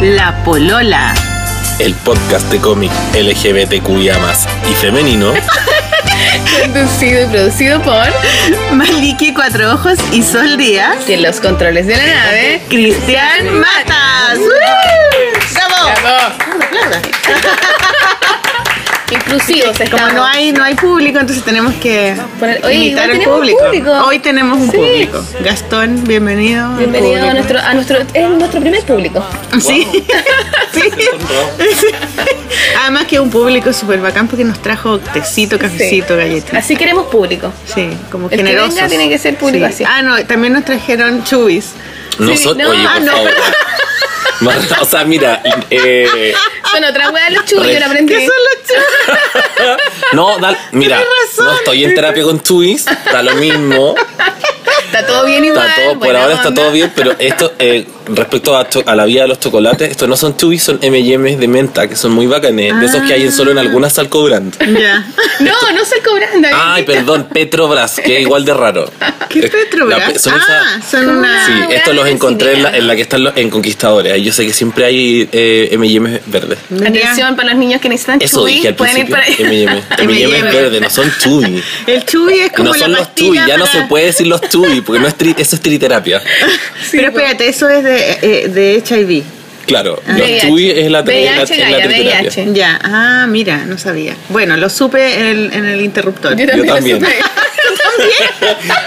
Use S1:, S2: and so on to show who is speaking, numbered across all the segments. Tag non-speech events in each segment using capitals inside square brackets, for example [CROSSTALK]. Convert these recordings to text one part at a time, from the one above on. S1: La Polola.
S2: El podcast de cómic LGBTQIA y femenino
S3: Conducido y producido por
S1: Maliki Cuatro Ojos y Sol Díaz.
S3: de los controles de la nave.
S1: Cristian Matas.
S3: Uh.
S1: ¡Bravo!
S3: Bravo. Inclusivos
S1: Como
S3: estamos.
S1: no hay, no hay público, entonces tenemos que
S3: Poner- Oye,
S1: imitar
S3: igual
S1: al
S3: tenemos
S1: público.
S3: público.
S1: Hoy tenemos un
S3: Sí.
S1: público. Gastón, bienvenido. al
S3: Bienvenido a
S1: público.
S3: nuestro, a nuestro, es nuestro primer público.
S1: Sí. [LAUGHS] [LAUGHS] sí. Sí. Además que es un público súper bacán porque nos trajo tecito, cafecito, galletitas.
S3: Así queremos público.
S1: Sí, como
S3: El que
S1: generosos.
S3: venga tiene que ser público así.
S1: Ah, no, también nos trajeron chubis.
S2: Nosotros,
S3: no,
S2: oye,
S1: ah,
S2: por
S1: no,
S2: favor. Mar- O sea, mira, eh,
S3: Bueno, otra wea los chubis, yo la aprendí.
S1: ¿Qué son los
S3: [LAUGHS]
S1: chubis?
S2: no,
S1: [LAUGHS]
S2: da- mira,
S1: Tienes razón.
S2: no estoy en terapia con Twis, está lo mismo,
S3: Está todo bien igual.
S2: está todo, por
S3: buena
S2: ahora está
S3: onda.
S2: todo bien, pero esto, eh, respecto a, to- a la vida de los chocolates, estos no son Twis, son M&M's de menta, que son muy bacanes, de esos que hay en solo en algunas salcobrand.
S1: Ya.
S3: No, no soy cobrando. ¿eh?
S2: Ay, perdón, Petrobras, que es igual de raro.
S1: ¿Qué
S2: Eh, la
S1: Petrobras?
S2: pe- son
S1: ah,
S2: esas-
S1: son una...
S2: Sí,
S3: Ah,
S2: estos los
S3: weá,
S2: encontré en la,
S3: vecina.
S2: en la que están los en Conquistadores. Ahí Yo sé que siempre hay eh, M&M's verdes.
S1: Mira.
S3: Atención para los niños que necesitan
S2: Eso
S3: chubis,
S2: dije al
S3: pueden ir
S2: principio.
S1: [LAUGHS]
S3: para
S2: M&M.
S3: [LAUGHS]
S2: M&M es verde, no son tubi.
S1: El chubi es [LAUGHS] como
S2: No
S1: la
S2: son los tubi,
S1: pastilla
S2: ya no
S1: para-
S2: se puede decir los tubi, porque no es tri- eso es triterapia.
S1: Pero
S3: pues.
S1: espérate, eso es de, eh, de HIV.
S2: Claro, los
S3: VIH.
S2: tubi es la, es la-
S3: VIH,
S2: es la
S3: Gaia,
S2: triterapia.
S3: VIH.
S1: Ya, ah, mira, no sabía. Bueno, lo supe en el, en el interruptor.
S3: Yo también.
S2: Yo también.
S3: lo supe. [LAUGHS]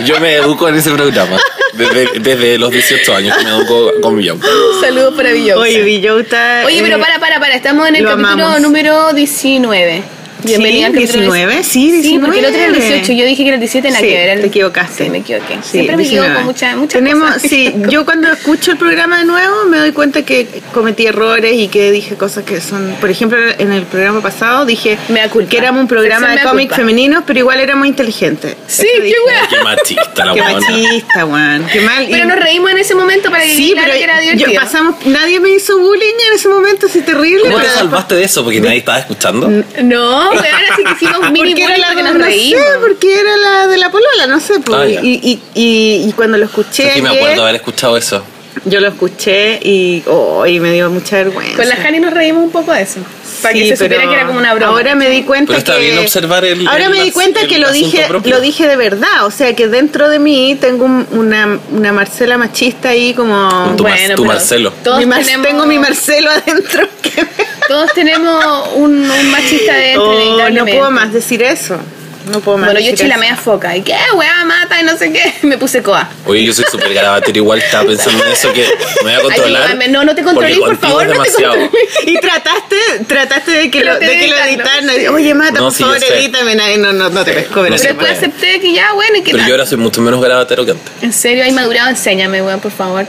S2: Yo me educo en ese programa, desde, desde los 18 años que me educo con mi auto.
S3: Saludos para Villosa.
S1: Oye, Villota.
S3: Oye, pero
S1: eh,
S3: para, para, para, estamos en el
S1: lo
S3: capítulo
S1: amamos.
S3: número 19.
S1: Sí,
S3: Bienvenida al capítulo
S1: 19, sí, 19.
S3: Sí, porque el otro era el 18, yo dije que era el 17, nada
S1: Sí,
S3: que ver. era el-
S1: te equivocaste.
S3: Sí, me equivoqué.
S1: Sí,
S3: Siempre me equivoco
S1: 19.
S3: muchas, muchas
S1: Tenemos,
S3: cosas. [LAUGHS]
S1: sí, yo cuando escucho el programa de nuevo me doy cuenta que cometí errores y que dije cosas que son, por ejemplo, en el programa pasado dije
S3: Mea culpa.
S1: que éramos un programa
S3: Sección
S1: de
S3: mea
S1: cómics
S3: culpa.
S1: femeninos, pero igual éramos inteligentes.
S3: Sí,
S1: Eso
S3: qué
S1: dije.
S3: wea.
S2: Qué machista la
S1: Qué
S2: weona.
S1: machista, Juan. Qué mal.
S3: Pero
S1: Y-
S3: nos reímos en ese momento para que
S1: Sí,
S3: claro
S1: pero
S3: que era
S1: yo-
S3: divertido.
S1: pasamos, nadie me hizo bullying en ese momento, así terrible.
S2: ¿Cómo te
S1: pero después-
S2: salvaste de eso? Porque nadie estaba escuchando.
S3: No, pero ahora sí que
S1: [LAUGHS]
S3: hicimos mini
S1: porque era
S3: bullying
S1: la
S3: porque nos
S1: no
S3: reímos.
S1: sé, porque era la de la polola, no sé. pues,
S2: Ah, ya.
S1: y, y, y, y cuando lo escuché,
S2: Sí, me
S1: ayer,
S2: acuerdo haber escuchado eso.
S1: yo lo escuché y, oh, y me dio mucha vergüenza.
S3: Con la Jani nos reímos un poco de eso. Para
S1: Sí,
S3: que se
S1: pero
S3: supiera que era como una broma.
S1: Ahora me di cuenta
S2: Pero está
S1: que
S2: bien observar el-
S1: Ahora
S2: el
S1: me di
S2: as-
S1: cuenta
S2: el
S1: que lo
S2: asunto
S1: dije
S2: propio.
S1: lo dije de verdad, o sea, que dentro de mí tengo un- una, una Marcela machista ahí como
S2: tu Mar- tu
S3: pero
S2: Marcelo.
S3: Todos
S1: mi Mar-
S3: tenemos,
S1: tengo mi Marcelo
S2: [LAUGHS]
S1: adentro que me-
S3: Todos tenemos un, un machista
S1: [LAUGHS]
S3: de
S1: Oh, no puedo más decir eso. No puedo más.
S3: Bueno, yo
S1: decir
S3: eché la
S1: eso.
S3: media foca. ¿Y qué, weá, mata? Y no sé qué. [LAUGHS] Me puse coa.
S2: Oye, yo soy súper garabatero, igual estaba pensando en eso que me voy a controlar.
S3: Ayúdame, no, no te controlís,
S2: porque
S3: por
S2: contigo
S3: favor,
S2: es
S3: no te controlís.
S1: Y trataste, trataste de que lo,
S3: Traté
S1: de
S3: de
S1: que lo
S3: evitarlo,
S1: editaran.
S3: sí.
S1: Oye, mata,
S2: No,
S1: por
S2: sí, yo
S1: favor,
S2: sé.
S1: edítame. No, no, no, no te pesco, pero
S2: No
S3: Pero
S2: se
S1: sí.
S3: después
S2: puede.
S3: acepté que ya, bueno, ¿y qué
S2: Pero
S3: tal?
S2: yo ahora soy mucho menos garabatero que antes.
S3: En serio, hay madurado, enséñame, weón, por favor.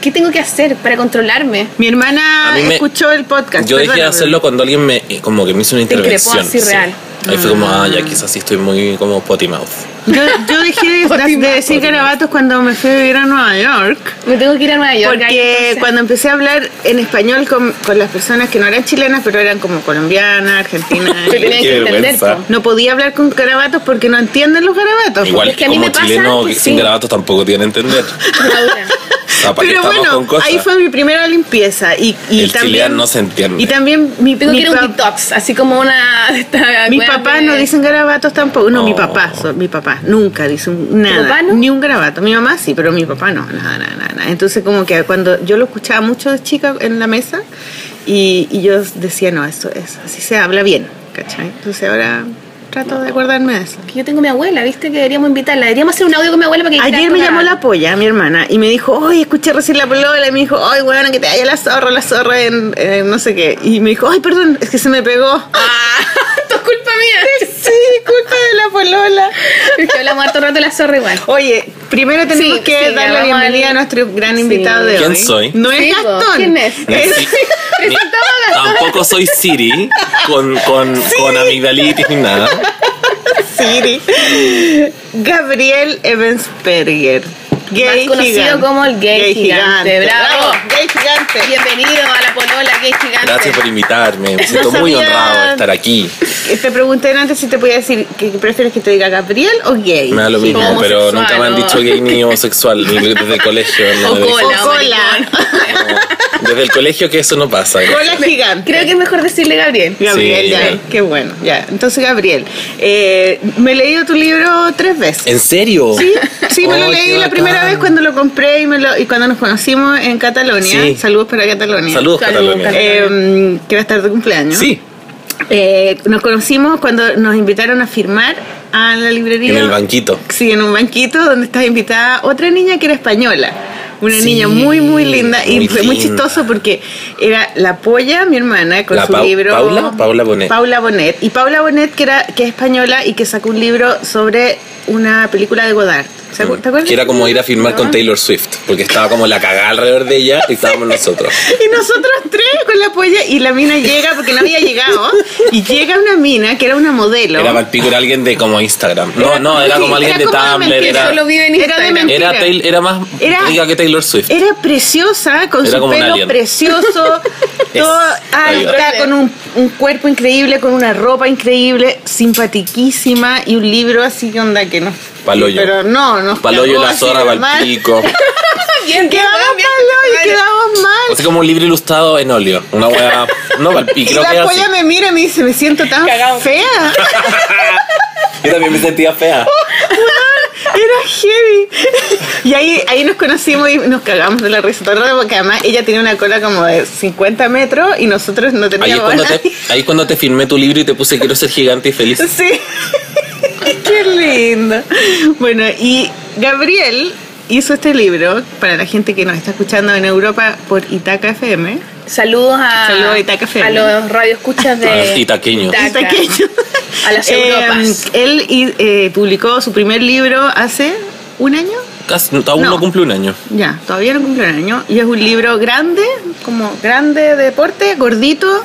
S3: ¿Qué tengo que hacer para controlarme?
S1: Mi hermana
S2: A mí me-
S1: escuchó el podcast.
S2: Yo dejé de
S1: perdóname.
S2: hacerlo cuando alguien me eh, como que me hizo una
S3: Te increpó
S2: intervención.
S3: así real.
S2: Ahí fue como, ah, ya quizás sí estoy muy como potty mouth.
S3: Pues,
S1: Yo, yo
S2: [LAUGHS]
S1: dejé de, de- de decir garabatos cuando me fui a vivir a Nueva York.
S3: Me tengo que ir a Nueva York. ahí,
S1: Porque
S3: entonces.
S1: cuando empecé a hablar en español con, con las personas que no eran chilenas, pero eran como colombianas,
S3: [LAUGHS]
S1: argentinas.
S3: Te tenía
S2: Qué
S3: que entender.
S2: vergüenza.
S3: po.
S1: no podía hablar con garabatos porque no entienden los garabatos. pues.
S2: Igual
S3: es que a mí
S2: como
S3: me pasa
S2: chileno
S3: que
S2: que sin
S3: sí.
S2: garabatos tampoco tiene entender.
S1: [LAUGHS]
S3: Madura.
S2: Ah, ¿para qué
S1: Pero
S2: estamos
S1: bueno,
S2: con cosas?
S1: ahí fue mi primera limpieza y, y
S2: El
S1: también
S2: chileno no se entiende.
S1: Y también mi,
S3: Tengo
S1: mi
S3: que ir a
S1: pa-
S3: un detox, así como una. esta
S1: mis
S3: weá
S1: papás
S3: de-
S1: no dicen garabatos tampoco. No, mi
S2: Oh.
S1: papá, so- mi papá nunca dice un- nada,
S3: papá no?
S1: ni un garabato. Mi mamá sí, pero mi papá no, nada, nada, nada. nada. Entonces como que cuando yo lo escuchaba mucho de chica en la mesa y, y yo decía no, eso es así se habla bien, ¿cachai? Entonces ahora trato de acordarme de eso.
S3: Que Yo tengo a mi abuela, ¿viste? Que deberíamos invitarla. Deberíamos hacer un audio con mi abuela para que
S1: Ayer
S3: dijera
S1: me
S3: algo
S1: llamó
S3: raro.
S1: la polla, mi hermana, y me dijo, oye, escuché recién la polola, y me dijo, ay, bueno, que te haya la zorra, la zorra en, en no sé qué. Y me dijo, ay, perdón, es que se me pegó. [LAUGHS]
S3: [LAUGHS] Ah, esto es culpa mía. [LAUGHS]
S1: Sí, culpa de la polola.
S3: Es que hablamos harto rato de la zorra igual.
S1: Oye, primero tenemos
S3: Sí,
S1: que
S3: sí,
S1: dar la
S3: vamos
S1: bienvenida
S3: al-
S1: a nuestro gran
S3: Sí.
S1: invitado de
S2: ¿Quién
S1: hoy.
S2: soy?
S1: No
S3: Sí,
S1: es
S3: vos,
S1: Gastón. [LAUGHS]
S3: ¿quién
S2: [LAUGHS]
S3: es? [LAUGHS]
S2: Ni- ni- tampoco soy Siri con, con, con amigdalitis ni nada.
S1: Siri. Gabriel Evansperger. Gay
S3: Más conocido
S1: gigante.
S3: como el gay gigante. Bravo.
S1: Gay gigante.
S3: Bienvenido a la polola que es gigante.
S2: Gracias por invitarme. Me
S1: No
S2: siento muy
S1: sabía-
S2: honrado de estar aquí.
S1: Eh, Te pregunté antes si te podía decir que prefieres que te diga Gabriel o gay.
S2: Me da lo mismo,
S3: Homosexual,
S2: pero nunca me han
S3: ¿no? [LAUGHS]
S2: dicho gay ni homosexual ni desde el colegio. no
S3: O
S2: me dicen.
S3: cola,
S1: O cola.
S3: maricón.
S2: Desde el colegio que eso no pasa.
S1: Cola gigante.
S3: [LAUGHS] Creo que es mejor decirle Gabriel.
S1: Gabriel,
S2: Sí,
S1: ya,
S2: ya.
S1: qué bueno, ya. Entonces, Gabriel, eh, me he leído tu libro tres veces.
S2: ¿En serio?
S1: Sí, sí, me lo
S2: Oh,
S1: leí
S2: qué
S1: la
S2: bacán.
S1: primera vez cuando lo compré y, me lo- y cuando nos conocimos en Cataluña.
S2: Sí.
S1: Saludos para Cataluña.
S2: Saludos,
S3: Saludos,
S2: Cataluña.
S3: Cataluña.
S1: Eh, que va a estar de cumpleaños.
S2: Sí,
S1: Eh, nos conocimos cuando nos invitaron a firmar a la librería.
S2: en el banquito.
S1: Sí, en un banquito donde estaba invitada otra niña que era española. Una
S2: Sí,
S1: niña muy, muy linda y
S2: muy
S1: fue muy
S2: linda.
S1: chistoso porque era la polla, mi hermana, con
S2: La
S1: su
S2: Pau-
S1: libro.
S2: Paula, Paula Bonet.
S1: Paula Bonet. Y Paula Bonet, que, era, que es española y que sacó un libro sobre una película de Godard. ¿Se acu- ¿Te acuerdas?
S2: Mm. Que era como ir a firmar con Taylor Swift, porque estaba como la cagada alrededor de ella y estábamos nosotros.
S1: Y nosotros tres con la polla y la mina llega porque no había
S2: [LAUGHS]
S1: llegado y llega una mina que era una modelo.
S2: Era para era alguien de como Instagram. No, no, era como
S1: sí,
S2: alguien
S1: era
S2: de
S1: como una
S2: Tumblr.
S1: mentira,
S2: Era,
S3: solo vive en
S1: Era de
S3: Instagram.
S1: mentira.
S2: era, Taylor- era más
S1: Era-
S2: rica que Taylor Swift.
S1: Era preciosa, ¿eh? con
S2: Era
S1: su
S2: como un
S1: pelo
S2: alien. [LAUGHS]
S1: precioso,
S2: Es,
S1: todo
S2: ahí va.
S1: alta, con un, un cuerpo increíble, con una ropa increíble, simpatiquísima y un libro así que onda que no.
S2: Paloyo.
S1: Pero no, nos
S2: Paloyo
S1: cagó
S2: la
S1: así
S2: zorra,
S1: normal.
S2: Valpico.
S3: Bien,
S1: Quedamos paloyo y quedamos mal.
S2: O sea, como un libro ilustrado en óleo. Una hueá. No, Valpico.
S3: [LAUGHS]
S1: Y
S2: Creo que
S1: la
S2: era así.
S1: polla me mira y me dice, me siento tan
S2: [LAUGHS]
S3: Cagamos.
S1: fea.
S2: Yo también me sentía
S3: [LAUGHS]
S2: fea.
S1: Era heavy. Y ahí, ahí nos conocimos y nos cagamos de la risa todo el rato porque además ella tenía una cola como de 50 metros y nosotros no
S2: Ahí es,
S1: teníamos
S2: cuando
S1: nada.
S2: te, ahí es cuando te firmé tu libro y te puse quiero ser gigante y feliz.
S1: Sí. [LAUGHS] Qué lindo. Bueno, y Gabriel hizo este libro para la gente que nos está escuchando en Europa por Itaca FM.
S3: Saludos a,
S1: Saludos a Itaca FM.
S3: a los radioescuchas de
S2: A los titaqueños.
S3: Itaca.
S1: Itaqueño.
S3: A
S1: [LAUGHS]
S3: las
S1: Eh,
S3: Europas.
S1: él y- eh, publicó su primer libro hace un año.
S2: Casi, aún
S1: No.
S2: no cumple un año.
S1: Ya, todavía no cumple un año. Y es un libro grande, como grande de deporte, gordito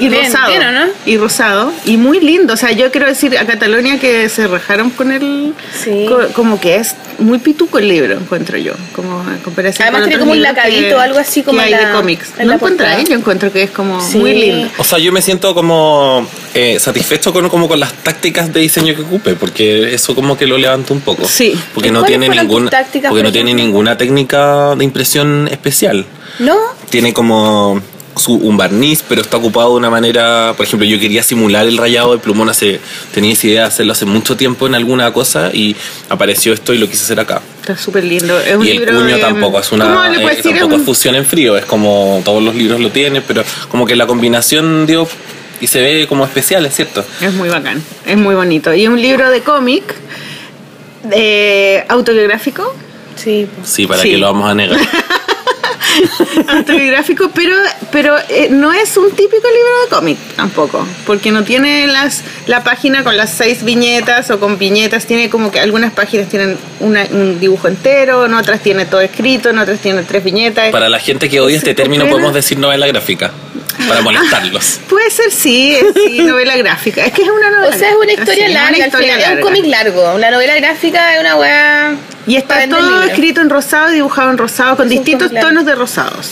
S1: y
S3: Bien,
S1: rosado.
S3: bien, ¿o no?
S1: Y rosado. Y muy lindo. O sea, yo quiero decir a Cataluña que se rajaron con el.
S3: Sí.
S1: co- como que es muy pituco el libro, encuentro yo. Como en comparación
S3: Además
S1: con
S3: tiene
S1: otros
S3: como un
S1: libros que-
S3: lacadito, algo así como
S1: que hay
S3: en
S1: de
S3: la-
S1: cómics.
S3: en
S1: No
S3: la
S1: encuentráis,
S3: portada.
S1: yo encuentro que es como
S3: Sí.
S1: muy lindo.
S2: O sea, yo me siento como eh, satisfecho con, como con las tácticas de diseño que ocupe, porque eso como que lo levanto un poco.
S1: Sí.
S2: Porque
S3: ¿Y
S2: no
S3: cuáles
S2: tiene
S3: fueron tus
S2: ninguna
S3: tácticas,
S2: porque
S3: por
S2: no tiene
S3: ejemplo?
S2: ninguna técnica de impresión especial.
S3: ¿No?
S2: Tiene como su- un barniz, pero está ocupado de una manera, por ejemplo, yo quería simular el rayado de plumón hace tenía esa idea de hacerlo hace mucho tiempo en alguna cosa y apareció esto y lo quise hacer acá.
S1: Está súper lindo. Es un
S2: y el
S1: libro
S2: cuño
S1: de-
S2: tampoco es una
S1: ¿Cómo le puedes
S2: eh,
S1: decir? Es
S2: tampoco
S1: un-
S2: es fusión en frío es como todos los libros lo tienen pero como que la combinación dio y se ve como especial es cierto
S1: Es muy bacán, es muy bonito. Y un libro de cómic eh, autobiográfico,
S3: Sí.
S2: sí para
S1: Sí.
S2: que lo vamos
S1: [LAUGHS]
S2: a negar
S1: autobiográfico, pero pero eh, no es un típico libro de cómic tampoco, porque no tiene las la página con las seis viñetas o con viñetas, tiene como que algunas páginas tienen una- un dibujo entero, en otras tiene todo escrito, en otras tiene tres viñetas.
S2: para la gente que odia este
S1: Sí,
S2: término
S1: pero-
S2: podemos decir novela gráfica para molestarlos
S1: Puede ser sí, es, sí, novela gráfica. Es que es una novela.
S3: O sea, es una
S1: gráfica,
S3: historia
S1: sí, es una
S3: larga, al
S1: historia
S3: final, es
S1: larga.
S3: un cómic largo. La novela gráfica es una weá.
S1: Y
S3: para
S1: está
S3: vender
S1: todo
S3: libros.
S1: escrito en rosado y dibujado en rosado con
S3: Es un
S1: distintos
S3: cómic largo.
S1: tonos de rosados,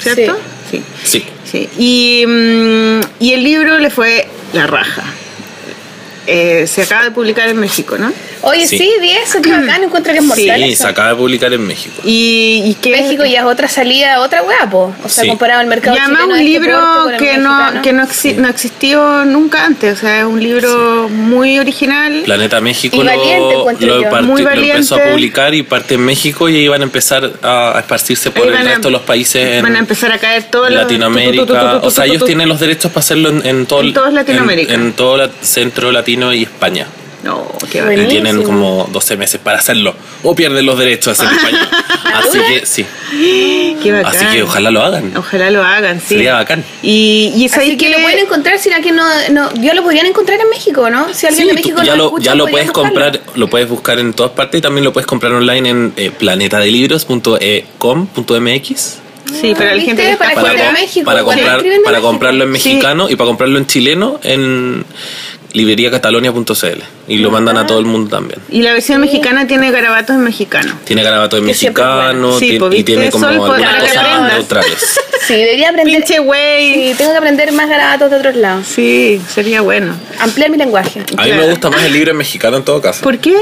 S1: ¿cierto? Sí.
S2: sí
S1: sí. Y, mm, y el libro le fue la raja. Eh, se acaba de publicar en México, ¿no?
S3: Oye,
S2: Sí.
S3: sí, vi eso, que bacán, encuentro que es mortal.
S2: sí
S3: eso.
S2: se acaba de publicar en México
S1: Y, y que
S3: México ya es otra salida, otra weá, po. O sea,
S2: Sí.
S3: comparado al
S1: y
S3: mercado
S1: además
S3: chileno
S1: un
S3: de este porte
S1: libro
S3: con el
S1: que no
S3: mexicano.
S1: que no, exi- no existió nunca antes, o sea, es un libro muy original.
S2: Planeta México
S3: Y
S2: lo,
S3: valiente, encuentro
S2: lo
S3: yo.
S2: parti-
S1: Muy
S2: lo empezó a
S1: valiente.
S2: publicar y parte en México y iban a empezar a a esparcirse por
S1: Ahí
S2: el
S1: van a-
S2: resto de los países en,
S1: Van a empezar a caer todos los- tu, tu, tu, tu,
S2: Latinoamérica.
S1: tu,
S2: O
S1: tu, tu,
S2: sea, ellos
S1: tu.
S2: tienen los derechos para hacerlo en, en todo
S1: En
S2: el-
S1: todos Latinoamérica.
S2: En, en todo la- Centro Latino y España.
S1: No, qué
S2: Y
S1: bacán.
S3: Buenísimo.
S2: tienen como 12 meses para hacerlo. O pierden los derechos
S1: [LAUGHS]
S2: en España. Así que sí.
S1: Qué bacán.
S2: Así que ojalá lo hagan.
S1: Ojalá lo hagan, sí.
S2: Sería bacán.
S1: Y, y
S3: Así
S1: sabéis
S3: que, lo pueden encontrar si alguien no, no. Yo lo podrían encontrar en México, ¿no? Si alguien
S2: Sí,
S3: de
S2: tú
S3: México
S2: ya
S3: no
S2: lo,
S3: escucha,
S2: ya lo
S3: podrían
S2: puedes
S3: buscarlo.
S2: comprar, lo puedes buscar en todas partes y también lo puedes comprar online en eh, e planetadelibros.com.mx.
S1: Sí, para la
S3: ¿Viste?
S1: gente que está
S3: Para
S2: para,
S3: gente de
S2: com-
S3: México,
S2: para
S3: cuando
S2: comprar,
S3: escriben de
S2: para
S3: México.
S2: comprarlo en
S1: Sí.
S2: mexicano y para comprarlo en chileno en libreriacatalonia.cl y lo mandan
S3: Ah.
S2: a todo el mundo también.
S1: Y la versión mexicana tiene garabatos en mexicano.
S2: Tiene garabato de
S3: Que siempre es
S2: mexicano,
S1: bueno. Sí,
S2: tiene-
S1: pues,
S2: y tiene
S1: viste,
S2: como
S1: sol, pues,
S2: algunas
S3: para que
S2: cosas
S3: aprendas.
S2: neutrales.
S1: [LAUGHS]
S3: Sí, debería aprender.
S1: Pinche güey.
S3: Sí, tengo que aprender más garabatos de otros lados.
S1: Sí, sería bueno.
S3: Ampliar mi lenguaje.
S2: A mí me
S1: Claro.
S2: gusta más el libro en mexicano en todo caso.
S1: ¿Por qué?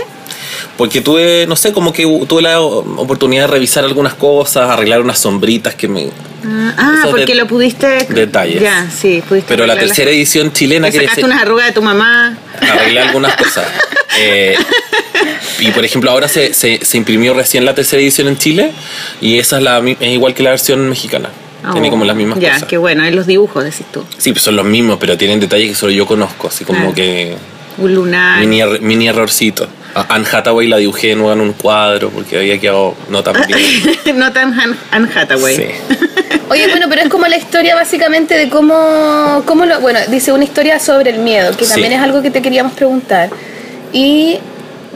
S2: Porque tuve, no sé, como que hu- tuve la o- oportunidad de revisar algunas cosas, arreglar unas sombritas que me...
S1: Ah, ah,
S2: Esos
S1: porque
S2: de-
S1: lo pudiste.
S2: detalles.
S1: Ya, sí, pudiste.
S2: Pero la
S1: arreglarlas.
S2: tercera edición chilena
S1: Le
S2: que
S1: sacaste unas arrugas de tu mamá.
S2: arreglé algunas cosas. Eh, y por ejemplo, ahora se, se- se imprimió recién la tercera edición en Chile y esa es, la, mi- es igual que la versión mexicana. Tiene
S1: Oh,
S2: como las mismas
S1: Ya,
S2: cosas.
S1: qué bueno, es los dibujos, decís tú.
S2: Sí, pues son los mismos, pero tienen detalles que solo yo conozco, así como
S1: Claro.
S2: que
S1: Un lunar.
S2: mini, er- mini errorcito. A- Anne Hathaway la dibujé de nuevo en un cuadro porque había quedado no
S1: [LAUGHS]
S2: tan bien.
S1: [LAUGHS] no tan Han, Anne Hathaway.
S2: Sí.
S3: Oye, bueno, pero es como la historia básicamente de cómo, cómo lo, bueno, dice una historia sobre el miedo, que
S2: Sí.
S3: también es algo que te queríamos preguntar. ¿Y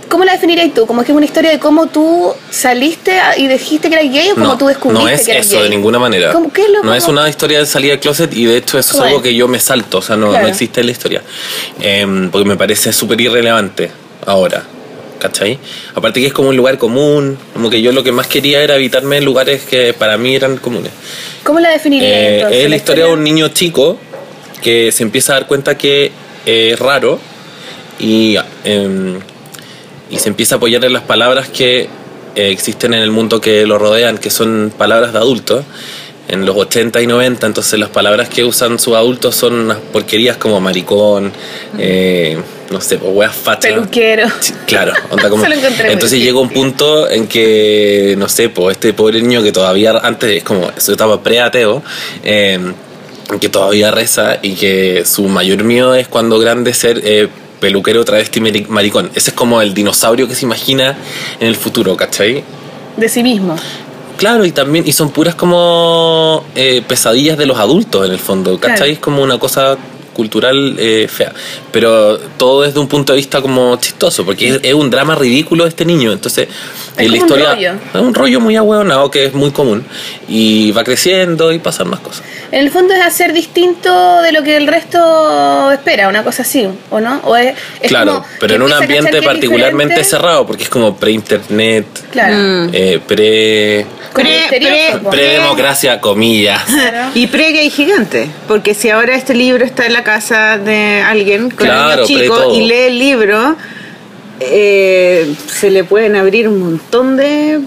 S3: cómo la definirías tú? ¿Como que es una historia de cómo tú saliste a- y dijiste que eras gay o cómo
S2: no,
S3: tú descubriste
S2: no es
S3: que eras
S2: eso
S3: gay?
S2: de ninguna manera.
S3: ¿Cómo- qué es lo-
S2: no
S3: cómo-
S2: es una historia de salida del closet y de hecho eso es
S3: Bueno.
S2: algo que yo me salto, o sea, no, no
S3: Claro.
S2: existe en la historia. Em, porque me parece súper irrelevante ahora. ¿Cachai? Aparte que es como un lugar común, como que yo lo que más quería era evitarme lugares que para mí eran comunes.
S3: ¿Cómo la definirías
S2: Eh,
S3: entonces?
S2: es la historia de un niño chico que se empieza a dar cuenta que eh, es raro y, em, y se empieza a apoyar en las palabras que eh, existen en el mundo que lo rodean, que son palabras de adultos. En los 80 y 90, entonces las palabras que usan sus adultos son unas porquerías como maricón, eh, no sé, o weas fachas.
S3: Peluquero.
S2: Sí, Claro, onda como-
S3: [LAUGHS] Se lo encontré muy
S2: entonces llega un punto en que, no sé, pues este pobre niño que todavía antes es como su etapa pre-ateo, eh, que todavía reza y que su mayor miedo es cuando grande ser eh, peluquero, travesti, meri- maricón. Ese es como el dinosaurio que se imagina en el futuro, ¿cachai?
S3: De sí mismo.
S2: Claro, y también, y son puras como eh, pesadillas de los adultos en el fondo, ¿cachai?
S3: Claro.
S2: Es como una cosa cultural eh, fea, pero todo desde un punto de vista como chistoso, porque es, es un drama ridículo este niño, entonces
S3: Es
S2: eh, la
S3: como un
S2: historia
S3: rollo.
S2: es un rollo muy ahueonado que es muy común y va creciendo y pasan más cosas.
S3: En el fondo es hacer distinto de lo que el resto espera, una cosa así, ¿o no? O es, es
S2: claro,
S3: como
S2: pero
S3: que
S2: en un
S3: empieza a cachar que
S2: ambiente
S3: es
S2: particularmente
S3: diferente.
S2: cerrado, porque es como pre-internet,
S3: Claro.
S1: Mm.
S2: eh, pre...
S3: Como
S1: Pre-
S3: misterioso,
S1: pre-
S3: po.
S2: Pre-democracia, comillas.
S1: Y pre-gay gigante, porque si ahora este libro está en la casa de alguien con
S2: Claro,
S1: un niño chico
S2: pre-todo.
S1: y lee el libro, eh, se le pueden abrir un montón de,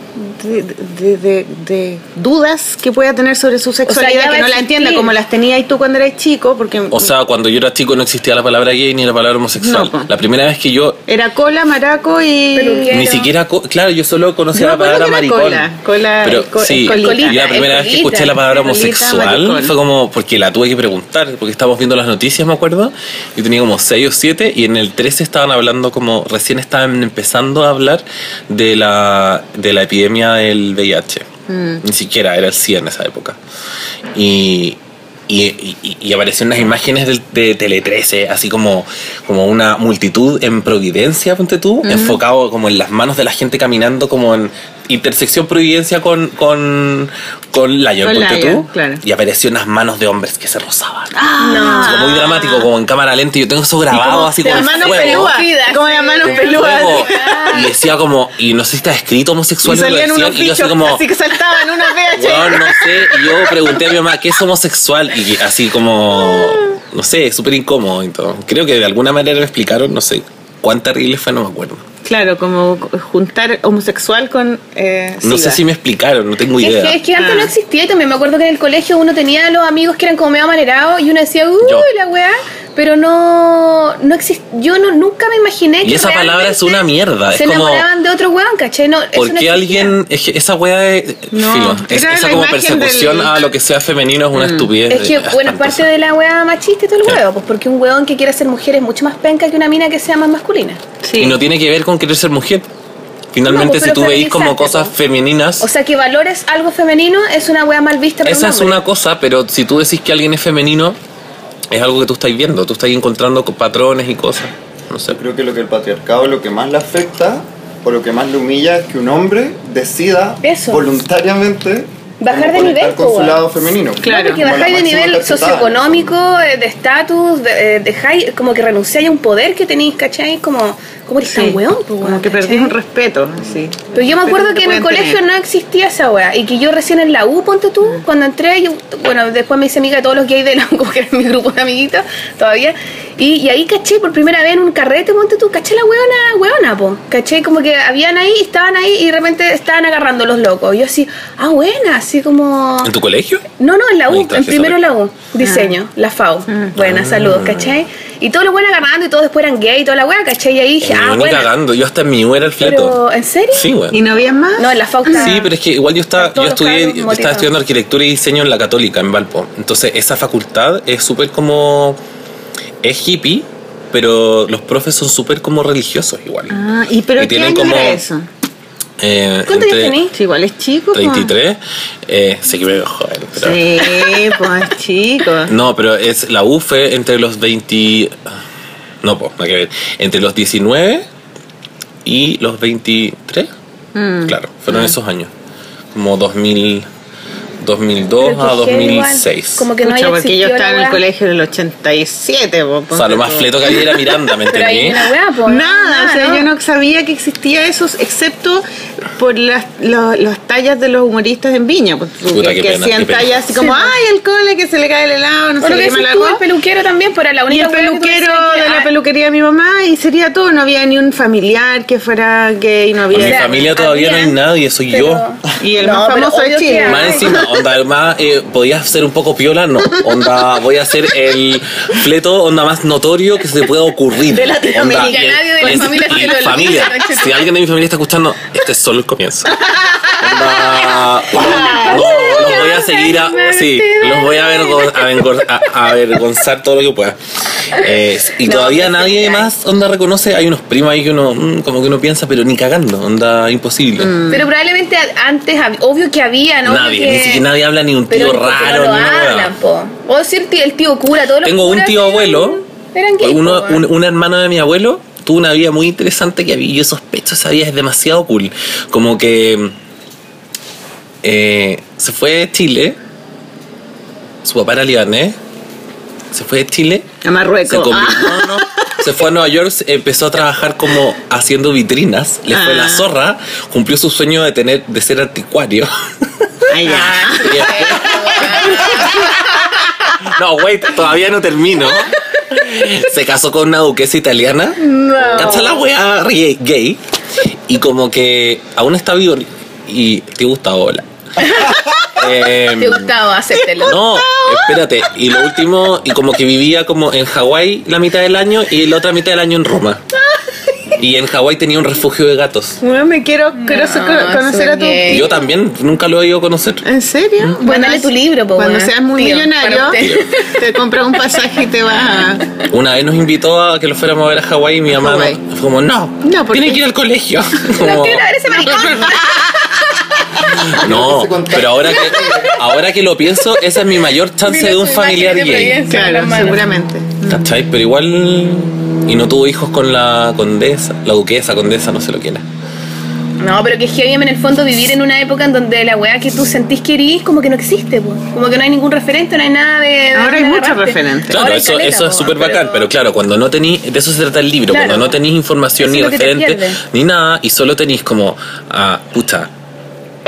S1: de, de- de- de dudas que pueda tener sobre su sexualidad,
S3: ya va
S1: que
S3: a
S1: no la
S3: existir.
S1: entienda como las tenías tú cuando eras chico, porque
S2: O sea, cuando yo era chico no existía la palabra gay ni la palabra homosexual.
S1: No, pues. po.
S2: la primera vez que yo
S1: era cola, maraco y...
S3: Peluquero.
S2: ni siquiera co- claro, yo solo conocía
S1: pues, Yo me acuerdo
S2: la palabra
S1: que era
S2: maricón.
S1: cola, cola,
S2: pero
S1: el co-
S2: sí,
S1: el colita,
S2: y la
S3: el
S2: primera vez que
S3: colita,
S2: escuché la palabra
S1: el colita,
S2: homosexual
S1: maricón.
S2: fue como porque la tuve que preguntar, porque estábamos viendo las noticias, me acuerdo, yo tenía como 6 o 7 y en el 13 estaban hablando como recién estaban empezando a hablar de la de la epidemia del VIH.
S1: Mm.
S2: Ni siquiera era el CIE en esa época. Y, y, y- y aparecieron las imágenes del- de, Tele 13, así como, como una multitud en Providencia, ponte tú, enfocado como en las manos de la gente caminando, como en intersección Providencia con, con, con Lion,
S1: Con
S2: ponte
S1: Lion,
S2: tú.
S1: claro.
S2: Y apareció unas manos de hombres que se rozaban.
S1: Ah.
S2: Como muy dramático, como en cámara lenta, y yo tengo eso grabado así como
S1: Las
S2: en
S1: manos
S2: fuego.
S1: pelúas,
S3: Cogidas,
S1: como las manos
S2: en
S1: pelúas.
S2: fuego. Y decía como, y no sé si está escrito homosexual,
S1: Y
S2: pero lo
S1: salían
S2: decían,
S1: unos
S2: y yo así
S1: bichos,
S2: como,
S1: así que saltaban
S2: [LAUGHS]
S1: unos VHS.
S2: Weón, no sé. Y yo pregunté a mi mamá, ¿qué es homosexual? Y así como, no sé, súper incómodo y todo. Creo que de alguna manera me explicaron, no sé cuán terrible fue, no me acuerdo.
S1: Claro, como juntar homosexual con. eh,
S2: No sé
S1: sida.
S2: si me explicaron, no tengo
S3: Que-
S2: idea.
S3: que- Es que antes
S1: Ah.
S3: no existía y también me acuerdo que en el colegio uno tenía los amigos que eran como medio amanerados y uno decía, uy,
S2: Yo.
S3: la weá, pero no, no exist- yo no, nunca me imaginé que
S2: Y esa palabra es una
S3: realmente
S2: mierda. Es
S3: Se
S2: como,
S3: enamoraban de otro weón, ¿cachai? No, eso
S2: ¿por
S3: no
S2: qué
S3: existía.
S2: alguien.? Es que esa wea de. eh,
S1: No,
S2: filo, es-
S1: era
S2: esa
S1: la
S2: como
S1: imagen
S2: persecución
S1: del-
S2: a lo que sea femenino es una estupidez.
S3: Mm. Es que, bueno, es parte
S2: espantosa.
S3: de la weá machista y todo el
S2: Claro.
S3: huevo, pues porque un weón que quiera ser mujer es mucho más penca que una mina que sea más masculina.
S1: Sí.
S2: Y no tiene que ver con querer ser mujer. Finalmente,
S3: No,
S2: si
S3: pero
S2: tú veis como
S3: feminizaste,
S2: cosas
S3: po.
S2: femeninas.
S3: O sea, que valores algo femenino es una weá mal vista por
S2: Esa
S3: un
S2: es
S3: hombre.
S2: una cosa, pero si tú decís que alguien es femenino, es algo que tú estás viendo, tú estás encontrando co- patrones y cosas. No sé.
S4: Yo creo que lo que el patriarcado lo que más le afecta o lo que más le humilla es que un hombre decida
S3: Eso.
S4: voluntariamente
S3: Bajar
S4: cómo
S3: de nivel,
S4: conectar con
S3: po,
S4: su
S3: weón.
S4: lado femenino.
S1: Claro,
S3: no, porque
S4: Como la
S3: bajáis de
S4: máxima
S3: nivel
S4: cachetada.
S3: socioeconómico, eh, de estatus, de- eh, dejáis, como que renunciáis a un poder que tenéis, ¿cachai? Como, como eres
S1: Sí.
S3: tan weón, po,
S1: Como
S3: weón,
S1: que
S3: ¿cachai?
S1: perdís un respeto. así.
S3: Pero yo me acuerdo
S1: Respeto
S3: que en el
S1: pueden
S3: colegio
S1: tener.
S3: no existía esa weá. Y que yo recién en la U, ponte tú, [LAUGHS] cuando entré, yo, bueno, después me hice amiga de todos los gays de la U, como que era mi grupo de amiguitos todavía. Y, y ahí caché por primera vez en un carrete, ponte tú, caché la hueona, hueona, po. Caché como que habían ahí, estaban ahí y de repente estaban agarrando los locos. Y yo así, ah, buena, así como...
S2: ¿En tu colegio?
S3: No, no, en la
S2: Ahí
S3: U,
S2: traje
S3: en primero
S2: sobre-
S3: la U,
S1: Ah.
S3: diseño, la FAU. Buena, saludos, ¿cachai? Y todos los buenos agarrando y todos después eran gay y toda la wea, ¿cachai? Y ahí dije,
S2: Eh,
S3: ah,
S2: ni
S3: buena.
S2: cagando. Yo hasta en mi U era el fleto.
S3: Pero, ¿en serio?
S2: Sí, güey.
S1: ¿Y no había más?
S3: No, en la FAU está-
S2: Sí, pero es que igual yo estaba, yo
S3: Todos los
S2: estudié,
S3: cabros motivados.
S2: estaba estudiando arquitectura y diseño en la Católica, en Valpo. Entonces, esa facultad es súper como. Es hippie, pero los profes son súper como religiosos igual.
S1: Ah, ¿y pero
S2: Y
S1: qué
S2: tienen
S1: año
S2: como-
S1: era eso?
S2: Eh,
S3: ¿Cuántos años
S2: entre
S3: tenés?
S1: Si igual es chico. po.
S2: 33. Eh, sí, que me veo joven, pero.
S1: Sí, pues chico.
S2: No, pero es la U fue entre los 20. No, pues, nada que ver. Entre los 19 y los 23.
S1: Mm.
S2: Claro, fueron
S3: Ah.
S2: esos años. Como 2000, 2002
S3: Pero
S2: a
S3: que igual,
S2: 2006.
S3: Como que no
S1: Pucha,
S3: haya
S1: porque yo
S3: existido la
S1: estaba en el
S3: wea.
S1: colegio en el 87, po,
S2: o sea,
S1: ponte
S2: lo más
S1: tú.
S2: fleto que había era Miranda, ¿me
S3: Pero ahí
S2: entendí?
S3: una wea, po.
S1: Nada, o sea,
S3: ¿no?
S1: yo no sabía que existía eso, excepto por las, lo- las tallas de los humoristas en Viña, pues,
S2: Puta,
S1: que, que
S2: qué pena, qué
S1: hacían
S2: pena.
S1: tallas así como,
S3: Sí,
S1: ay, el cole que se le cae el helado, no
S3: O
S1: se
S3: lo
S1: le
S3: que
S1: quema
S3: dices
S1: la
S3: tú,
S1: agua.
S3: el peluquero también, pero la
S1: Y
S3: única
S1: el
S3: wea que tú
S1: peluquero
S3: decías que,
S1: de
S3: ah,
S1: la peluquería de mi mamá, y sería todo, no había ni un familiar que fuera gay, no
S2: En
S1: había...
S2: mi
S3: sea,
S2: familia todavía
S3: había,
S2: no hay nadie, soy
S3: pero-
S2: yo.
S1: y el
S3: No,
S1: más
S3: pero
S1: famoso
S3: obvio
S1: de
S3: que
S1: Chile.
S3: hay.
S2: Más encima, onda, además, eh, podías ser un poco piola, no. Onda, voy a hacer el fleto, onda más notorio que se te pueda ocurrir.
S3: De Latinoamérica,
S2: Onda, y-
S3: nadie de la
S2: y-
S3: familia
S2: y
S3: se lo-
S2: familia, Si alguien de mi familia está escuchando, este es solo el comienzo. Onda, no, no, los voy a seguir a. Sí, los voy a, avergo- a vengor- a- a avergonzar todo lo que pueda. Eh, y
S3: No,
S2: todavía
S3: sí,
S2: nadie
S3: hay.
S2: más, onda, reconoce. Hay unos primos ahí que uno, mm, como que uno piensa, pero ni cagando, onda, imposible.
S3: Pero probablemente a- antes, hab- obvio que había, ¿no?
S2: Nadie,
S3: Porque-
S2: ni siquiera nadie habla ni un
S3: Pero
S2: tío
S3: ni porque
S2: raro,
S3: no lo
S2: ni una hueá.
S3: hablan, po. O sí, el tío, el tío cura, todos los
S2: Tengo un
S3: curas
S2: tío
S3: eran-
S2: abuelo,
S3: Eran gays,
S2: uno-
S3: po,
S2: un, un hermano de mi abuelo, tuvo una vida muy interesante que a mí yo sospecho esa vida es demasiado cool. Como que eh, se fue de Chile, su papá era libanés, se fue de Chile,
S1: A
S2: se,
S1: Marruecos.
S2: convirtió-
S1: Ah.
S2: no, no, se fue a Nueva York, se- empezó a trabajar como haciendo vitrinas, le fue
S1: Ah.
S2: la zorra, cumplió su sueño de tener de ser anticuario.
S1: [LAUGHS]
S2: [LAUGHS]
S1: Ay, ya.
S3: Ah.
S2: Y después- no, wait, todavía no termino. Se casó con una duquesa italiana. No. Cacha la wea ri- gay. Y como que aún está vivo y te gusta hola. Em,
S3: Te gustaba, acéptelo.
S2: no, espérate. Y lo último, y como que vivía como en Hawái la mitad del año y la otra mitad del año en Roma. Y en Hawái tenía un refugio de gatos.
S1: Bueno, me quiero, quiero so- conocer a tu...
S3: soy gay.
S2: Yo también nunca lo he ido a conocer.
S1: ¿En serio?
S3: Mándale tu libro, po,
S1: Cuando
S3: weón.
S1: seas muy
S3: Tío, para
S1: millonario,
S3: usted.
S1: te compras un pasaje y te vas a...
S3: [LAUGHS]
S2: Una vez nos invitó a que lo fuéramos a ver a Hawái y mi mamá
S1: Hawái.
S2: no- fue como, no,
S1: No, ¿por
S2: tiene
S1: qué?
S2: que ir al colegio. [LAUGHS]
S3: No
S2: Como,
S3: quiero ver ese maricón.
S2: no, pero ahora que, ahora que lo pienso, esa es mi mayor chance
S3: Mira
S2: de un
S3: su
S2: familiar
S3: imagen de
S2: gay.
S3: Providencia.
S1: Claro, seguramente.
S2: ¿Cachai? Pero igual... Y no tuvo hijos con la condesa, la duquesa, condesa, no sé lo que era.
S3: No, pero que es heavy en el fondo vivir en una época en donde la weá que tú sentís que erís como que no existe, po. Como que no hay ningún referente, no hay nada de. de
S1: Ahora hay
S3: dónde
S1: muchos
S3: agarrarte.
S1: referentes.
S2: Claro,
S3: Ahora hay
S2: eso,
S3: caleta,
S2: eso es
S3: po,
S2: súper bacán, pero claro, cuando no tenéis, de eso se trata el libro,
S3: Claro.
S2: cuando no tenéis información
S3: Eso
S2: ni
S3: es lo que te
S2: referente
S3: pierdes.
S2: ni nada y solo tenéis como, ah, pucha,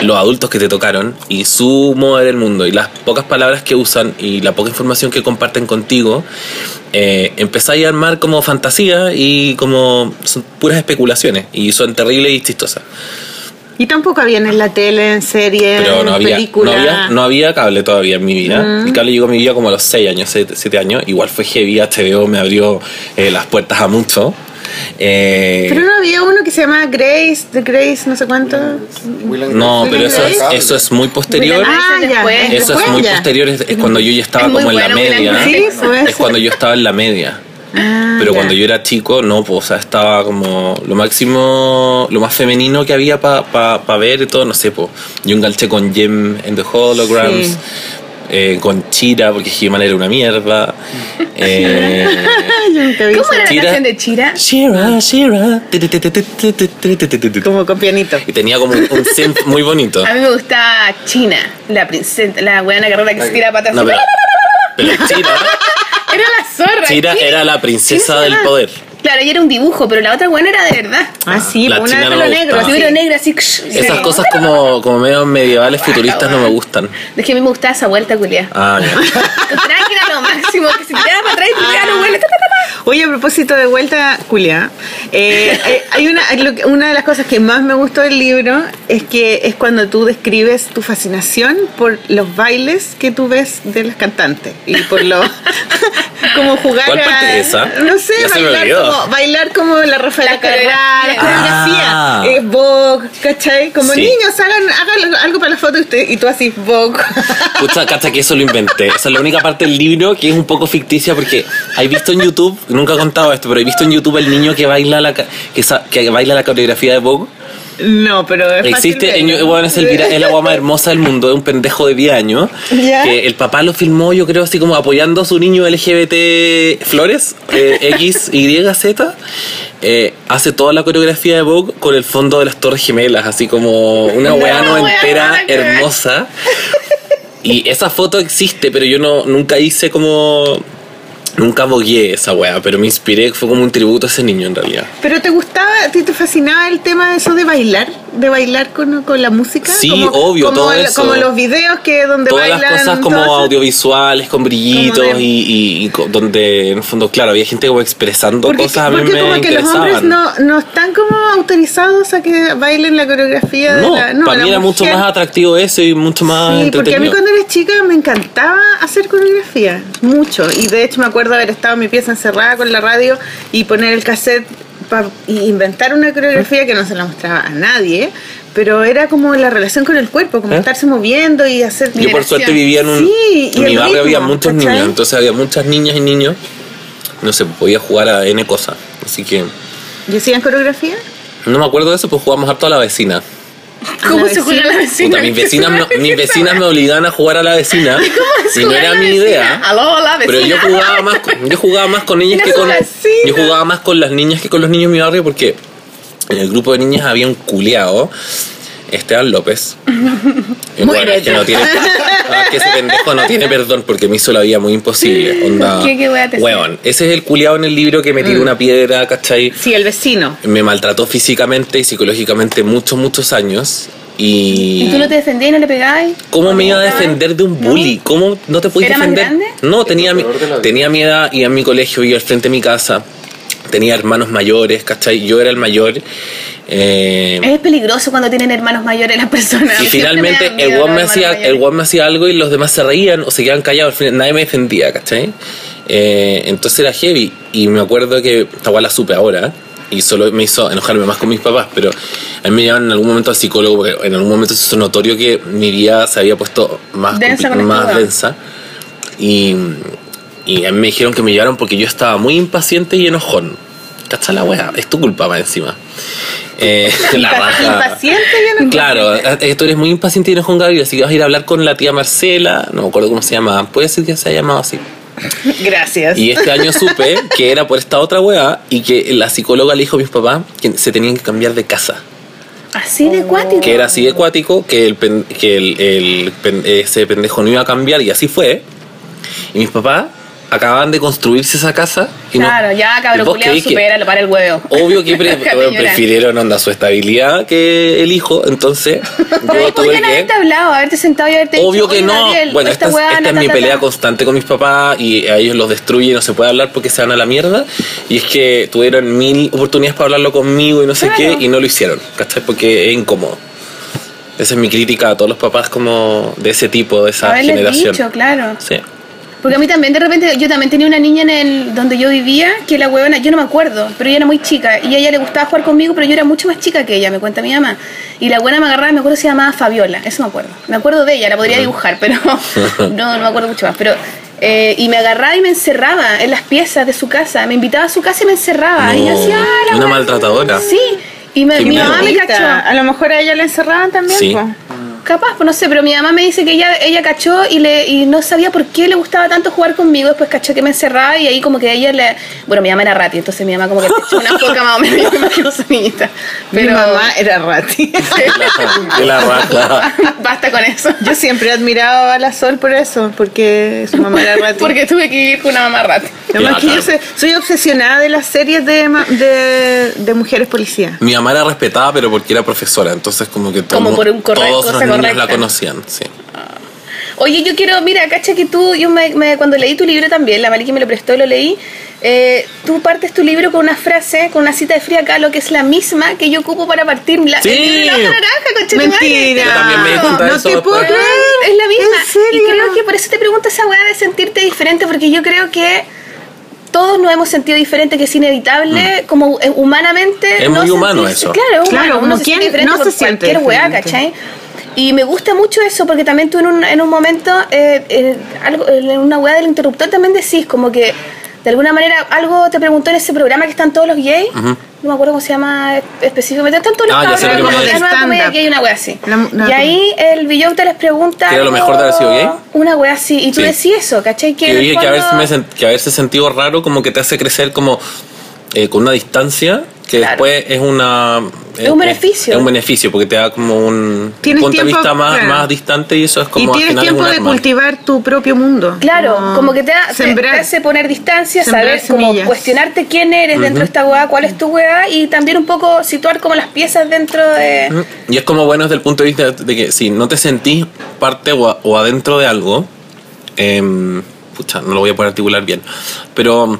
S2: los adultos que te tocaron y su modo del mundo y las pocas palabras que usan y la poca información que comparten contigo, eh, empezáis a armar como fantasía y como son puras especulaciones y son terribles y chistosas.
S1: Y tampoco habían en la tele, en series,
S2: Pero
S1: en
S2: no había, no
S1: películas.
S2: había, no había cable todavía en mi vida. El cable llegó a mi vida como a los 6 años, 7, años. Igual fue heavy, HBO me abrió eh, las puertas a mucho. Eh,
S1: Pero no había uno que se llamaba Grace, The Grace, no sé cuánto.
S2: no,
S1: Will
S2: pero
S1: and
S2: eso es,
S1: Grace.
S2: eso es muy posterior.
S3: Will and
S1: Ah, ya.
S3: Grace
S2: Eso es
S1: después
S2: muy
S1: ya.
S2: posterior, es, es cuando yo ya estaba
S3: Es muy
S2: como en la
S3: bueno Will and
S2: media.
S1: Grace. Sí, pues.
S2: Es cuando yo estaba en la media.
S1: Ah,
S2: Pero
S1: ya.
S2: cuando yo era chico, no, pues, o sea, estaba como lo máximo, lo más femenino que había para pa, pa ver y todo, no sé, pues. Yo enganché con Jim en The Holograms,
S1: Sí.
S2: eh, con Chira, porque He-Man era una mierda. eh,
S1: Ah, Yo nunca vi
S3: ¿Cómo
S1: eso.
S3: era la
S2: Chira.
S3: canción de Chira?
S2: Chira, Chira. ti, ti, ti, ti, ti, ti, ti, ti, ti, ti, ti, ti.
S1: Como con pianito.
S2: Y tenía como un synth muy
S3: [LAUGHS]
S2: bonito.
S3: A mí me gustaba China, la princesa, la weá carrera que se tira patas.
S2: No, pero, pero Chira,
S3: [LAUGHS] Era la zorra.
S2: Chira
S3: China.
S2: era la princesa
S3: Chira.
S2: del poder.
S3: Claro, y era un dibujo, pero la otra weá era de verdad.
S1: Ah, sí,
S2: La
S1: una de
S2: china no
S1: pelo
S2: me
S1: negro.
S2: gustaba.
S1: así,
S3: Así, pero negra, así. sí.
S2: Ah, Esas cosas como, como medio medievales futuristas no me gustan.
S3: Es que a mí me gustaba esa vuelta, culia.
S2: Ah, ya.
S3: Tranquila, lo máximo, que se tiraba para atrás y tiraba los huevos. ta, ta, ta,
S1: Oye, a propósito de vuelta, Julia, eh, eh, hay una, lo que- una de las cosas que más me gustó del libro es que es cuando tú describes tu fascinación por los bailes que tú ves de las cantantes y por lo [LAUGHS] como jugar
S2: ¿Cuál
S1: a-
S2: parte es esa?
S1: no sé,
S2: Ya se me
S1: bailar
S2: olvidó.
S1: como, bailar como la Rafaela
S3: La
S1: Carrá, la
S3: coreografía.
S1: coreografía,
S2: Ah.
S1: eh, Vogue, ¿cachai? Como
S2: Sí.
S1: niños, hagan, hagan algo para la foto y, usted, y tú así, Vogue. [LAUGHS]
S2: Pucha, cacha que eso lo inventé. Esa es la única parte del libro que es un poco ficticia porque hay visto en YouTube, nunca he contado esto, pero he visto en YouTube el niño que baila la, ca- que sa- que baila la coreografía de Vogue.
S1: No, pero es fácil
S2: Existe,
S1: verlo.
S2: en- bueno, es, el, vira- es la guama hermosa del mundo, es un pendejo de 10 años.
S1: Ya.
S2: Que el papá lo filmó, yo creo, así como apoyando a su niño LGBT Flores, eh, X, Y, Z. eh, hace toda la coreografía de Vogue con el fondo de las Torres Gemelas, así como una
S3: No,
S2: weá no
S3: weá,
S2: entera
S3: nada que ver.
S2: hermosa. Y esa foto existe, pero yo no nunca hice como. Nunca bogué esa weá, pero me inspiré, fue como un tributo a ese niño en realidad.
S1: ¿Pero te gustaba, a ti te fascinaba el tema de eso de bailar? ¿De bailar con, con la música?
S2: Sí, obvio,
S1: como
S2: todo eso.
S1: Como los videos que donde
S2: todas
S1: bailan...
S2: las cosas como
S1: todas-
S2: audiovisuales, con brillitos
S1: Como de-
S2: y, y- y co- donde en el fondo, claro, había gente como expresando
S1: Porque,
S2: cosas a mí
S1: porque
S2: me
S1: como que los
S2: interesaban.
S1: hombres no, no están como autorizados a que bailen la coreografía de
S2: No,
S1: la...
S2: para
S1: la
S2: mí era mucho
S1: mujer-
S2: más atractivo eso y mucho más
S1: Sí, porque a mí
S2: entretenido.
S1: cuando era chica me encantaba hacer coreografía, mucho. Y de hecho me acuerdo haber estado en mi pieza encerrada con la radio y poner el cassette para inventar una coreografía que no se la mostraba a nadie, pero era como la relación con el cuerpo, como
S2: ¿Eh?
S1: estarse moviendo y hacer...
S2: Yo por suerte vivía en un...
S1: Sí, y
S2: en mi
S1: el
S2: barrio había
S1: ritmo,
S2: muchos
S1: ¿cachai?
S2: niños, entonces había muchas niñas y niños. No sé, pues, podía jugar a N cosas. Así que
S1: ¿Y hacían coreografía?
S2: no me acuerdo de eso, pues jugamos harto a la vecina. Ah,
S1: ¿A
S3: ¿Cómo
S1: la
S3: se juega la vecina?
S1: [LAUGHS]
S2: Puta, mis, vecinas, me-
S3: [LAUGHS]
S2: mis vecinas me obligaban a jugar a la vecina. Y no era mi idea.
S3: Aló, la vecina.
S2: Pero yo jugaba más con, yo jugaba más con ellas
S3: Era
S2: que
S3: su
S2: con
S3: vecina.
S2: yo jugaba más con las niñas que con los niños en mi barrio porque en el grupo de niñas había un culeado Esteban
S3: [LAUGHS]
S2: López. Y bueno, es que no tiene no, es que ese pendejo no tiene perdón porque me hizo la vida muy imposible. Onda.
S3: ¿Qué- qué wea te
S2: Weón, ese es el culeado en el libro que me
S3: Mm.
S2: tiró una piedra, ¿cachai?
S1: Sí, el vecino.
S2: Me maltrató físicamente y psicológicamente muchos, muchos años. Y.
S3: ¿Y tú no te defendías y no le pegabas?
S2: ¿Cómo me iba a
S3: ¿No?
S2: defender de un bully? ¿Cómo no te podías
S3: ¿Era más
S2: defender?
S3: grande?
S2: No, tenía
S4: lo
S2: mi,
S4: peor de la vida.
S2: tenía mi edad, iba a mi colegio, iba al frente de mi casa. Tenía hermanos mayores, ¿cachai? Yo era el mayor. eh,
S3: Es peligroso cuando tienen hermanos mayores las [LAUGHS] personas.
S2: y
S3: Siempre
S2: finalmente
S3: dan miedo
S2: el guan me,
S3: los hermanos
S2: hacía,
S3: mayores.
S2: el guan me hacía algo y los demás se reían o se quedaban callados. Al final nadie me defendía, ¿cachai? Eh, entonces era heavy. Y me acuerdo que esta guan la supe ahora. Y solo me hizo enojarme más con mis papás. Pero a mí me llevaban en algún momento al psicólogo porque en algún momento se hizo notorio que mi vida se había puesto más,
S3: Densa
S2: compli-
S3: con esta
S2: más
S3: weá.
S2: densa. Y, y a mí me dijeron que me llevaron porque yo estaba muy impaciente y enojón. ¿Cachai la wea? Es tu culpa, más encima. Eh, [LAUGHS]
S3: [LAUGHS]
S2: la raja.
S1: Impaciente, yo no
S2: Claro, eh, tú eres muy impaciente y no con Gabriel, así que vas a ir a hablar con la tía Marcela, no me acuerdo cómo se llamaba, puede ser que se haya llamado así.
S1: Gracias.
S2: Y este
S3: [LAUGHS]
S2: año supe que era por esta otra weá y que la psicóloga le dijo a mis papás que se tenían que cambiar de casa,
S3: Así de cuático.
S2: que era así de acuático, que, el pen- que el- el pen- ese pendejo no iba a cambiar y así fue. Y mis papás acababan de construirse esa casa. Y no-
S3: Claro, ya cabrón
S2: ¿Vos
S3: culiao,
S2: creís que-
S3: supera, lo para el huevo.
S2: Obvio
S3: [LAUGHS]
S2: que pre-
S3: Déjate
S2: bueno,
S3: llorar.
S2: prefirieron onda su estabilidad que el hijo,
S3: [LAUGHS]
S2: entonces yo
S3: Ay,
S2: tuve
S3: podrían
S2: que...
S3: haberte hablado, haberte sentado y haberte
S2: Obvio
S3: dicho,
S2: que
S3: "Oye,
S2: no.
S3: Gabriel,
S2: bueno, esta, es-
S3: weá,
S2: esta
S3: na,
S2: es
S3: ta,
S2: mi
S3: ta,
S2: pelea
S3: ta".
S2: constante con mis papás y a ellos los destruye, no se puede hablar porque se van a la mierda. Y es que tuvieron mil oportunidades para hablarlo conmigo y no sé
S3: Claro.
S2: qué y no lo hicieron, ¿cachai? Porque es incómodo. Esa es mi crítica a todos los papás como de ese tipo, de esa
S3: Haberles
S2: generación.
S3: dicho, claro.
S2: Sí. [LAUGHS]
S3: Porque a mí también, de repente, yo también tenía una niña en el donde yo vivía, que la huevona, yo no me acuerdo, pero ella era muy chica, y a ella le gustaba jugar conmigo, pero yo era mucho más chica que ella, me cuenta mi mamá. Y la buena me agarraba, me acuerdo se llamaba Fabiola, eso me acuerdo. Me acuerdo de ella, la podría dibujar, pero [LAUGHS] no, no me acuerdo mucho más. Pero, eh, y me agarraba y me encerraba en las piezas de su casa, me invitaba a su casa y me encerraba. y yo
S2: No,
S3: decía, ah, la
S2: una
S3: hueá".
S2: maltratadora.
S3: Sí, y me-
S2: Qué
S3: mi
S2: miedo.
S3: mamá me cachó.
S1: A lo mejor a ella la encerraban también.
S2: Sí.
S1: po.
S3: Capaz, pues no sé, pero mi mamá me dice que ella, ella cachó y, le, y no sabía por qué le gustaba tanto jugar conmigo. Después cachó que me encerraba y ahí como que ella le... Bueno, mi mamá era rati, entonces mi mamá como que se
S1: [LAUGHS]
S3: echó una foca más o menos. Yo me imagino su niñita. Pero
S1: Mi mamá era rati. [LAUGHS]
S2: De la raja.
S3: [LAUGHS] basta con eso.
S1: Yo siempre he admirado a la Sol por eso, porque su mamá era rati.
S3: Porque tuve que vivir con una mamá rati.
S1: Además que
S2: Claro.
S1: yo se- soy obsesionada de las series de, ma- de, de mujeres policías.
S2: Mi mamá era respetada, pero porque era profesora, entonces como que todo-
S3: Como por un corre-
S2: todos
S3: cosa
S2: los niños la
S3: correcta.
S2: conocían, sí.
S3: Oye, yo quiero, mira, cacha que tú, yo me, me- cuando leí tu libro también, la Maliki me lo prestó y lo leí, eh, tú partes tu libro con una frase, con una cita de Frida Kahlo, que es la misma que yo ocupo para partir la,
S2: Sí.
S3: el libro de la hoja naranja, conchetumare.
S1: Mentira.
S2: Yo también me di cuenta de
S1: no
S2: eso
S1: te puedo
S2: después.
S1: creer.
S3: Es la misma.
S1: ¿En serio?
S3: Y creo que por eso te pregunto esa weá de sentirte diferente, porque yo creo que todos nos hemos sentido diferente, que es inevitable, como eh, humanamente.
S2: Mm. Es
S3: no
S2: muy humano
S3: sentirse-
S2: eso.
S3: Claro, es
S1: Claro,
S3: humano,
S1: como
S3: uno se
S1: quién
S3: siente diferente
S1: no
S3: por
S1: se siente
S3: cualquier weá,
S1: diferente.
S3: ¿cachai? Y me gusta mucho eso porque también tú en un, en un momento, eh, en algo- en una weá del interruptor también decís como que de alguna manera algo te preguntó en ese programa que están todos los gays,
S2: Ujú.
S3: no me acuerdo cómo se llama específicamente, están todos los
S2: Ah, ya sé lo que
S3: cabros,
S2: me
S3: como de
S2: decís.
S3: la nueva comedia
S1: Stand-up.
S3: gay, una weá así.
S1: La- la-
S3: y ahí el Billota les pregunta...
S2: ¿Que era lo
S3: algo-
S2: mejor de haber sido gay?
S3: Una weá así, y tú
S2: Sí.
S3: decís eso, ¿cachai?
S2: Que
S3: en
S2: yo
S3: el
S2: dije que,
S3: fondo-
S2: haberse, me sent- que haberse sentido raro como que te hace crecer como eh, con una distancia que
S3: Claro.
S2: después es una... eh,
S3: Es un beneficio.
S2: Es, un beneficio porque te da como un
S1: Tienes
S2: punto
S1: tiempo,
S2: de vista más,
S1: claro.
S2: más distante y eso es
S1: y
S2: como al
S1: tienes
S2: final es
S1: tiempo
S2: un
S1: de
S2: arma.
S1: cultivar tu propio mundo.
S3: Claro, como que te, da- te-
S1: sembrar.
S3: te hace poner distancia,
S1: Sembrar
S3: saber como
S1: semillas.
S3: cuestionarte quién eres dentro de esta weá, cuál es tu weá y también un poco situar como las piezas dentro de...
S2: Ujú. Y es como bueno desde el punto de vista de que si no te sentís parte o, a- o adentro de algo, em, pucha, no lo voy a poder articular bien, pero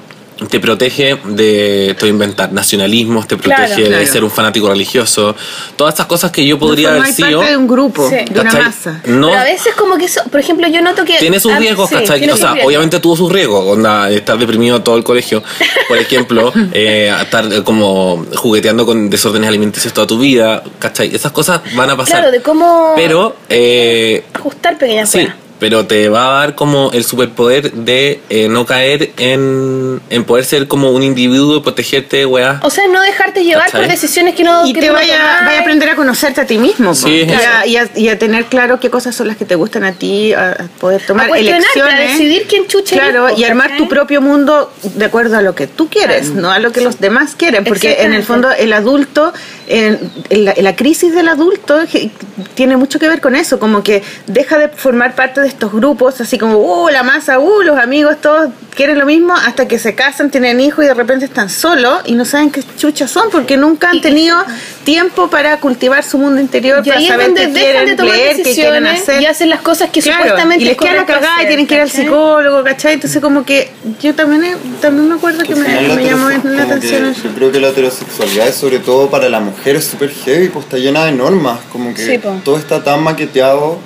S2: te protege de, te voy a inventar, nacionalismos, te
S3: Claro.
S2: protege de
S1: Claro.
S2: ser un fanático religioso, todas estas cosas que yo podría
S1: formar
S2: haber sido...
S1: parte de un grupo,
S3: Sí.
S1: de una
S2: ¿cachai?
S1: masa.
S2: No,
S3: Pero a veces como que eso, por ejemplo, yo noto que...
S2: tiene sus
S3: ah,
S2: riesgos,
S3: sí,
S2: ¿cachai?
S3: tiene
S2: o
S3: sus
S2: sea,
S3: riesgos.
S2: obviamente tuvo sus riesgos, onda, estar deprimido todo el colegio, por
S3: [LAUGHS]
S2: ejemplo, eh, estar eh, como jugueteando con desórdenes alimenticios toda tu vida, ¿cachai? Esas cosas van a pasar.
S3: Claro, de cómo
S2: Pero, eh,
S3: ajustar pequeñas
S2: sí,
S3: weas.
S2: pero te va a dar como el superpoder de eh, no caer en, en poder ser como un individuo, protegerte, weá. [LAUGHS]
S3: O sea, no dejarte llevar por
S2: ¿Cachai?
S3: decisiones que no...
S1: y
S3: que
S1: te
S3: no
S1: vaya,
S3: tomás.
S1: vaya a aprender a conocerte a ti mismo po.
S2: Sí,
S1: y,
S2: claro.
S1: a, y a- y a tener claro qué cosas son las que te gustan a ti, a a poder tomar
S3: cuestionarte, a
S1: elecciones.
S3: decidir quién chucha eres,
S1: Claro,
S3: po,
S1: y armar
S3: ¿cachai?
S1: tu propio mundo de acuerdo a lo que tú quieres, no a lo que los demás quieren, porque en el
S3: Exactamente.
S1: fondo el adulto, en- en la, en la crisis del adulto je- tiene mucho que ver con eso, como que deja de formar parte de estos grupos, así como, uh, la masa, uh, los amigos, todos quieren lo mismo, hasta que se casan, tienen hijos y de repente están solos y no saben qué chuchas son, porque nunca han tenido tiempo para cultivar su mundo interior,
S3: Y
S1: para
S3: ahí es
S1: saber
S3: donde
S1: qué
S3: dejan de
S1: quieren
S3: tomar
S1: leer, qué quieren
S3: decisiones
S1: hacer
S3: y hacen las cosas que
S1: claro,
S3: supuestamente
S1: y les
S3: es
S1: queda la
S3: correcto
S1: cagada y
S3: hacer,
S1: tienen que ir al
S3: ¿cachai?
S1: psicólogo, ¿cachai? Entonces como que yo también he- también me acuerdo que
S4: Al
S1: me,
S4: final la
S1: me llamó
S4: heterose-
S1: la
S4: como que
S1: atención eso.
S4: Yo creo que la heterosexualidad, es sobre todo para la mujer, es súper heavy, pues está llena de normas, como que
S3: Sí, po. Mm.
S4: todo está tan maqueteado,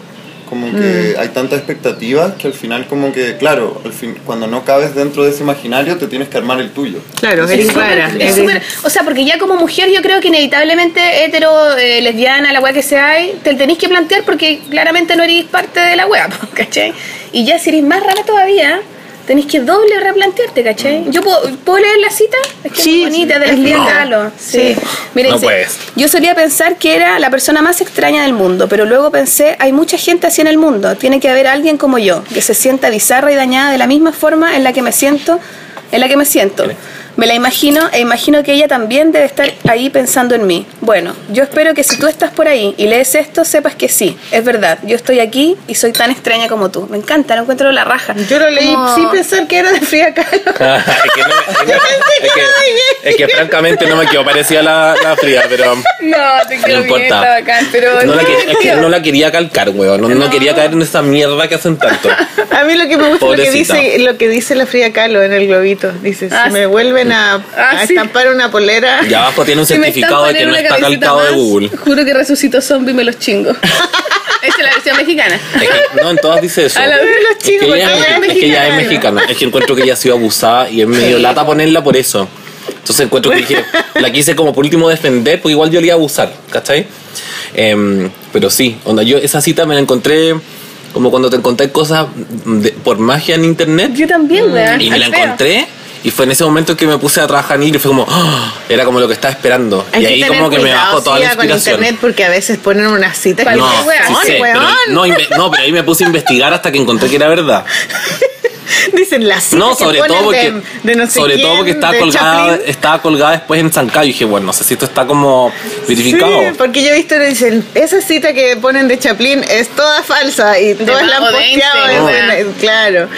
S4: como que hay tantas expectativas que al final como que, claro, al fin, cuando no cabes dentro de ese imaginario te tienes que armar el tuyo.
S1: Claro,
S4: Sí,
S1: eres
S4: sí.
S1: rara.
S3: Es
S1: eres-
S3: súper- o sea, porque ya como mujer yo creo que inevitablemente hetero, eh, lesbiana, la weá que sea, hay, te tenéis que plantear porque claramente no eres parte de la weá, [LAUGHS] po, ¿cachai? Y ya si eres más rara todavía, tenéis que doble replantearte, ¿cachai? Yo puedo, ¿puedo leer la cita, es que
S1: Mm. Sí,
S3: es bonita, de
S1: es
S3: Leslie
S1: linda.
S3: Galo.
S1: Sí.
S3: Sí. Mira,
S2: No
S3: dice,
S2: puedes.
S3: yo solía pensar que era la persona más extraña del mundo, pero luego pensé, hay mucha gente así en el mundo, tiene que haber alguien como yo, que se sienta bizarra y dañada de la misma forma en la que me siento, en la que me siento. Me la imagino e imagino que ella también debe estar ahí pensando en mí. Bueno, yo espero que si tú estás por ahí y lees esto, sepas que sí, es verdad, yo estoy aquí y soy tan extraña como tú. Me encanta, no encuentro la raja.
S1: Yo lo leí
S3: Como-
S1: sin pensar que era de Frida Kahlo.
S2: es que, no me- es que- es que francamente no me quedó parecida la, la fría, pero...
S3: No, te quiero
S2: No
S3: bien,
S2: importa.
S3: está bacán, pero...
S2: No la,
S3: es
S2: quería, es que
S3: divertido.
S2: no la quería calcar, weón. No, no quería caer en esa mierda que hacen tanto.
S1: A mí lo que me gusta es lo que
S2: Pobrecita.
S1: dice lo que dice la Frida Kahlo en el globito. Dice,
S3: Ah,
S1: si me
S3: sí.
S1: vuelven a,
S3: Ah,
S1: a
S3: sí.
S1: estampar una polera.
S2: Y abajo tiene un
S3: Si me
S2: certificado de
S3: estampan
S2: que
S3: en
S2: no
S3: una
S2: está
S3: cabecita
S2: calcado de
S3: más,
S2: Google.
S3: Juro que resucito zombie y me los chingo.
S2: [LAUGHS]
S3: Esa es la versión mexicana.
S2: Es que, no, en todas dice eso.
S3: A la vez los
S2: Es que
S3: chicos,
S2: ella es, me-
S3: porque ella es
S2: es que ella es
S3: mexicana.
S2: mexicana. Es que encuentro que ella ha sido abusada y es medio lata ponerla por eso. Entonces encuentro que dije, la quise como por último defender, porque igual yo le iba a abusar, ¿cachai? Em, pero sí, onda, yo esa cita me la encontré como cuando te encontré cosas de- por magia en internet.
S3: Yo también, weón.
S2: Mm, Y me la
S3: al feo.
S2: encontré y fue en ese momento que me puse a trabajar en libro y fue como, ¡ah! era como lo que estaba esperando.
S1: Hay
S2: y
S1: que
S2: ahí
S1: tener
S2: como que me
S1: cuidado,
S2: bajó toda la
S1: Frida, con
S2: inspiración.
S1: internet porque a veces ponen unas citas que
S3: No,
S1: dices,
S2: No, sí
S1: "Weón,
S2: sé, pero,
S1: weón".
S2: no, inve- no, pero ahí me puse a investigar hasta que encontré que era
S1: [LAUGHS]
S2: verdad.
S1: Dicen las citas
S2: No,
S1: que
S2: sobre
S1: ponen
S2: todo porque,
S1: de, de no sé
S2: sobre todo
S1: quién,
S2: porque estaba
S1: de
S2: colgada,
S1: Chaplin.
S2: estaba colgada después en Sancayo y dije, bueno, no sé si esto está como verificado.
S1: Sí, pues, porque yo he visto que dicen, esa cita que ponen de Chaplin es toda falsa y todas la han
S3: Mago de
S1: posteado.
S3: Einstein,
S1: es
S3: ¿no?
S1: una- claro.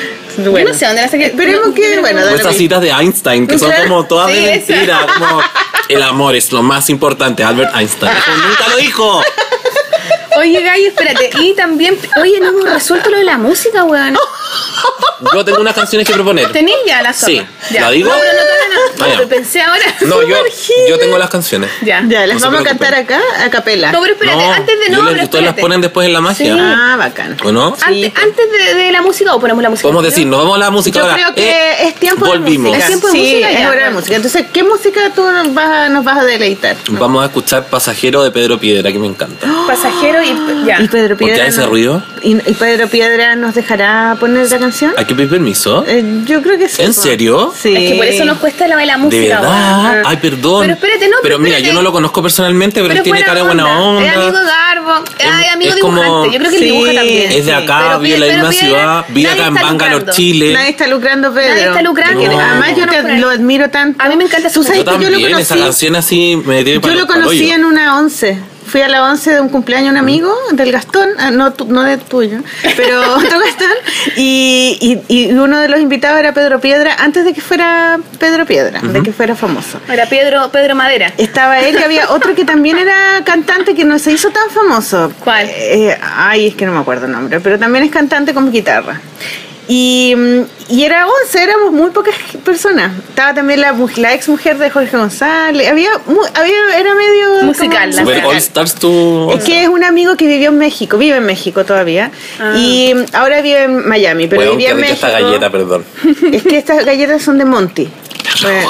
S3: Yo
S1: Bueno,
S3: no sé dónde la saqué.
S1: Esperemos
S3: No,
S1: que,
S3: no,
S1: bueno,
S2: O
S3: no.
S1: dale
S2: esas
S1: lo
S2: citas de Einstein, que son
S3: Claro,
S2: como todas
S3: sí,
S2: de mentira, como el amor es lo más importante, Albert
S1: [LAUGHS]
S2: Einstein. Eso nunca lo dijo.
S3: Oye, Gallo, espérate. Y también, oye, no hemos resuelto lo de la música, weón.
S2: Yo tengo unas canciones que proponer.
S3: ¿Tenís ya la sopa?
S2: Sí.
S3: Ya.
S2: ¿La digo?
S3: No, no, no, todavía no.
S2: Ah, ya.
S3: Pero Pensé ahora.
S2: No, yo,
S1: Imagina.
S2: yo tengo las canciones.
S3: Ya.
S1: Ya, las
S2: No se
S1: vamos a
S2: preocupen.
S1: cantar acá a capela.
S3: No, pero espérate,
S2: No,
S3: antes de
S2: yo
S3: no,
S2: las-
S3: pero
S2: ustedes las
S3: espérate.
S2: ponen después en la magia.
S1: Ah, bacán.
S2: ¿O no?
S1: Sí,
S3: Antes,
S1: pues.
S3: antes de, de la música o ponemos la música.
S2: Podemos decir,
S3: no.
S2: nos vamos a la música
S1: Yo
S2: ahora.
S1: creo que
S2: Eh,
S1: es tiempo
S2: volvimos.
S1: de música.
S3: Es tiempo de
S1: sí,
S3: música,
S1: es hora
S3: ya,
S1: de
S3: bueno.
S1: música. Entonces, ¿qué música tú nos vas, nos vas a deleitar?
S2: Vamos a escuchar Pasajero de Pedro Piedra, que me
S3: [GASPS]
S2: encanta.
S3: Pasajero y ya.
S1: ¿Y Pedro
S2: ¿Por qué
S1: Piedra?
S2: hace
S1: nos-
S2: ruido?
S1: ¿Y, y Pedro Piedra nos dejará poner la canción?
S2: ¿Hay que pedir permiso?
S1: Eh, yo creo que sí.
S2: ¿En
S1: po.
S2: serio?
S1: Sí.
S3: Es que por eso nos cuesta la, la música.
S2: De verdad.
S1: bueno.
S2: Ay, perdón.
S3: Pero espérate, no, pero
S2: mira,
S3: espérate.
S2: yo no lo conozco personalmente, pero,
S3: Pero
S2: él tiene
S3: buena
S2: cara de buena onda.
S3: Es amigo de Garbo, es,
S2: Es-
S3: amigo
S2: es
S3: dibujante.
S2: como-
S3: Yo creo que él
S1: Sí,
S3: dibuja también.
S2: Es de acá,
S3: Pero
S2: vive en la
S3: Pedro
S2: misma
S3: Piedra,
S2: ciudad, vive
S3: nadie
S2: acá en
S3: está
S2: Bangalore,
S3: lucrando.
S2: Chile.
S1: Nadie está lucrando, Pedro.
S3: Nadie está lucrando.
S1: Que-
S2: No.
S1: Además, yo
S3: No.
S1: lo, lo admiro tanto.
S3: A mí me encanta su
S1: Tú sabes
S2: Yo
S3: música.
S1: que yo lo
S2: también, esa
S1: conocí.
S2: canción así me tiene
S1: Yo
S2: para-
S1: lo
S2: para el
S1: conocí
S2: hoyo.
S1: en una once. Fui a la once de un cumpleaños de
S2: Mm.
S1: un amigo, del Gastón, ah, no, tu- no de tuyo,
S3: [LAUGHS]
S1: pero otro Gastón, y, y- y uno de los invitados era Pedro Piedra, antes de que fuera Pedro Piedra, de que fuera famoso.
S3: Era Pedro, Pedro Madera.
S1: Estaba él y había otro que también era cantante que no se hizo tan famoso.
S3: ¿Cuál?
S1: Eh, ay, es que no me acuerdo el nombre, pero también es cantante con guitarra. Y, mm, y era 11, éramos muy pocas personas. Estaba también la, mu- la ex mujer de Jorge González. Había, mu- había era medio. como-
S3: Musical, la
S2: Super All Stars tú.
S1: Es que es un amigo que vivió en México, vive en México todavía.
S3: Ah.
S1: Y mm, ahora vive en Miami, pero
S2: Weón,
S1: vivía
S2: qué
S1: en
S2: rica
S1: México.
S2: esta galleta, perdón.
S1: Es que estas galletas son de Monty. Bueno,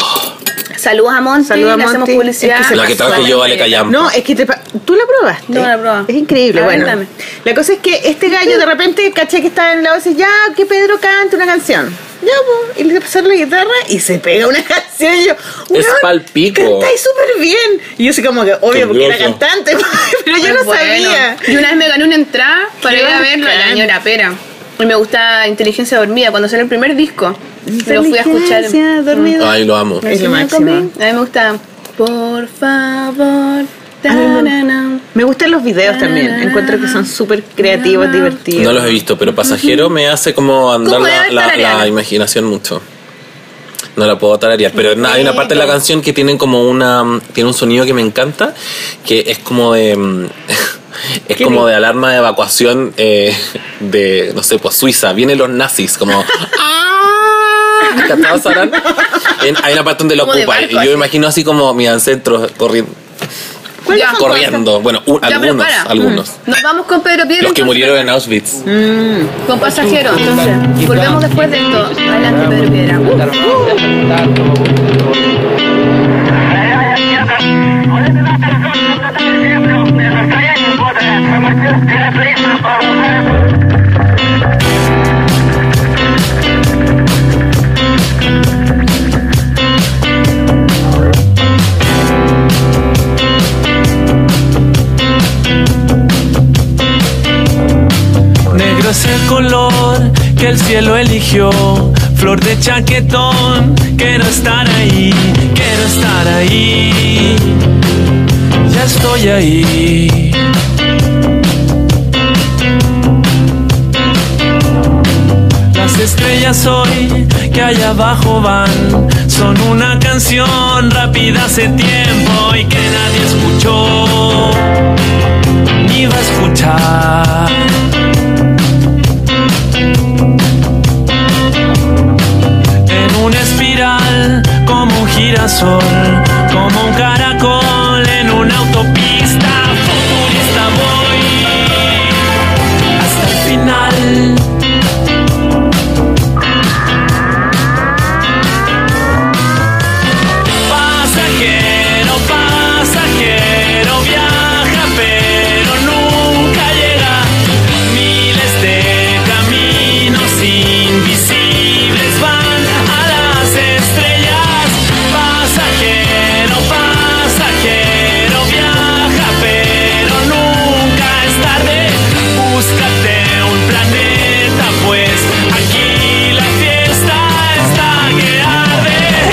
S3: Saludos a Monty,
S1: Saludos a
S3: le hacemos
S1: Monty.
S3: publicidad.
S1: Es que se
S2: La que
S1: pasó.
S2: traje yo vale callampa.
S1: No, es que te pa- tú la probaste.
S3: No, la probé.
S1: Es increíble.
S3: A ver,
S1: bueno,
S3: dame.
S1: la cosa es que este gallo de repente caché que estaba en la voz y ya que Pedro cante una canción. Ya, po. y le pasaron la guitarra y se pega una [LAUGHS] canción. Y yo,
S2: Es
S1: "Weón,
S2: pa'l pico".
S1: Cantáis súper bien. Y yo, así como que, obvio, porque era
S2: Curioso.
S1: cantante, [LAUGHS] pero yo no
S3: Bueno,
S1: sabía.
S3: Yo una vez me gané una entrada para
S1: Qué
S3: ir a verlo al
S1: bacán.
S3: año La Pera. Y me gusta Inteligencia Dormida, cuando salió el primer disco. Me lo fui a escuchar. Mm.
S1: Inteligencia dormida.
S2: Ay, lo amo.
S1: Es lo
S3: Señor
S1: máximo.
S3: Comín. A mí me gusta. Por favor.
S1: A mí
S3: tanana.
S1: me- Me gustan los videos también.
S3: Ah.
S1: Encuentro que son súper creativos, divertidos.
S2: No los he visto, pero pasajero me hace como andar
S3: ¿Cómo
S2: la,
S3: era
S2: la-
S3: tararear?
S2: la imaginación mucho. No la puedo tararear, pero nada, hay una parte de la canción que tienen como una tiene un sonido que me encanta, que es como de mm, [LAUGHS] es como de alarma de evacuación eh, de no sé, pues Suiza, vienen los nazis
S3: [LAUGHS]
S2: como ¡Ah! ¿Cachado, Saran? En- hay una parte donde lo
S3: Como de
S2: ocupa y
S3: barco,
S2: yo me
S3: así.
S2: imagino así como mis ancestros corriendo,
S1: ¿Cuáles
S3: Ya.
S1: son
S2: corriendo. bueno, u-
S3: Ah, Ya, pero
S2: algunos,
S3: para. Mm.
S2: algunos.
S3: Nos vamos con Pedro Piedra.
S2: Los que
S3: entonces,
S2: murieron en Auschwitz.
S3: Con pasajero. Entonces, volvemos después de esto. Adelante, Pedro Piedra.
S5: Negro es el color que el cielo eligió. Flor de chaquetón, quiero estar ahí, quiero estar ahí. Ya estoy ahí. Las estrellas hoy que allá abajo van son una canción rápida hace tiempo y que nadie escuchó ni va a escuchar. en una espiral como un girasol, como un caracol en una autopista futurista voy hasta el final. Pasajero, pasajero, viaja pero nunca llega. Miles de caminos invisibles van a las estrellas. Pasajero, pasajero, viaja pero nunca es tarde. Búscate un planeta pues aquí la fiesta está que arde.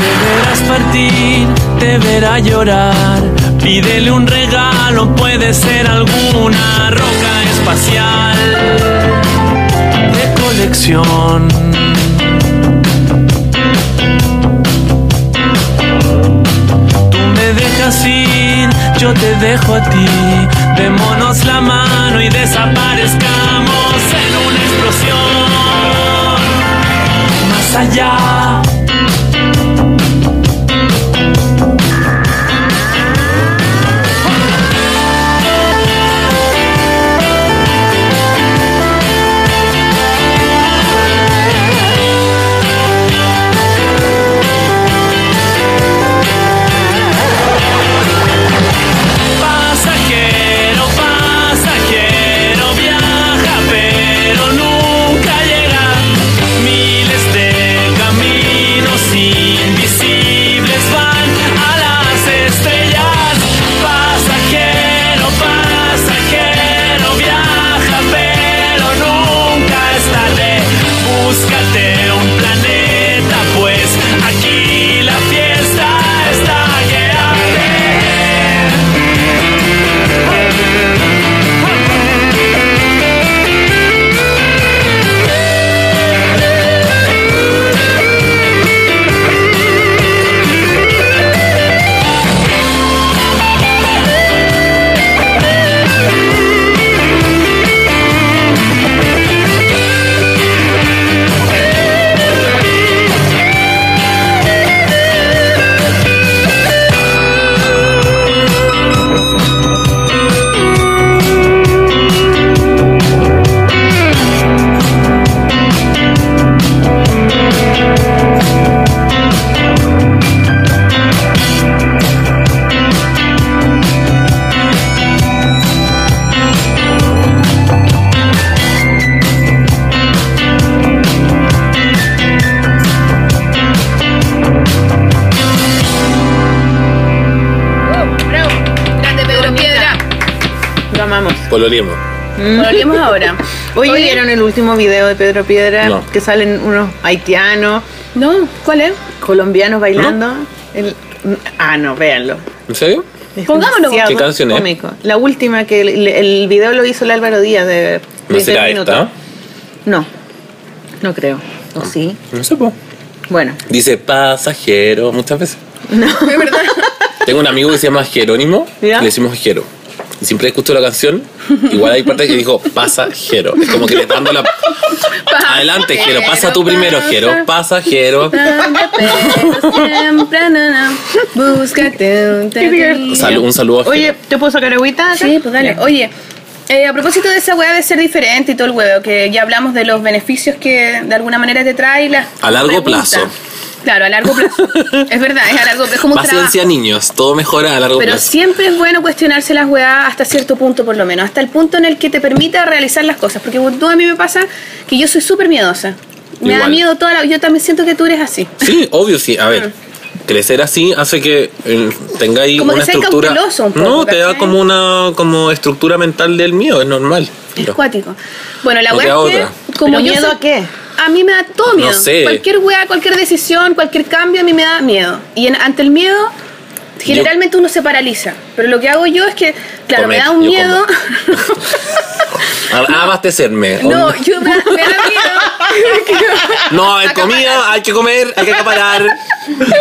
S5: Deberás partir, deberá llorar. Pídele un regalo, puede ser alguna roca espacial de colección. yo te dejo a ti. Démonos la mano y desaparezcamos en una explosión. Más allá. Pasajero, pasajero, viaja, pero nunca llega. Miles de caminos invisibles van a las estrellas. Pasajero, pasajero, viaja, pero nunca es tarde. Búscate un planeta, pues aquí la fiesta está que arde.
S3: Bravo. Grande Pedro Piedra.
S1: Lo amamos.
S2: Pololiemos.
S3: Volvemos ahora.
S1: Oye,
S3: Oye,
S1: ¿vieron el último video de Pedro Piedra?
S2: No.
S1: Que salen unos haitianos,
S3: No, ¿cuál es?
S1: colombianos bailando. El- ah, no, véanlo.
S2: ¿En serio?
S1: Es
S3: Pongámoslo.
S1: demasiado
S2: ¿Qué canción es?
S1: cómico. La última que el, el video lo hizo el Álvaro Díaz de
S2: ¿No
S1: 20
S2: será
S1: minutos.
S2: esta?
S1: No, no creo. ¿O sí?
S2: No sé, po.
S3: [LAUGHS]
S1: Bueno,
S2: Dice pasajero muchas veces.
S1: [LAUGHS]
S3: Es verdad.
S2: Tengo un amigo que se llama Jerónimo,
S1: ¿Ya?
S2: le decimos Jero. Y siempre escucho la canción, igual hay partes que dijo pasajero. Es como que le está dando la. Adelante, Jero, pasa tú primero, Jero. Pasajero.
S3: Pero siempre, no, no. Búscate un
S1: Qué
S2: Salu- un saludo a Jero.
S1: oye, ¿te puedo sacar agüita? acá?
S3: Sí, pues dale.
S1: Ya.
S3: Oye, eh, a propósito de esa weá de ser diferente y todo el huevo, que ya hablamos de los beneficios que de alguna manera te trae la.
S2: A largo
S3: pregunta.
S2: plazo.
S3: Claro, a largo
S2: [LAUGHS]
S3: plazo. es verdad, es a largo plazo. Es como un trabajo.
S2: Paciencia, niños, todo mejora a largo
S3: Pero
S2: plazo.
S3: siempre es bueno cuestionarse las weas hasta cierto punto, por lo menos. Hasta el punto en el que te permita realizar las cosas. Porque tú a mí me pasa que yo soy súper miedosa. Me da
S2: Igual.
S3: miedo toda la. Yo también siento que tú eres así.
S2: Sí, obvio, sí. A ver, crecer así hace que eh, tengáis
S3: Ah. Como que
S2: una
S3: seas
S2: estructura.
S3: cauteloso un poco,
S2: no, te da
S3: ¿cachai?
S2: como una como estructura mental del mío, es normal.
S3: Es
S2: Pero-
S3: cuático. Bueno, la
S2: No
S3: wea
S2: queda
S3: es
S2: otra.
S3: que. Como
S1: ¿Pero
S3: yo
S1: miedo
S3: soy-
S1: a qué?
S3: A mí me da todo miedo.
S2: sé.
S3: Cualquier wea, cualquier decisión, cualquier cambio, a mí me da miedo. Y en- ante el miedo, generalmente uno se paraliza. Pero lo que hago yo es que, claro,
S2: Comer,
S3: me da un
S2: yo [LAUGHS]
S3: miedo.
S2: A- Abastecerme.
S3: no, yo me, me da
S2: [LAUGHS]
S3: miedo.
S2: No, hay comida, hay que comer, hay que
S3: [LAUGHS]
S2: acaparar.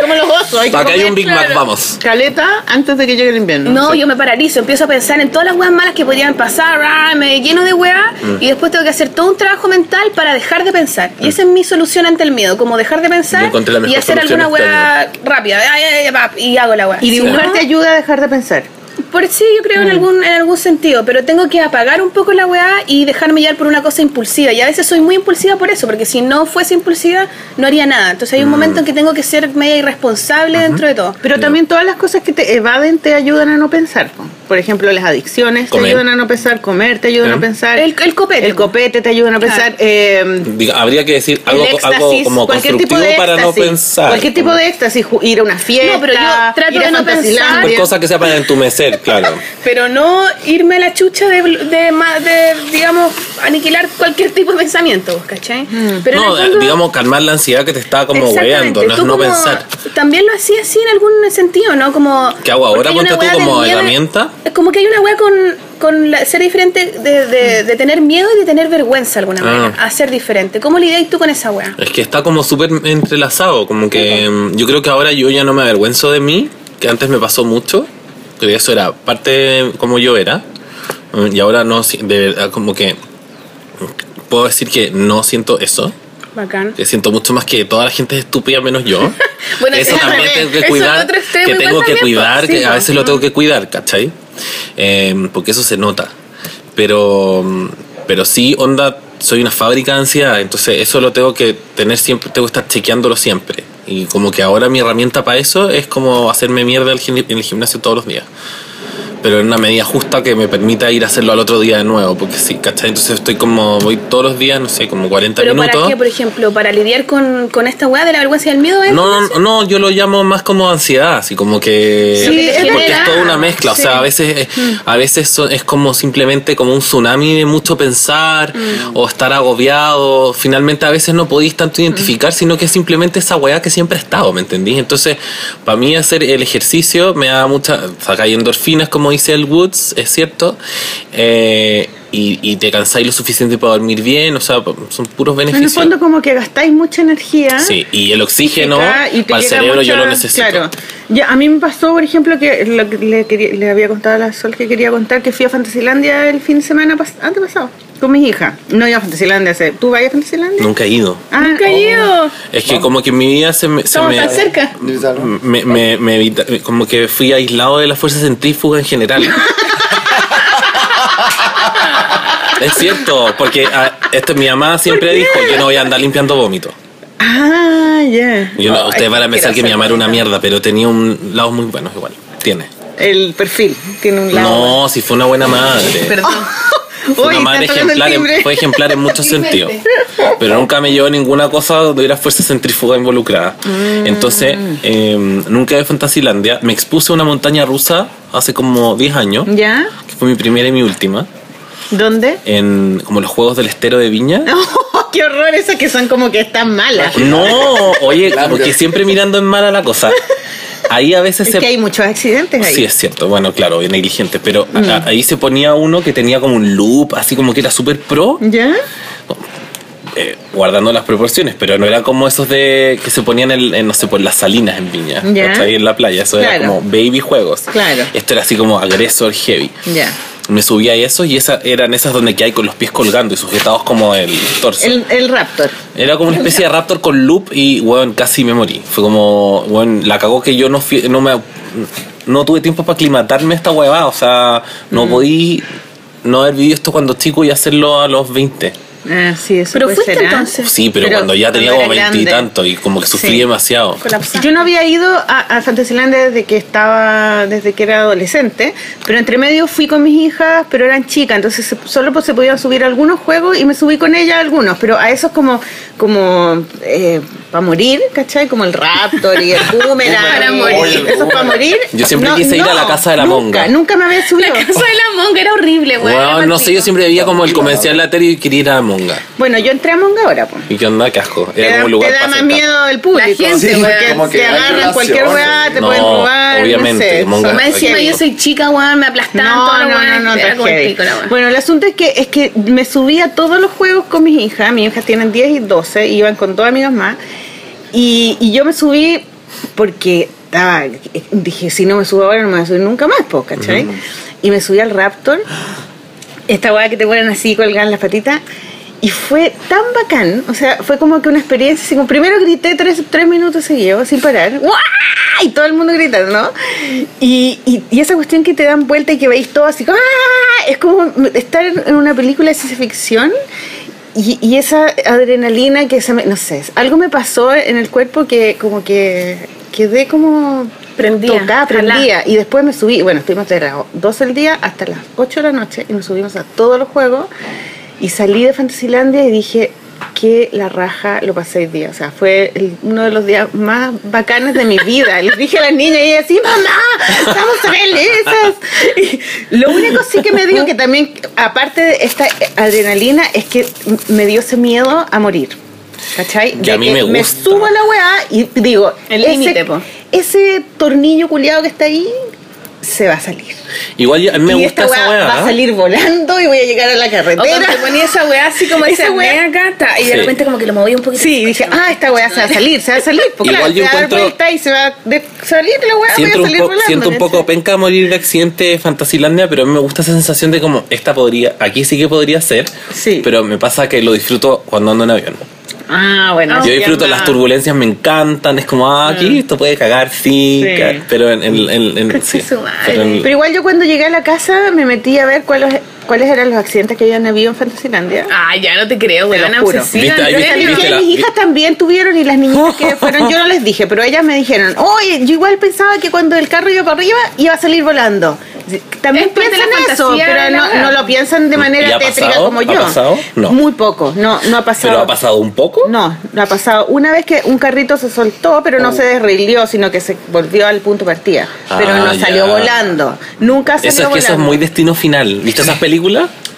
S1: Como los osos. hay que
S2: Acá hay
S1: comer
S2: un Big Mac,
S3: claro.
S2: vamos.
S1: Caleta antes de que llegue el invierno.
S3: No, yo me paralizo, empiezo a pensar en todas las weas malas que podían pasar, ah, me lleno de weas
S2: Mm.
S3: y después tengo que hacer todo un trabajo mental para dejar de pensar. Y esa es mi solución ante el miedo, como dejar de
S2: Yo
S3: pensar
S2: encontré la mejor
S3: y hacer
S2: solución este
S3: alguna wea rápida, ay, ay, ay, pap, y hago la wea.
S1: Y
S3: Si
S1: dibujar
S3: no,
S1: te ayuda a dejar de pensar.
S3: Por sí, yo creo en algún en algún sentido, pero tengo que apagar un poco la weá y dejarme llevar por una cosa impulsiva. Y a veces soy muy impulsiva por eso, porque si no fuese impulsiva no haría nada. Entonces
S2: Mm.
S3: hay un momento en que tengo que ser media irresponsable dentro de todo.
S1: Pero también todas las cosas que te evaden te ayudan a no pensar. po. Por ejemplo, las adicciones
S2: Comer.
S1: te ayudan a no pensar, comer te ayudan
S2: ¿Eh?
S1: a pensar.
S3: El- el copete.
S1: El copete te ayuda a no pensar.
S3: Claro.
S1: eh,
S2: Diga, habría que decir algo,
S1: el éxtasis,
S2: algo como
S1: cualquier
S2: constructivo
S1: tipo de
S2: para no
S1: éxtasis,
S2: pensar.
S1: Cualquier tipo de éxtasis, ju- ir a una fiesta.
S3: No, pero yo trato
S1: ir a
S3: de no
S1: Fantasilandia.
S3: pensar.
S2: Cosa que sea para entumecer, claro.
S3: Pero no irme a la chucha de, de, ma- de, digamos, aniquilar cualquier tipo de pensamiento, ¿cachai? Pero en
S2: Mm. no,
S3: el fondo-
S2: digamos, calmar la ansiedad que te está como
S3: Exactamente.
S2: hueando, no es
S3: Tú
S2: no
S3: como-
S2: pensar.
S3: También lo hacía así en algún sentido, ¿no? Como.
S2: ¿Qué hago ahora?
S3: porque hay una
S2: Ponte tú
S3: weá de
S2: como
S3: miedo-
S2: herramienta.
S3: Es como que hay una weá con, con la- ser diferente, de, de- de tener miedo y de tener vergüenza de alguna
S2: Ah.
S3: manera, a ser diferente. ¿Cómo lidias tú con esa weá?
S2: Es que está como súper em, entrelazado, como que mm, yo creo que ahora yo ya no me avergüenzo de mí, que antes me pasó mucho, Pero eso era parte de como yo era. em, Y ahora no, si- de verdad, como que puedo decir que no siento eso.
S3: Bacán.
S2: que siento mucho más que toda la gente es estúpida menos yo.
S3: [LAUGHS] Bueno,
S2: eso
S3: es al
S2: también
S3: revés.
S2: tengo que
S3: Eso es
S2: cuidar,
S3: otro extremo
S2: que
S3: igual
S2: tengo que
S3: también,
S2: cuidar,
S3: pues, sí,
S2: que a
S3: pues.
S2: veces lo tengo que cuidar, ¿cachai? Eh, porque eso se nota. Pero, pero sí, onda, soy una fábrica de ansiedad, entonces eso lo tengo que tener siempre, tengo que estar chequeándolo siempre. Y como que ahora mi herramienta para eso es como hacerme mierda al gim- en el gimnasio todos los días pero en una medida justa que me permita ir a hacerlo al otro día de nuevo, porque sí, ¿cachai? Entonces estoy como, voy todos los días, no sé, como 40
S3: Pero
S2: minutos.
S3: para qué, por ejemplo, para lidiar con, con esta weá de la vergüenza y el miedo, ¿eh?
S2: no, no, no, yo lo llamo más como ansiedad, así como que...
S3: Sí, es
S2: porque
S3: verdad.
S2: es toda una mezcla,
S3: Sí. Mm.
S2: o sea, a veces, eh, a veces son- es como simplemente como un tsunami de mucho pensar
S3: Mm.
S2: o estar agobiado, finalmente a veces no podéis tanto identificar, sino que es simplemente esa weá que siempre ha estado, ¿me entendís? Entonces, para mí hacer el ejercicio me da mucha, sacáis endorfinas, como dice el Woods, es cierto, eh, y, y te cansáis lo suficiente para dormir bien, o sea, son puros
S1: En el
S2: beneficios.
S1: fondo como que gastáis mucha energía.
S2: Sí, y el oxígeno
S1: física y te
S2: para el
S1: llega
S2: cerebro yo
S1: mucha-
S2: lo necesito.
S1: Claro. Ya, a mí me pasó, por ejemplo, que lo que le, quería- le había contado a la Sol que quería contar que fui a Fantasilandia el fin de semana pas- ah, antepasado con mis hijas. No iba a Fantasilandia. hace- ¿Tú vas a Fantasilandia?
S2: Nunca he ido.
S1: Ah,
S3: Caído.
S2: Es que como que en mi vida se me... Se
S3: Estamos
S2: me
S3: tan cerca.
S2: me, me- me evita- como que fui aislado de la fuerza centrífuga en general.
S1: [LAUGHS]
S2: es cierto, porque ah, esto, mi mamá siempre dijo, yo no voy a andar limpiando vómito.
S1: Ah, ya.
S2: Yo no-
S1: Ay,
S2: ustedes van a pensar que mi mamá era una mierda, pero tenía un lado muy bueno igual. Tiene.
S1: El perfil tiene un lado.
S2: No, si fue una buena madre.
S1: Perdón.
S2: [LAUGHS]
S1: [LAUGHS]
S2: Fue
S1: Uy,
S2: una madre
S1: está tocando el
S2: ejemplar, en-
S1: timbre.
S2: fue ejemplar en muchos sentidos. Pero nunca me llevó ninguna cosa donde hubiera fuerza centrífuga involucrada.
S1: Mm.
S2: Entonces, eh, nunca de Fantasilandia. Me expuse a una montaña rusa hace como 10 años,
S1: ¿Ya?
S2: que fue mi primera y mi última,
S1: ¿Dónde? [LAUGHS] Oh,
S2: en como los Juegos del Estero de Viña.
S1: ¡Qué horror! Esas que son como que están malas.
S2: No, oye,
S4: Claro.
S2: porque siempre mirando en mala la cosa. Ahí a veces
S1: Es
S2: se
S1: que hay muchos accidentes ahí. Mm.
S2: Sí, es cierto. Bueno, claro, bien negligente. Pero a- a- ahí se ponía uno que tenía como un loop, así como que era súper pro.
S1: ¿Ya?
S2: eh, guardando las proporciones, pero no era como esos de que se ponían en, en, no sé, por las salinas en Viña,
S1: Ya.
S2: ¿cachai? en la playa, eso era
S1: Claro.
S2: como baby juegos.
S1: Claro. Mm.
S2: Esto era así como agresor heavy.
S1: Ya.
S2: Me subía a eso y esas eran esas donde que hay con los pies colgando y sujetados como el torso.
S1: El, el Raptor.
S2: Era como una especie de raptor con loop y, weón, casi me morí. Fue como, weón, la cagó que yo no fui- no me, no tuve tiempo para aclimatarme a esta huevada. O sea, no
S1: Mm.
S2: podí no haber vivido esto cuando chico y hacerlo a los 20.
S1: Ah, sí, eso
S3: Pero
S1: puede
S3: fuiste
S1: ser, ¿ah?
S3: entonces.
S2: Sí, pero,
S1: Pero
S2: cuando ya tenía
S1: cuando
S2: como
S1: era
S2: veintitantos y, como que sufrí
S1: Sí.
S2: demasiado.
S3: Colapsaste.
S1: Yo no había ido a, a Fantasylandia desde que estaba, desde que era adolescente, pero entre medio fui con mis hijas, pero eran chicas, entonces se- solo pues, se podían subir a algunos juegos y me subí con ellas a algunos, pero a esos como, como para morir, ¿cachai? Como el Raptor [LAUGHS] y el Boomerang.
S3: Para
S1: y
S3: morir.
S1: Esos para morir.
S2: Yo siempre quise ir a la casa de la
S1: nunca,
S2: monga.
S1: Nunca me había
S3: [LAUGHS] La
S1: [LAUGHS] subido.
S3: casa de la monga era horrible, weón.
S2: Weón,
S3: era
S2: no sé, yo
S3: maldito.
S2: siempre veía como el comercial de la tele y quería ir a Monga.
S1: Bueno, yo entré a Monga ahora, pues.
S2: ¿Y qué onda? Qué asco.
S1: Te
S2: Era
S1: da,
S2: como un lugar
S1: te da
S2: para
S1: más
S2: sentar.
S1: miedo el público.
S3: La gente,
S1: Sí,
S4: como
S1: porque
S4: que
S1: te
S4: hay
S1: agarran
S4: relación.
S1: cualquier weá, te
S2: No,
S1: pueden robar.
S2: obviamente,
S1: no sé,
S2: Monga.
S1: son
S3: Más
S1: más
S3: encima
S1: heavy.
S3: yo soy chica, weón, me aplastaban
S1: No,
S3: toda la
S1: no,
S3: weá,
S1: no, no,
S3: era
S1: tan
S3: como el
S1: heavy.
S3: pico la weá.
S1: Bueno, el asunto es que es que me subí a todos los juegos con mis hijas, mis hijas tienen 10 y 12, y iban con dos amigas más, y, y yo me subí porque estaba, dije, si no me subo ahora no me voy a subir nunca más, po, ¿cachai? Y me subí al Raptor, esta weá que te ponen así, colgan las patitas. Y fue tan bacán, o sea, fue como que una experiencia, así como primero grité tres, tres minutos seguidos sin parar, ¡guau! y todo el mundo gritando, ¿no? Y, y- y esa cuestión que te dan vuelta y que veis todo así, ¡ah! es como estar en una película de ciencia ficción y, y esa adrenalina que se me, no sé, algo me pasó en el cuerpo que como que quedé como
S3: Prendía,
S1: tocada,
S3: jalá.
S1: prendía. Y después me subí, bueno, estuvimos de las 12 del día hasta las 8 de la noche y nos subimos a todos los juegos. Y salí de Fantasylandia y dije que la raja lo pasé hoy día. O sea, fue el- uno de los días más bacanes de mi vida. Les dije a las niñas y ellas, sí, mamá, estamos felices. Y lo único sí que me dio que también, aparte de esta adrenalina, es que me dio ese miedo a morir. ¿Cachai?
S2: Que a mí me
S1: me
S2: gusta.
S1: subo a la weá y digo,
S3: El
S1: ese-
S3: límite, po.
S1: ese tornillo culiado que está ahí se va a salir.
S2: Igual ya- a mí me
S1: y
S2: gusta
S1: esta
S2: esa
S1: weá va a
S2: weá. ¿eh?
S1: salir volando y voy a llegar a la
S3: O cuando
S1: carretera.
S3: te ponía esa weá así como
S1: Esa
S3: esa
S1: weá.
S3: weá acá, ta, y de
S2: Sí.
S3: repente como que lo movía un poquito.
S1: Sí, dije, ah, esta weá se va a salir, se va a salir. Porque
S2: Igual
S1: se
S2: yo
S1: va a dar
S2: encuentro-
S1: vuelta y se va a de- salir la weá, voy a
S2: Siento un,
S1: salir
S2: po-
S1: volando.
S2: siento un poco
S1: ¿cachai?
S2: penca morir de accidente de Fantasilandia, pero a mí me gusta esa sensación de como esta podría, aquí sí que podría ser,
S1: Sí.
S2: pero me pasa que lo disfruto cuando ando en avión.
S1: Ah, bueno.
S3: Ah,
S1: sí,
S2: Yo disfruto
S1: anda.
S2: las turbulencias, me encantan, es como, ah, aquí esto puede cagar, sí,
S1: Sí.
S2: ca- pero en, en- en- en-
S3: Concha
S2: sí,
S3: su madre.
S2: pero en-
S1: Pero igual yo cuando llegué a la casa me metí a ver cuáles cuáles eran los accidentes que habían habido en Fantasylandia.
S3: Ah, ya no te creo,
S1: Te lo
S3: weón.
S1: juro.
S3: obsesiva.
S2: Viste, ahí
S3: Yo
S2: viste,
S3: era-
S1: Y
S2: viste.
S1: que
S2: la-
S1: mis hijas también tuvieron y las niñitas
S2: [LAUGHS]
S1: que fueron, yo no les dije, pero ellas me dijeron, oye, yo igual pensaba que cuando el carro iba para arriba iba a salir volando. También
S3: Es parte de la
S1: piensan eso,
S3: fantasía
S1: pero
S3: de la
S1: no,
S3: wea.
S1: no lo piensan de
S2: ¿Y
S1: manera
S2: ha
S1: tétrica
S2: pasado?
S1: como
S2: ¿Ha
S1: yo.
S2: pasado? No.
S1: Muy poco, no, no ha pasado.
S2: ¿Pero ha pasado un poco.
S1: No, no ha pasado. Una vez que un carrito se soltó, pero
S2: Oh.
S1: no se desrilió, sino que se volvió al punto de partida. pero
S2: Ah,
S1: no salió
S2: ya.
S1: volando. Nunca salió
S2: Eso es que
S1: volando.
S2: eso es muy destino final. ¿Viste esas películas?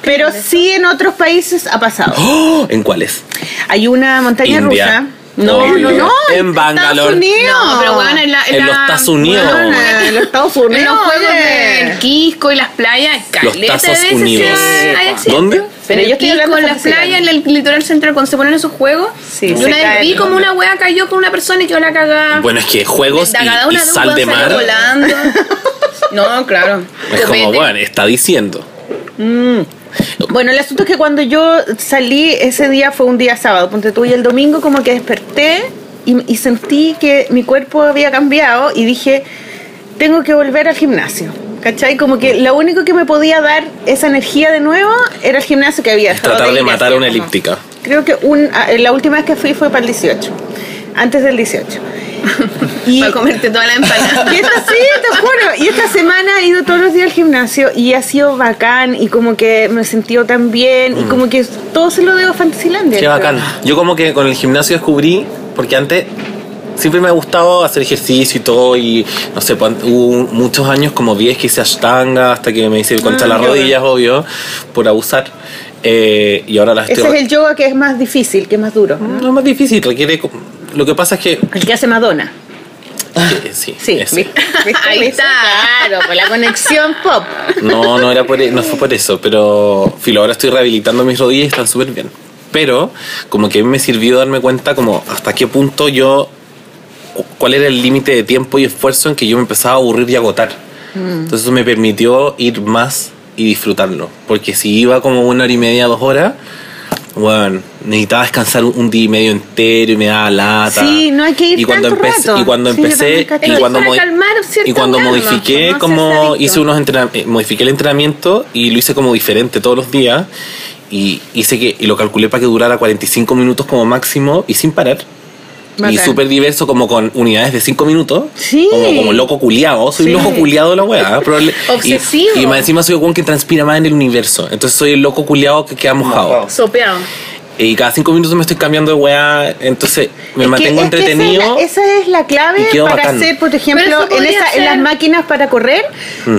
S1: Pero sí en otros países ha
S2: [GASPS]
S1: pasado.
S2: ¡Oh! ¿En cuáles?
S1: Hay una montaña
S2: India.
S1: rusa. No,
S2: Obvio.
S1: no, no.
S2: En
S1: Estados
S2: Bangalore.
S1: Unidos.
S3: No, pero weón, en, la,
S2: En los
S3: la-
S2: Estados Unidos.
S1: Weón, en los Estados Unidos.
S3: En los juegos
S1: oye.
S3: del Quisco y las playas,
S2: Los
S3: caleta
S2: Tazos
S3: de veces
S2: Unidos.
S3: se- hay accidentes.
S2: ¿Dónde?
S1: Pero
S3: Pero
S1: yo
S3: yo
S1: estoy
S3: estoy
S1: hablando de
S3: con las
S1: Fantasylandia.
S3: playas en el litoral central cuando se ponen esos juegos.
S1: Sí,
S3: yo
S1: se
S3: una vez
S1: caen,
S3: vi
S1: ¿no?
S3: como una wea cayó con una persona y quedó la
S1: Ah.
S3: cagada.
S2: Bueno, es que juegos
S3: Da cada
S2: y, y
S3: una un
S2: sal de
S3: weón
S2: mar.
S3: salió
S1: [LAUGHS]
S3: volando. No, claro.
S2: Es como,
S3: Copete.
S2: bueno, está diciendo.
S1: Bueno, el asunto es que cuando yo salí ese día fue un día sábado, ponte tú, y el domingo como que desperté y, y sentí que mi cuerpo había cambiado y dije, tengo que volver al gimnasio. ¿Cachai? Como que lo único que me podía dar esa energía de nuevo era el gimnasio que había. dejado
S2: tratar de
S1: ir
S2: matar
S1: hacía
S2: una
S1: como-
S2: elíptica.
S1: Creo que un, a- la última vez que fui fue para el 18, antes del 18. [LAUGHS] Y-
S3: Para comerte toda la empanada.
S1: [LAUGHS] y esta, sí, te juro. Y esta semana he ido todos los días al gimnasio y ha sido bacán y como que me he sentido tan bien y como que todo se lo debo a Fantasylandia.
S2: Mm. Qué
S1: creo.
S2: bacán. Yo como que con el gimnasio descubrí, porque antes siempre me ha gustado hacer ejercicio y todo, y no sé, pan- hubo muchos años, como 10 que hice ashtanga, hasta que me hice contra
S1: Ah,
S2: las
S1: yoga.
S2: rodillas, obvio, por abusar. Eh, y ahora las
S1: Ese es el yoga que es más difícil, que es más duro.
S2: No es más difícil, requiere... co- Lo que pasa es que...
S1: El que hace Madonna. [LAUGHS]
S2: que- sí,
S1: Sí,
S2: ese.
S1: ¿viste? ¿Viste?
S3: Ahí está.
S1: Claro, por la conexión pop.
S2: [LAUGHS] No, no, era por, e-, no fue por eso, pero filo, ahora estoy rehabilitando mis rodillas y están súper bien. Pero como que a mí me sirvió darme cuenta como hasta qué punto yo, cuál era el límite de tiempo y esfuerzo en que yo me empezaba a aburrir y agotar.
S1: Mm.
S2: Entonces eso me permitió ir más y disfrutarlo. Porque si iba como una hora y media, dos horas, bueno, necesitaba descansar un, un día y medio entero y me daba lata.
S1: Sí, no hay que ir
S2: y cuando
S1: tanto
S2: empecé,
S1: rato.
S2: Y cuando
S1: Sí, yo
S2: empecé,
S1: también cacho.
S2: y
S1: Es
S2: cuando,
S3: para
S2: modi-
S3: calmar
S2: y
S3: ciertas
S2: cuando
S3: ganas,
S2: modifiqué,
S3: no seas
S2: como
S3: adicto.
S2: hice unos entrenam- eh, modifiqué el entrenamiento y lo hice como diferente todos los días. Y hice que, y lo calculé para que durara 45 minutos como máximo y sin parar. Y
S1: Bacán.
S2: súper diverso, como con unidades de 5 minutos.
S1: Sí.
S2: Como, como loco culiado. Soy
S1: Sí.
S2: loco culiado la weá. probable- y-
S3: Obsesivo.
S2: Y, más encima soy el weón que transpira más en el universo. Entonces soy el loco culiado que queda mojado.
S4: Mojado.
S3: Sopeado.
S2: Y cada 5 minutos me estoy cambiando de weá. Entonces me
S1: Es que-
S2: mantengo
S1: es que esa es la-
S2: entretenido.
S1: esa es la clave
S2: y quedo
S1: para
S2: bacán.
S1: hacer, por ejemplo,
S3: Pero eso
S1: en,
S3: podría
S1: esa- en
S3: ser-
S1: las máquinas para correr.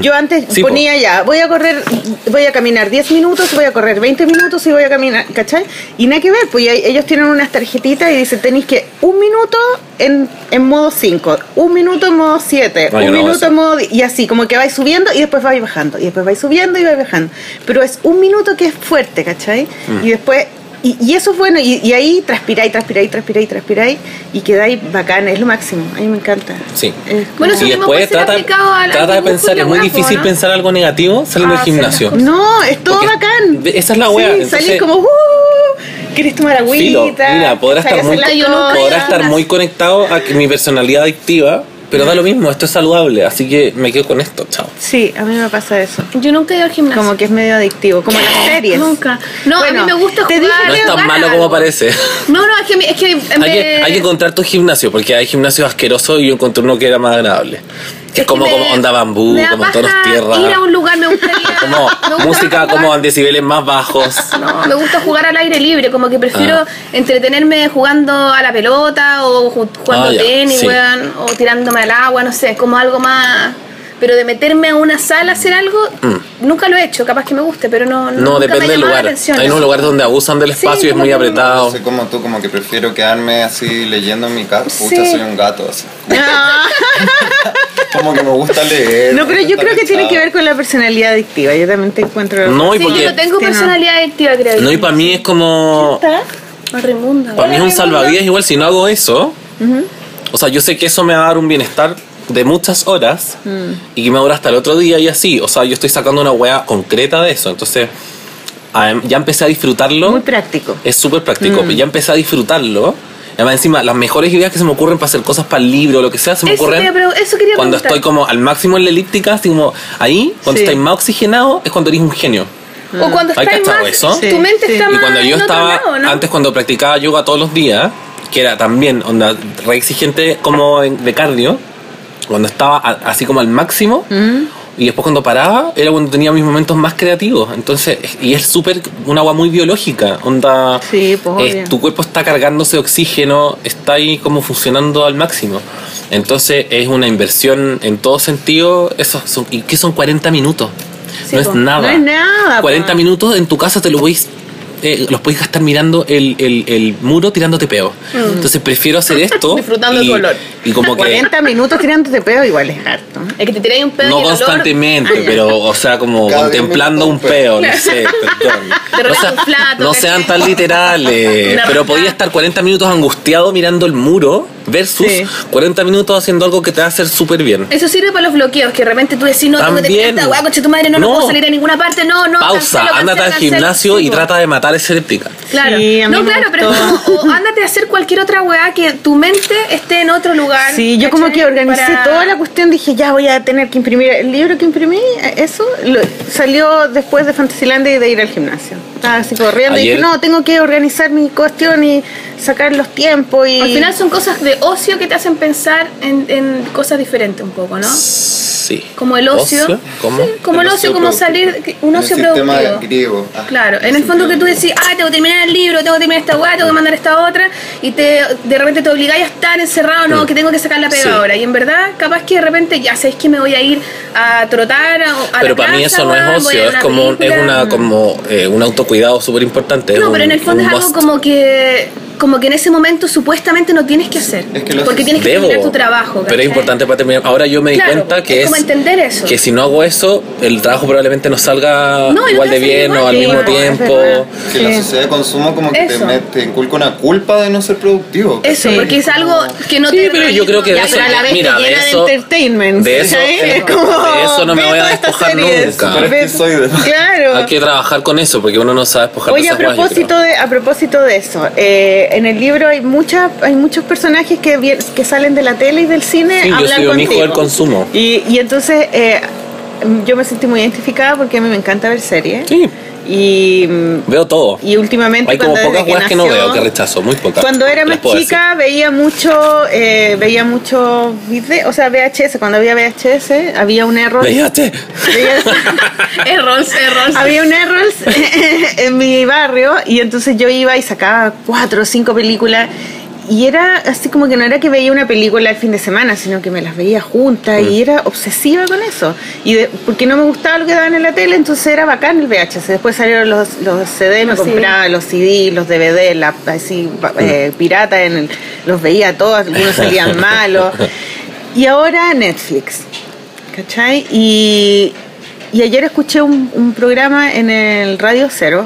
S1: Yo antes
S2: Mm. Sí, po.
S1: ponía ya, voy a correr, voy a caminar 10 minutos, voy a correr 20 minutos y voy a caminar, ¿cachai? Y nada que ver, pues y ahí ellos tienen unas tarjetitas y dicen, tenéis que un minuto en, en modo 5, un minuto en modo 7,
S2: No, yo
S1: Eh, un
S2: no hago
S1: minuto
S2: eso.
S1: en modo... di- Y así, como que vais subiendo y después vais bajando, y después vais subiendo y vais bajando. Pero es un minuto que es fuerte, ¿cachai?
S2: Mm.
S1: Y después... Y, y eso es bueno, y, y ahí transpiráis, transpiráis, transpiráis, transpiráis y quedáis bacán, es lo máximo, a mí me encanta.
S2: Sí.
S1: Es
S3: Bueno, eso
S2: y
S3: mismo
S2: después
S3: puede ser
S2: trata,
S3: aplicado al- al
S2: trata de
S3: dibujo y
S2: pensar,
S3: la
S2: es muy
S3: weá,
S2: difícil
S3: ¿no?
S2: pensar algo negativo saliendo
S3: Ah,
S2: del
S3: hacer las
S2: gimnasio.
S1: No, es todo
S2: Porque
S1: bacán.
S2: de- esa es la wea,
S1: Sí,
S2: entonces-
S1: salís como, uh, quieres tomar
S2: Filo,
S1: agüita.
S2: mira, podrá
S1: ¿cachai?
S2: estar, muy,
S1: Hacer
S3: yo
S1: las
S3: nunca
S2: podrá
S1: cosas.
S2: estar muy conectado a que mi personalidad adictiva, pero da lo mismo, esto es saludable, así que me quedo con esto, chao.
S1: Sí, a mí me pasa eso.
S3: Yo nunca he ido al gimnasio.
S1: Como que es medio adictivo, como las series.
S3: Nunca. No,
S1: Bueno,
S3: a mí me gusta
S1: te
S3: jugar.
S1: dije
S2: No es tan
S3: ganas.
S2: malo como parece.
S3: No, no, es que, es que en
S2: Hay que,
S3: vez-
S2: hay que encontrar tu gimnasio, porque hay gimnasios asquerosos y yo encontré uno que era más agradable. Que es,
S3: que
S2: como,
S3: me-
S2: como onda bambú,
S3: me da
S2: como tonos
S3: paja
S2: tierra.
S3: Ir a un lugar me gustaría.
S2: [LAUGHS] Como
S3: [LAUGHS] me gusta
S2: música,
S3: jugar-
S2: como decibeles más bajos.
S3: No, me gusta jugar al aire libre, como que prefiero
S2: Ah.
S3: entretenerme jugando a la pelota o ju- jugando
S2: Ah, ya,
S3: tenis,
S2: sí.
S3: weón, o tirándome al agua, no sé, como algo más. Pero de meterme a una sala a hacer algo, nunca lo he hecho, capaz que me guste, pero no.
S2: Mm. No,
S3: nunca me ha
S2: depende del
S3: llamado la
S2: lugar.
S3: atención,
S2: Hay unos
S3: así.
S2: lugares donde abusan del
S3: Sí,
S2: espacio y es
S3: como
S2: muy
S3: que no-
S4: No
S2: apretado.
S4: sé como tú, como que prefiero quedarme así leyendo en mi casa. Pucha,
S1: Sí.
S4: soy un gato. Así. Como que me gusta leer.
S1: No,
S4: me
S1: pero yo
S4: gusta
S1: creo que
S4: pensar.
S1: tiene que ver con la personalidad adictiva. Yo también te encuentro.
S2: No, y
S3: Sí,
S2: porque-
S3: yo no tengo
S1: Que no.
S3: personalidad adictiva, creo.
S2: No, y para mí es como.
S3: ¿Está? Raimundo.
S2: Para mí es un
S3: Hola, Raimundo.
S2: salvavidas igual si no hago eso. O sea, yo sé que eso me va a dar un bienestar de muchas horas
S3: Mm.
S2: y que me va a durar hasta el otro día y así. O sea, yo estoy sacando una hueá concreta de eso. Entonces, adem- ya empecé a disfrutarlo.
S1: Muy práctico.
S2: Es súper
S3: Mm.
S2: práctico. Ya empecé a disfrutarlo. Además, encima, las mejores ideas que se me ocurren para hacer cosas para el libro o lo que sea, se me
S3: Eso,
S2: ocurren
S3: quería pregu- eso quería
S2: cuando
S3: preguntar.
S2: estoy como al máximo en la elíptica, así como ahí, cuando
S1: Sí.
S2: estáis más oxigenado, es cuando eres un genio.
S3: O cuando
S2: Mm. ¿Hay
S3: estás
S2: cachado
S3: más,
S2: eso?
S3: tu mente
S1: Sí.
S3: está más
S2: Y cuando yo
S3: en otro
S2: estaba,
S3: lado, ¿no?
S2: antes cuando practicaba yoga todos los días, que era también onda re exigente como en- de cardio, cuando estaba a- así como al máximo,
S1: ¿Mm?
S2: y después cuando paraba, era cuando tenía mis momentos más creativos. Entonces, y es súper, un agua muy biológica, onda,
S1: Sí, pues,
S2: eh,
S1: obvio.
S2: tu cuerpo está cargándose de oxígeno, está ahí como funcionando al máximo. Entonces es una inversión en todo sentido, eso son, y que son 40 minutos.
S3: Sí,
S2: no es
S3: po.
S2: nada.
S1: pues, No es nada, pues. po.
S2: 40 minutos en tu casa te lo podéis, eh, los podéis gastar mirando el, el- el muro tirándote peo.
S1: Mm.
S2: Entonces
S1: [LAUGHS]
S2: prefiero hacer esto.
S3: Disfrutando
S2: y,
S3: el color.
S2: Y como que.
S1: 40 minutos tirándote peo igual es harto.
S3: Es que te tiráis un pedo y
S2: No
S3: el olor-
S2: constantemente,
S3: Ah, ya.
S2: pero, o sea, como
S4: Cada diez
S2: contemplando un
S4: minutos
S2: peo, no
S3: [LAUGHS]
S2: sé, perdón.
S3: Te
S2: No,
S3: regalan un plato,
S2: no
S3: ¿cachai?
S2: sean tan
S3: [LAUGHS]
S2: literales,
S3: Una
S2: pero
S3: rascada.
S2: podía estar 40 minutos angustiado mirando el muro versus
S1: Sí.
S2: 40 minutos haciendo algo que te va a hacer súper bien.
S3: Eso sirve para los bloqueos, que de repente tú decís, no, tengo que
S2: También.
S3: tener esta guaco, tu madre, no, no,
S2: No.
S3: puedo salir a ninguna parte, no, no.
S2: Pausa, ándate
S3: cancelo,
S2: al
S3: cancelo, cancelo.
S2: gimnasio
S3: Sí,
S2: y
S3: po.
S2: trata de matar esa elíptica.
S3: Claro,
S1: Sí, a mí
S3: no,
S1: me
S3: claro, pero es
S1: gustó.
S3: como, [LAUGHS] o ándate a hacer cualquier otra weá que tu mente esté en otro lugar.
S1: Sí, yo como
S3: ¿cachai?
S1: que organicé
S3: Para-
S1: toda la cuestión, dije, ya voy a tener que imprimir el libro que imprimí, eh, eso lo- salió después de Fantasylandia y de ir al gimnasio. Estaba así corriendo y
S2: Ayer-
S1: dije, no, tengo que organizar mi cuestión y sacar los tiempos y...
S3: Al final son cosas de ocio que te hacen pensar en, en cosas diferentes un poco, ¿no?
S2: Sí.
S3: Como el ocio.
S2: ¿Cómo?
S3: Sí, como el ocio, como salir, que- un ocio productivo.
S4: El sistema griego. Ah,
S3: Claro, en el fondo que tú decís, ah, tengo que terminar el libro, tengo que terminar esta weá, tengo que mandar esta otra, y te, de repente te obligáis a estar encerrado, no,
S2: Mm.
S3: que tengo que sacar la pega
S2: Sí.
S3: ahora. Y en verdad, capaz que de repente ya sabéis que me voy a ir a trotar a, a
S2: Pero
S3: la
S2: para mí
S3: plaza,
S2: eso no
S3: weón,
S2: es
S3: voy a
S2: ocio,
S3: ver
S2: es como un- es
S3: película.
S2: una como eh, un autocuidado súper importante.
S3: No, pero en el fondo es algo como que como que en ese momento supuestamente no tienes que hacer,
S4: Es que lo
S3: porque
S4: haces-
S3: tienes que
S2: Debo,
S3: terminar tu trabajo.
S2: pero
S3: ¿cachai?
S2: es importante para terminar. Ahora yo me di
S3: Claro,
S2: cuenta que
S3: es
S2: es
S3: como entender eso.
S2: que si no hago eso, el trabajo probablemente no salga
S3: No, y no
S2: igual de
S3: te va a
S2: bien
S3: salir
S2: o al
S3: igual.
S2: mismo
S3: Sí,
S1: es
S2: tiempo.
S1: verdad.
S4: Que la sociedad de consumo como que te,
S3: eh, Eso.
S4: me- te inculca una culpa de no ser productivo.
S3: Eso,
S1: Sí.
S3: porque es algo que no
S2: Sí,
S3: te
S2: pero yo creo que
S3: Ya,
S2: de eso-
S1: pero a la vez
S2: mira,
S1: te
S2: de
S1: llena de,
S2: eso-
S1: entertainment.
S2: de eso-
S1: ¿cachai? [LAUGHS]
S2: de
S1: Es como,
S2: eso no me
S1: ve
S2: voy a
S1: todas estas
S2: despojar
S1: series.
S2: nunca.
S4: Pero es que
S1: Ve-
S4: soy de- [LAUGHS]
S1: Claro.
S2: Hay que trabajar con eso porque uno no sabe despojar
S1: Oye, a propósito de, a propósito de eso, eh, en el libro hay muchas, hay muchos personajes que, vi- que salen de la tele y del cine
S2: Sí,
S1: a
S2: yo
S1: hablar
S2: soy un hijo
S1: contigo.
S2: del consumo.
S1: Y, y entonces eh, yo me sentí muy identificada porque a mí me encanta ver series.
S2: Sí,
S1: Y, mm,
S2: veo todo.
S1: y últimamente
S2: Hay como
S1: cuando
S2: pocas
S1: desde
S2: weas que no
S1: nació-
S2: veo, que rechazo, muy pocas.
S1: cuando era
S2: Las
S1: más
S2: puedo decir.
S1: chica veía mucho, eh, veía mucho video, o sea VHS, cuando había VHS había un error.
S2: ¿Veíaste?
S1: Veía-
S3: errores, errores.
S1: había un Errols [LAUGHS] en mi barrio y entonces yo iba y sacaba cuatro o cinco películas y era así como que no era que veía una película el fin de semana, sino que me las veía juntas y era obsesiva con eso. Y de- porque no me gustaba lo que daban en la tele, entonces era bacán el VHS. Después salieron los, los CD, me
S3: Los CD.
S1: compraba los CD, los DVD, la, así pa- eh, pirata, en el- los veía todos, algunos salían malos. Y ahora Netflix. ¿Cachai? Y, y ayer escuché un, un programa en el Radio Cero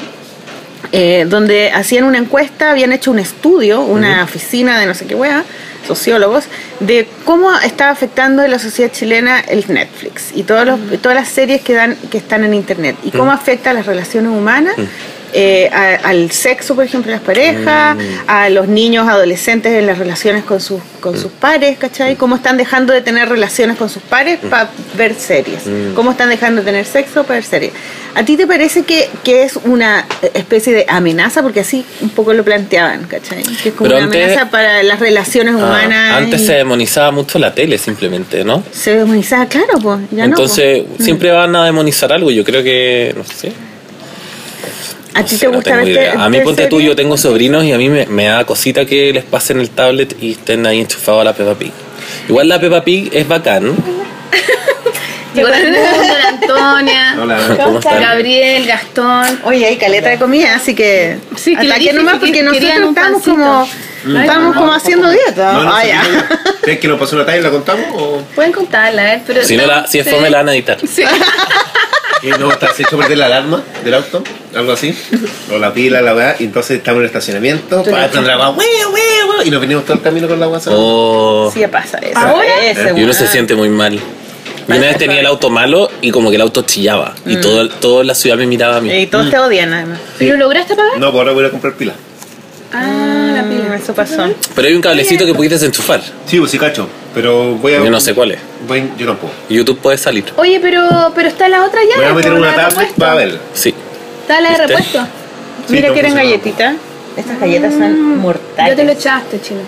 S1: eh, donde hacían una encuesta, habían hecho un estudio, una oficina de no sé qué wea, sociólogos, de cómo estaba afectando en la sociedad chilena el Netflix y todos los, todas las series que, dan, que están en Internet y cómo afecta a las relaciones humanas. eh, a- al sexo, por ejemplo, en las
S2: Mm.
S1: parejas, a los niños, adolescentes en las relaciones con sus, con
S2: Mm.
S1: sus pares, ¿cachai? Cómo están dejando de tener relaciones con sus pares
S2: Mm.
S1: para ver series, cómo están dejando de tener sexo para ver series. ¿A ti te parece que, que es una especie de amenaza? Porque así un poco lo planteaban, ¿cachai? Que es como
S2: Pero
S1: una
S2: antes-
S1: amenaza para las relaciones
S2: Ah,
S1: humanas.
S2: antes
S1: y-
S2: se demonizaba mucho la tele simplemente, ¿no?
S1: se demonizaba, claro, pues. Mm. Ya
S2: Entonces
S1: no, po.
S2: siempre van a demonizar algo, yo creo que, no sé.
S1: ¿A ti
S2: Sí,
S1: te este-
S2: no
S1: gusta
S2: tengo
S1: ver
S2: idea.
S1: te-
S2: A mí,
S1: ver
S2: ponte tú,
S1: series?
S2: yo tengo sobrinos y a mí me, me da cosita que les pasen el tablet y estén ahí enchufados a la Peppa Pig. Igual la Peppa Pig es bacán.
S1: [LAUGHS]
S3: Llegó la Raimundo, la Antonia,
S4: Hola.
S2: ¿Cómo están?
S3: Gabriel, Gastón.
S1: Oye, hay caleta de comida, así que
S3: Sí, que le
S1: ataquen
S3: dije
S1: nomás
S3: que
S1: porque
S3: querían
S1: nosotros
S3: un
S1: estamos
S3: pancito.
S1: como Estamos como haciendo dieta.
S6: No, no,
S1: ah,
S6: se
S1: ya.
S6: tiene
S1: [LAUGHS]
S6: ya. ¿Crees que nos pasó la talla y la contamos? O
S3: Pueden contarla, ¿eh? Pero
S2: Si, no la, si es fome, la van a editar.
S3: Sí.
S6: que no estás hecho perder la alarma del auto, algo así, o la pila, la weá, y entonces estamos en el estacionamiento, pa, tendrá agua, wee, wee, wee, y nos venimos todo el camino con la agua.
S2: Oh,
S1: Sí, pasa eso.
S3: ¿Ahora?
S1: Ese,
S2: y uno se
S1: weón.
S2: siente muy mal. Yo una vez tenía el auto malo y como que el auto chillaba.
S3: Mm.
S2: Y todo, toda la ciudad me miraba a mí.
S1: Y todos te odian, además.
S3: ¿Y lo lograste apagar?
S6: No, pues ahora voy a ir a comprar pila.
S3: Ah, la
S1: Mm,
S3: pila.
S1: Eso pasó.
S2: Pero hay un cablecito que pudiste desenchufar.
S6: Sí, pues sí, cacho, pero voy a.
S2: Yo no sé cuál es.
S6: Voy, yo tampoco.
S2: YouTube puede salir.
S3: Oye, pero, pero está la otra ya.
S6: Voy a meter
S3: pues,
S6: una
S3: la de
S6: tablet
S3: repuesto.
S6: para verla.
S2: Sí.
S3: Está la de
S2: ¿Viste?
S3: repuesto.
S6: Sí,
S1: Mira
S6: no
S1: que eran
S6: funciona.
S1: galletitas. Estas galletas
S3: Mm.
S1: son mortales.
S3: Ya te lo echaste, chino.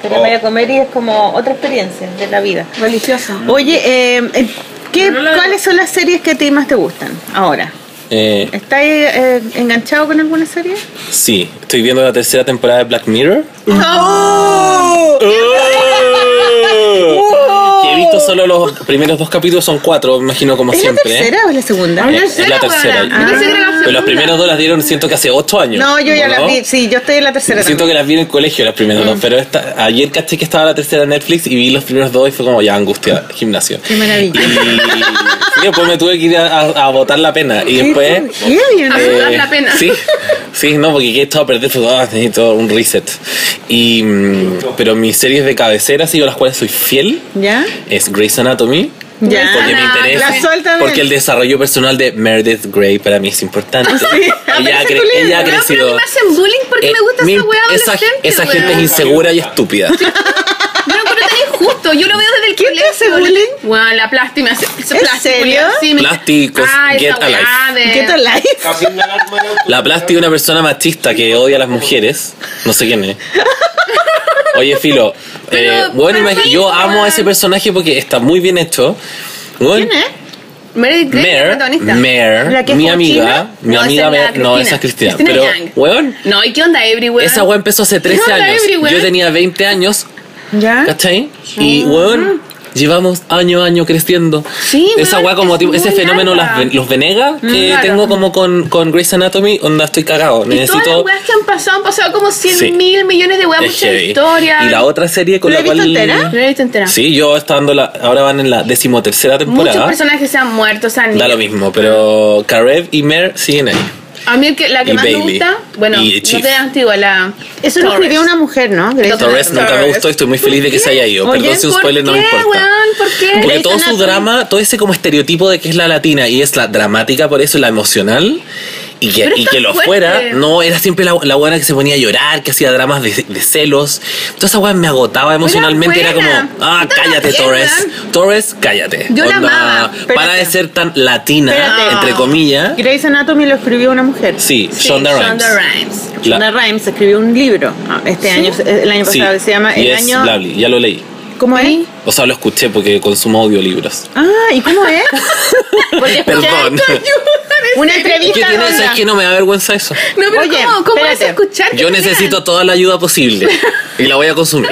S1: Pero me voy a comer y es como otra experiencia de la vida.
S3: Religiosa.
S1: Oye, eh, eh, ¿qué- ¿cuáles son las series que a ti más te gustan ahora?
S2: Eh,
S1: ¿Estás eh, enganchado con alguna serie?
S2: sí. Estoy viendo la tercera temporada de Black Mirror. ¡Oh!
S1: ¡No! ¡Oh!
S2: Que he visto solo los primeros dos capítulos, son cuatro, me imagino como
S1: ¿Es la
S2: siempre.
S1: tercera o es la segunda?
S2: Es- es la tercera.
S3: weona. Yo pensé que era la
S2: Pero los
S3: segunda.
S2: primeros dos las dieron, siento que hace ocho años.
S1: No, yo ya
S2: ¿no?
S1: la vi. Mm. Sí, yo estoy en la tercera.
S2: Siento que las vi en el colegio las primeras dos, pero esta, ayer caché que estaba la tercera en Netflix y vi los primeros dos y fue como ya angustia,
S1: [LAUGHS]
S2: gimnasio.
S1: Qué maravilla.
S2: Y, y después me tuve que ir a, a, a botar la pena y después...
S3: A
S2: Eh,
S3: sudar Ah, la pena.
S2: Sí, sí, no, porque he estado a perder fue, ah, necesito un reset. Y, mm, pero mis series de cabecera, sí, a las cuales soy fiel,
S1: ¿Ya?
S2: es Grey's Anatomy.
S1: Ya.
S2: Porque me
S3: Anatomy.
S2: interesa.
S1: La suelta,
S2: porque
S1: ven.
S2: el desarrollo personal de Meredith Grey para mí es importante. Ella, ha cre- ella ha
S3: No, Ah, pero a mí
S2: crecido.
S3: me hacen bullying porque
S2: Eh,
S3: me gusta
S2: mi-
S3: esa weá
S2: esa,
S3: adolescente,
S2: esa gente
S3: weón.
S2: es insegura y estúpida.
S3: Yo no encuentro tan injusto. Yo lo veo desde el ¿Qué
S1: te hace bullying?
S3: Bueno, la plástica me hace. esa
S1: ¿En
S3: plástica,
S1: serio?
S3: Sí, me-
S2: Plásticos,
S3: Ah,
S2: get
S3: esa weá
S2: alive.
S3: de-
S1: ¿Qué tal la
S6: Casi una alarma de auto.
S2: La plástica es una persona machista que odia a las mujeres. No sé quién es. Oye, Filo. eh,
S3: Pero,
S2: bueno,
S3: pero
S2: imagi-
S3: sí,
S2: yo
S3: weón.
S2: amo a ese personaje porque está muy bien hecho. Bueno,
S1: ¿Quién es?
S3: Meredith Grey, la
S2: Mare,
S3: protagonista.
S1: ¿La
S2: Mare,
S1: que es
S2: mi
S1: como
S2: amiga,
S1: china?
S2: mi
S3: No,
S2: amiga,
S3: esa es la
S2: Mare- no,
S3: Cristina.
S2: esa es Cristina,
S3: Cristina
S2: pero,
S3: Yang.
S2: weón,
S3: No, ¿y qué onda, Every, weón?
S2: Esa weá empezó hace 13
S3: onda,
S2: años.
S3: Every, weón? Ah.
S2: Yo tenía 20 años,
S1: ¿Ya?
S2: ¿cachai? Y weón, llevamos año a año creciendo.
S3: Sí,
S2: Esa
S3: weón,
S2: weá como
S3: es
S2: tipo,
S3: muy
S2: ese fenómeno,
S3: larga. Mm,
S2: las ven- los venegas que
S3: claro.
S2: tengo como con, con Grey's Anatomy, onda estoy cagado.
S3: Y todas las
S2: Necesito.
S3: weas que han pasado, han pasado como 100
S2: Sí.
S3: mil millones de weas,
S2: es
S3: mucha
S2: heavy.
S3: historia.
S2: Y la otra serie con
S1: ¿La
S2: la,
S1: he visto
S2: cual.
S1: entera?
S3: No la he visto entera.
S2: Sí, yo está dando la. Ahora van en la decimotercera
S3: Muchos
S2: temporada.
S3: personajes se han muerto, se han
S2: Da lo
S3: ido.
S2: mismo, pero Karev y Mer siguen ahí.
S3: A mí el que- la que
S2: Y
S3: más me
S2: Bailey.
S3: gusta, bueno,
S2: Y
S3: no
S2: Chief.
S3: te antigua, la.
S1: Eso lo escribió una mujer, ¿no? Grace
S2: Torres nunca me
S1: Anatomy.
S2: gustó y estoy muy feliz de que se haya ido.
S1: Oye,
S2: Perdón si un
S3: ¿por
S2: spoiler no me
S3: qué,
S2: importa.
S3: weón? ¿Por qué?
S2: Porque
S3: Grey's
S2: todo su
S3: Anatomy.
S2: drama, todo ese como estereotipo de que es la latina y es la dramática, por eso la emocional. Y que,
S3: Pero
S2: y
S3: está
S2: que lo
S3: fuerte.
S2: fuera, no, era siempre la, la buena que se ponía a llorar, que hacía dramas de, de celos. Toda esa weá me agotaba emocionalmente, era,
S3: buena.
S2: como, ah,
S3: Está
S2: cállate,
S3: bien,
S2: Torres.
S3: weón.
S2: Torres, cállate.
S3: Yo la amaba.
S2: Para
S1: Espérate.
S2: de ser tan latina,
S1: Espérate.
S2: entre comillas.
S1: Grey's Anatomy lo escribió una mujer.
S2: Sí,
S3: Sí,
S2: Shonda Rhimes. [LAUGHS]
S3: Rhimes.
S2: La-
S1: Shonda Rhimes escribió un libro ah, este año, el año
S2: sí,
S1: pasado, que se llama El
S2: Yes,
S1: año.
S2: Lovely, ya lo leí.
S1: ¿Cómo es?
S2: O sea, lo escuché porque consumo audiolibros.
S1: Ah, ¿y cómo
S2: [LAUGHS]
S1: es? Pues, Porque
S3: [LAUGHS]
S2: Perdón.
S1: Una
S2: ¿Qué
S1: entrevista
S2: tiene?
S1: ronda.
S2: ¿Sabes que no me da vergüenza eso?
S3: No, pero
S1: Oye,
S3: ¿cómo, cómo vas
S1: espérate.
S3: a escuchar? que
S2: Yo
S3: pelean?
S2: necesito toda la ayuda posible y la voy a consumir.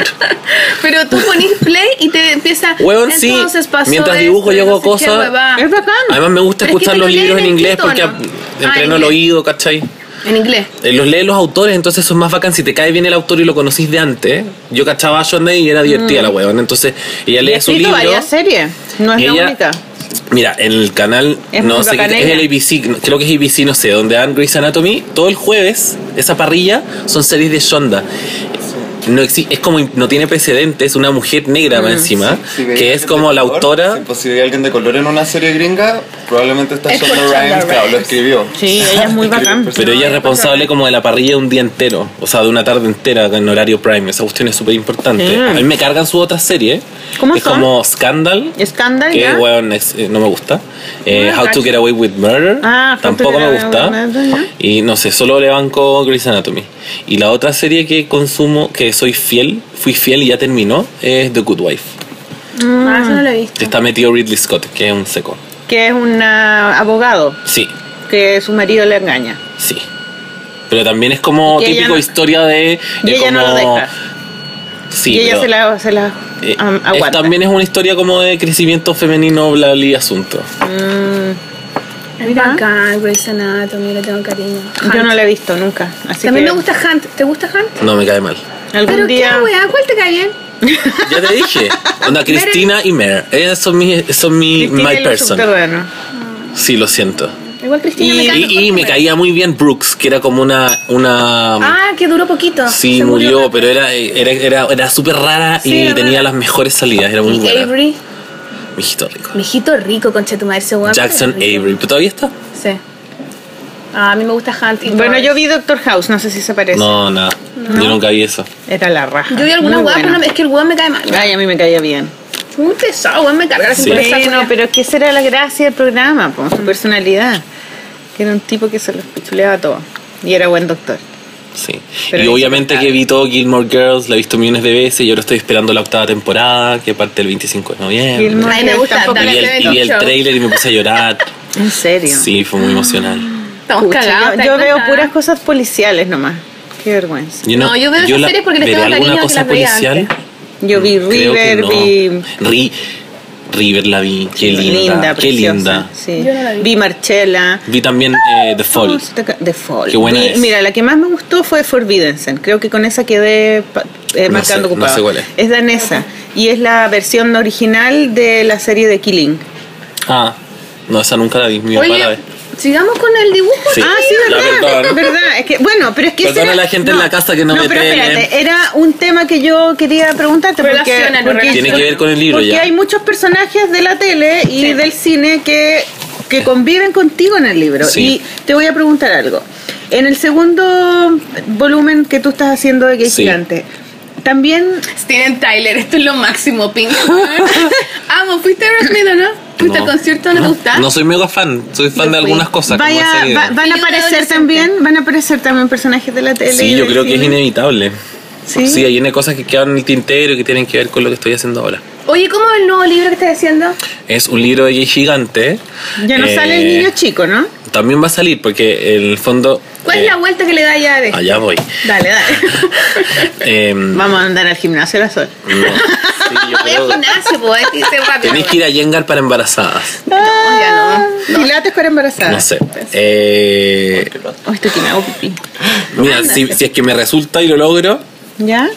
S3: Pero tú ponís play y te empieza.
S2: [LAUGHS] Weón, sí.
S3: Entonces pasó
S2: Mientras dibujo
S3: esto,
S2: y hago
S3: no sé qué
S2: cosas.
S3: huevada.
S1: Es bacán.
S2: Además me gusta
S3: Pero es que
S2: escuchar
S3: te
S2: los
S3: lo leen
S2: libros en
S3: en
S2: inglés
S3: qué
S2: porque
S3: tono.
S2: a-
S3: Ah, en
S2: entreno el
S3: inglés.
S2: oído, ¿cachai?
S3: En inglés.
S2: Eh, Los leen los autores, entonces eso es más bacán. Si te cae bien el autor y lo conocís de antes, yo cachaba a Shonda y era divertida la weón. Entonces ella
S1: Y ha
S2: lee su
S1: escrito
S2: libro.
S1: varias series. No es
S2: Y
S1: la
S2: ella-
S1: única.
S2: Mira, en el canal,
S1: Es
S2: no
S1: muy
S2: sé, qué-
S1: bacana
S2: es
S1: ella.
S2: el ABC, creo que es ABC, no sé, donde dan Grey's Anatomy, todo el jueves, esa parrilla, son series de Shonda. No exi- es como, in- no tiene precedentes, una mujer negra
S1: Mm.
S2: más encima,
S4: Si veía
S2: que es
S4: alguien
S2: como
S4: de
S2: la
S4: color,
S2: autora,
S4: Si, pues, si veía alguien de color en una serie gringa, probablemente está
S3: Es por
S4: Shonda
S3: Shonda
S4: Rhimes, claro, lo
S3: Rhimes.
S4: [LAUGHS] escribió.
S1: Sí, ella es muy bacán.
S2: pero ella es responsable como de la parrilla de un día entero, o sea, de una tarde entera en horario prime, esa cuestión es súper importante.
S1: Sí.
S2: A mí me cargan su otra serie,
S1: ¿Cómo
S2: es
S1: son?
S2: como Scandal,
S1: Escándalo,
S2: que
S1: ¿ya?
S2: weón, es- eh, no me gusta. Eh,
S3: Ah,
S2: How to
S3: cacho.
S2: Get Away with Murder
S1: Ah, How to
S2: tampoco
S1: Get
S2: me
S1: Away
S2: gusta.
S1: with Murder, ya.
S2: Y no sé, solo le banco Grey's Anatomy. Y la otra serie que consumo, que soy fiel, fui fiel y ya terminó, es The Good Wife.
S3: Ah, eso no lo he visto.
S2: Que está metido Ridley Scott, que es un seco.
S1: Que es un ah, abogado
S2: Sí,
S1: que su marido le engaña.
S2: sí. Pero también es como
S1: Y ella
S2: típico
S1: no-
S2: historia de.
S1: Y
S2: de
S1: ella no lo
S2: como-
S1: deja.
S2: Sí,
S1: y ella
S2: pero-
S1: se la, se la
S2: Eh,
S1: am-
S2: es-
S1: aguanta.
S2: también es una historia como de crecimiento femenino, bla, bla, y asunto.
S3: Es bacán, Grey's Anatomy, le tengo cariño.
S1: Yo
S3: Hunt.
S1: no la he visto nunca. Así
S3: También
S1: que-
S3: me gusta Hunt. ¿Te gusta Hunt?
S2: No me cae mal.
S1: Algún
S3: Pero
S1: día.
S3: qué weá, ¿cuál te cae bien?
S2: Ya te dije. Onda, Cristina y Mer. Ellas son mi, son mi
S1: Cristina y
S2: my
S1: los
S2: person.
S1: subterráneos.
S2: Sí, lo siento.
S3: Igual Cristina me
S1: Y-
S3: cae
S2: Y,
S3: mejor
S2: y
S3: que
S2: me
S3: Mer.
S2: caía muy bien Brooks, que era como una. una
S3: Ah, que duró poquito.
S2: sí,
S3: Se
S2: murió,
S3: rápido.
S2: pero era, era, era, era súper rara
S3: Sí,
S2: y
S3: era
S2: tenía
S3: rara.
S2: las mejores salidas. Era muy
S3: Y
S2: buena.
S3: Avery,
S2: Mijito rico.
S3: mijito rico, concha tu madre, ese weón.
S2: Jackson
S3: Rico.
S2: Avery. ¿Pero todavía está?
S3: Sí. Ah, a mí me gusta Hunt. y
S1: Bueno,
S3: Lawrence.
S1: yo vi Doctor House, no sé si se parece.
S2: No, nada. Yo nunca vi eso.
S1: Era la raja.
S3: Yo vi alguna
S1: Muy
S3: weá,
S1: buena.
S3: pero no- es que el weón me cae mal.
S1: Ay, a mí me caía bien.
S3: Muy pesado, weón, me carga
S2: Sí.
S3: sin por esa
S1: Sí, no,
S3: weá.
S1: pero es que esa era la gracia del programa, con
S3: Mm.
S1: su personalidad. Que era un tipo que se los pichuleaba todo. Y era buen doctor.
S2: Sí.
S1: Pero
S2: y
S1: es
S2: obviamente que
S1: insoportable.
S2: vi todo Gilmore Girls, la he visto millones de veces y ahora estoy esperando la octava temporada que parte el 25 de noviembre.
S1: Gilmore
S3: Ay, me gusta,
S1: tampoco-
S2: Y
S3: dale.
S2: vi el, y vi el trailer y me puse a llorar.
S3: [LAUGHS]
S1: En serio.
S2: Sí, fue muy emocional.
S3: Estamos
S1: Pucha,
S3: cagados.
S1: yo
S3: ¿te
S1: yo
S3: das
S1: veo
S3: cuenta?
S1: puras cosas policiales nomás. Qué vergüenza.
S2: Yo
S3: No, yo veo esas series porque les
S2: ¿veré
S3: tengo cariño
S2: alguna
S3: a que
S2: cosa
S3: las veía
S2: policial?
S3: antes.
S1: Yo vi
S2: Mm, Creo que
S1: River,
S2: no.
S1: vi.
S2: Ri- River la vi, qué linda, qué
S1: preciosa,
S2: linda.
S1: sí.
S3: Yo no la vi.
S1: Vi Marcella.
S2: Vi también eh, The Fall.
S1: The Fall.
S2: Qué buena
S1: Vi-
S2: es.
S1: Mira, la que más me gustó fue Forbidden Sen. Creo que con esa quedé pa- eh,
S2: No
S1: marcando
S2: sé, no
S1: ocupada.
S2: sé cuál es.
S1: danesa y es la versión original de la serie de Killing.
S2: Ah, no, esa nunca la vi, mi papá la ve.
S3: Oye, sigamos con el dibujo.
S2: Sí.
S1: Ah, sí,
S2: La
S1: verdad.
S2: perdón.
S1: verdad. Es que, bueno, pero es que. ese
S2: Perdona
S1: era-
S2: a la gente en la casa que no me ¿eh?
S1: pero
S2: tiene.
S1: espérate, era un tema que yo quería preguntarte. Porque,
S3: Relaciónalo,
S1: porque-
S2: Tiene que ver con el libro
S1: porque
S2: ya.
S1: hay muchos personajes de la tele y
S3: Sí.
S1: del cine que, que conviven contigo en el libro.
S2: Sí.
S1: Y te voy a preguntar algo. En el segundo volumen que tú estás haciendo de Gay
S2: Sí.
S1: Gigante, también.
S3: Steven Tyler, esto es lo máximo, [LAUGHS] Pink. Amo, ¿fuiste a Aerosmith o no? ¿Fuiste
S2: No.
S3: al concierto? ¿No te gusta?
S2: No soy mega fan, soy fan
S1: Yo
S2: de
S1: fui.
S2: algunas cosas. como
S1: Vaya-
S2: esa idea.
S1: va- van a
S3: Y un
S1: aparecer
S3: adolescente.
S1: también, van a aparecer también personajes de la tele. y
S2: Sí, yo
S1: del
S2: creo que es
S1: cine.
S2: inevitable.
S1: Sí.
S2: Sí, hay una cosas que quedan en el tintero y que tienen que ver con lo que estoy haciendo ahora.
S3: Oye, ¿cómo es el nuevo libro que estás haciendo?
S2: Es un libro de gay gigante.
S1: Ya no
S2: Eh,
S1: sale el niño chico, ¿no?
S2: También va a salir porque en el fondo.
S3: ¿Cuál es
S2: eh,
S3: la E? vuelta que le da ya de?
S2: Allá voy.
S1: Dale, dale. [LAUGHS]
S2: Em,
S1: Vamos a andar al gimnasio a la sol.
S2: no. Sí, yo
S3: Voy al
S2: creo-
S3: gimnasio, pues, hay que
S2: [LAUGHS]
S3: ser rápido.
S2: Tenéis que ir a Yengar para embarazadas.
S1: Ah,
S3: ya
S1: Pilates para
S3: Ah,
S1: embarazadas.
S2: No sé.
S3: pues
S2: Eh,
S1: Ay, estoy que me hago pipí.
S2: mira, si, si es que me resulta y lo logro,
S1: ¿Ya?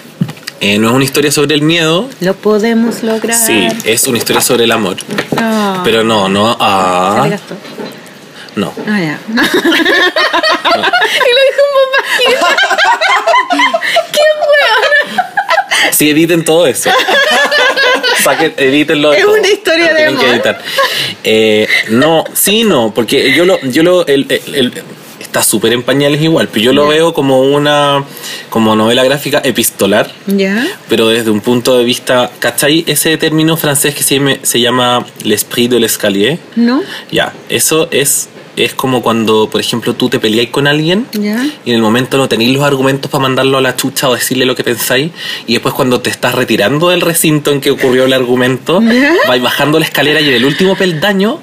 S2: eh, no es una historia sobre el miedo.
S1: Lo podemos lograr.
S2: Sí, es una historia sobre el amor.
S1: Ah,
S2: Pero no, no.
S1: sale
S2: Ah,
S1: gasto.
S2: no.
S1: Ah, [LAUGHS] ya.
S3: Y lo dijo un papá. ¡Qué hueón!
S2: Sí, editen todo
S1: [LAUGHS]
S2: eso. Saquen, edítenlo. de
S1: Es
S2: todo.
S1: una historia
S2: Lo
S1: de
S2: tienen que
S1: amor.
S2: editar. Eh, no, sí, no, porque yo lo. Yo lo el- el- el- está súper en pañales igual, pero yo lo veo como una. como novela gráfica epistolar,
S1: ¿Ya?
S2: pero desde un punto de vista. ¿Cachai? Ese término francés que se, llama- se llama l'esprit de l'escalier.
S1: ¿No?
S2: Ya, eso es. Es como cuando, por ejemplo, tú te peleáis con alguien
S1: ¿Ya?
S2: y en el momento no tenéis los argumentos para mandarlo a la chucha o decirle lo que pensáis y después cuando te estás retirando del recinto en que ocurrió
S1: [LAUGHS]
S2: el argumento vais bajando la escalera y en el último peldaño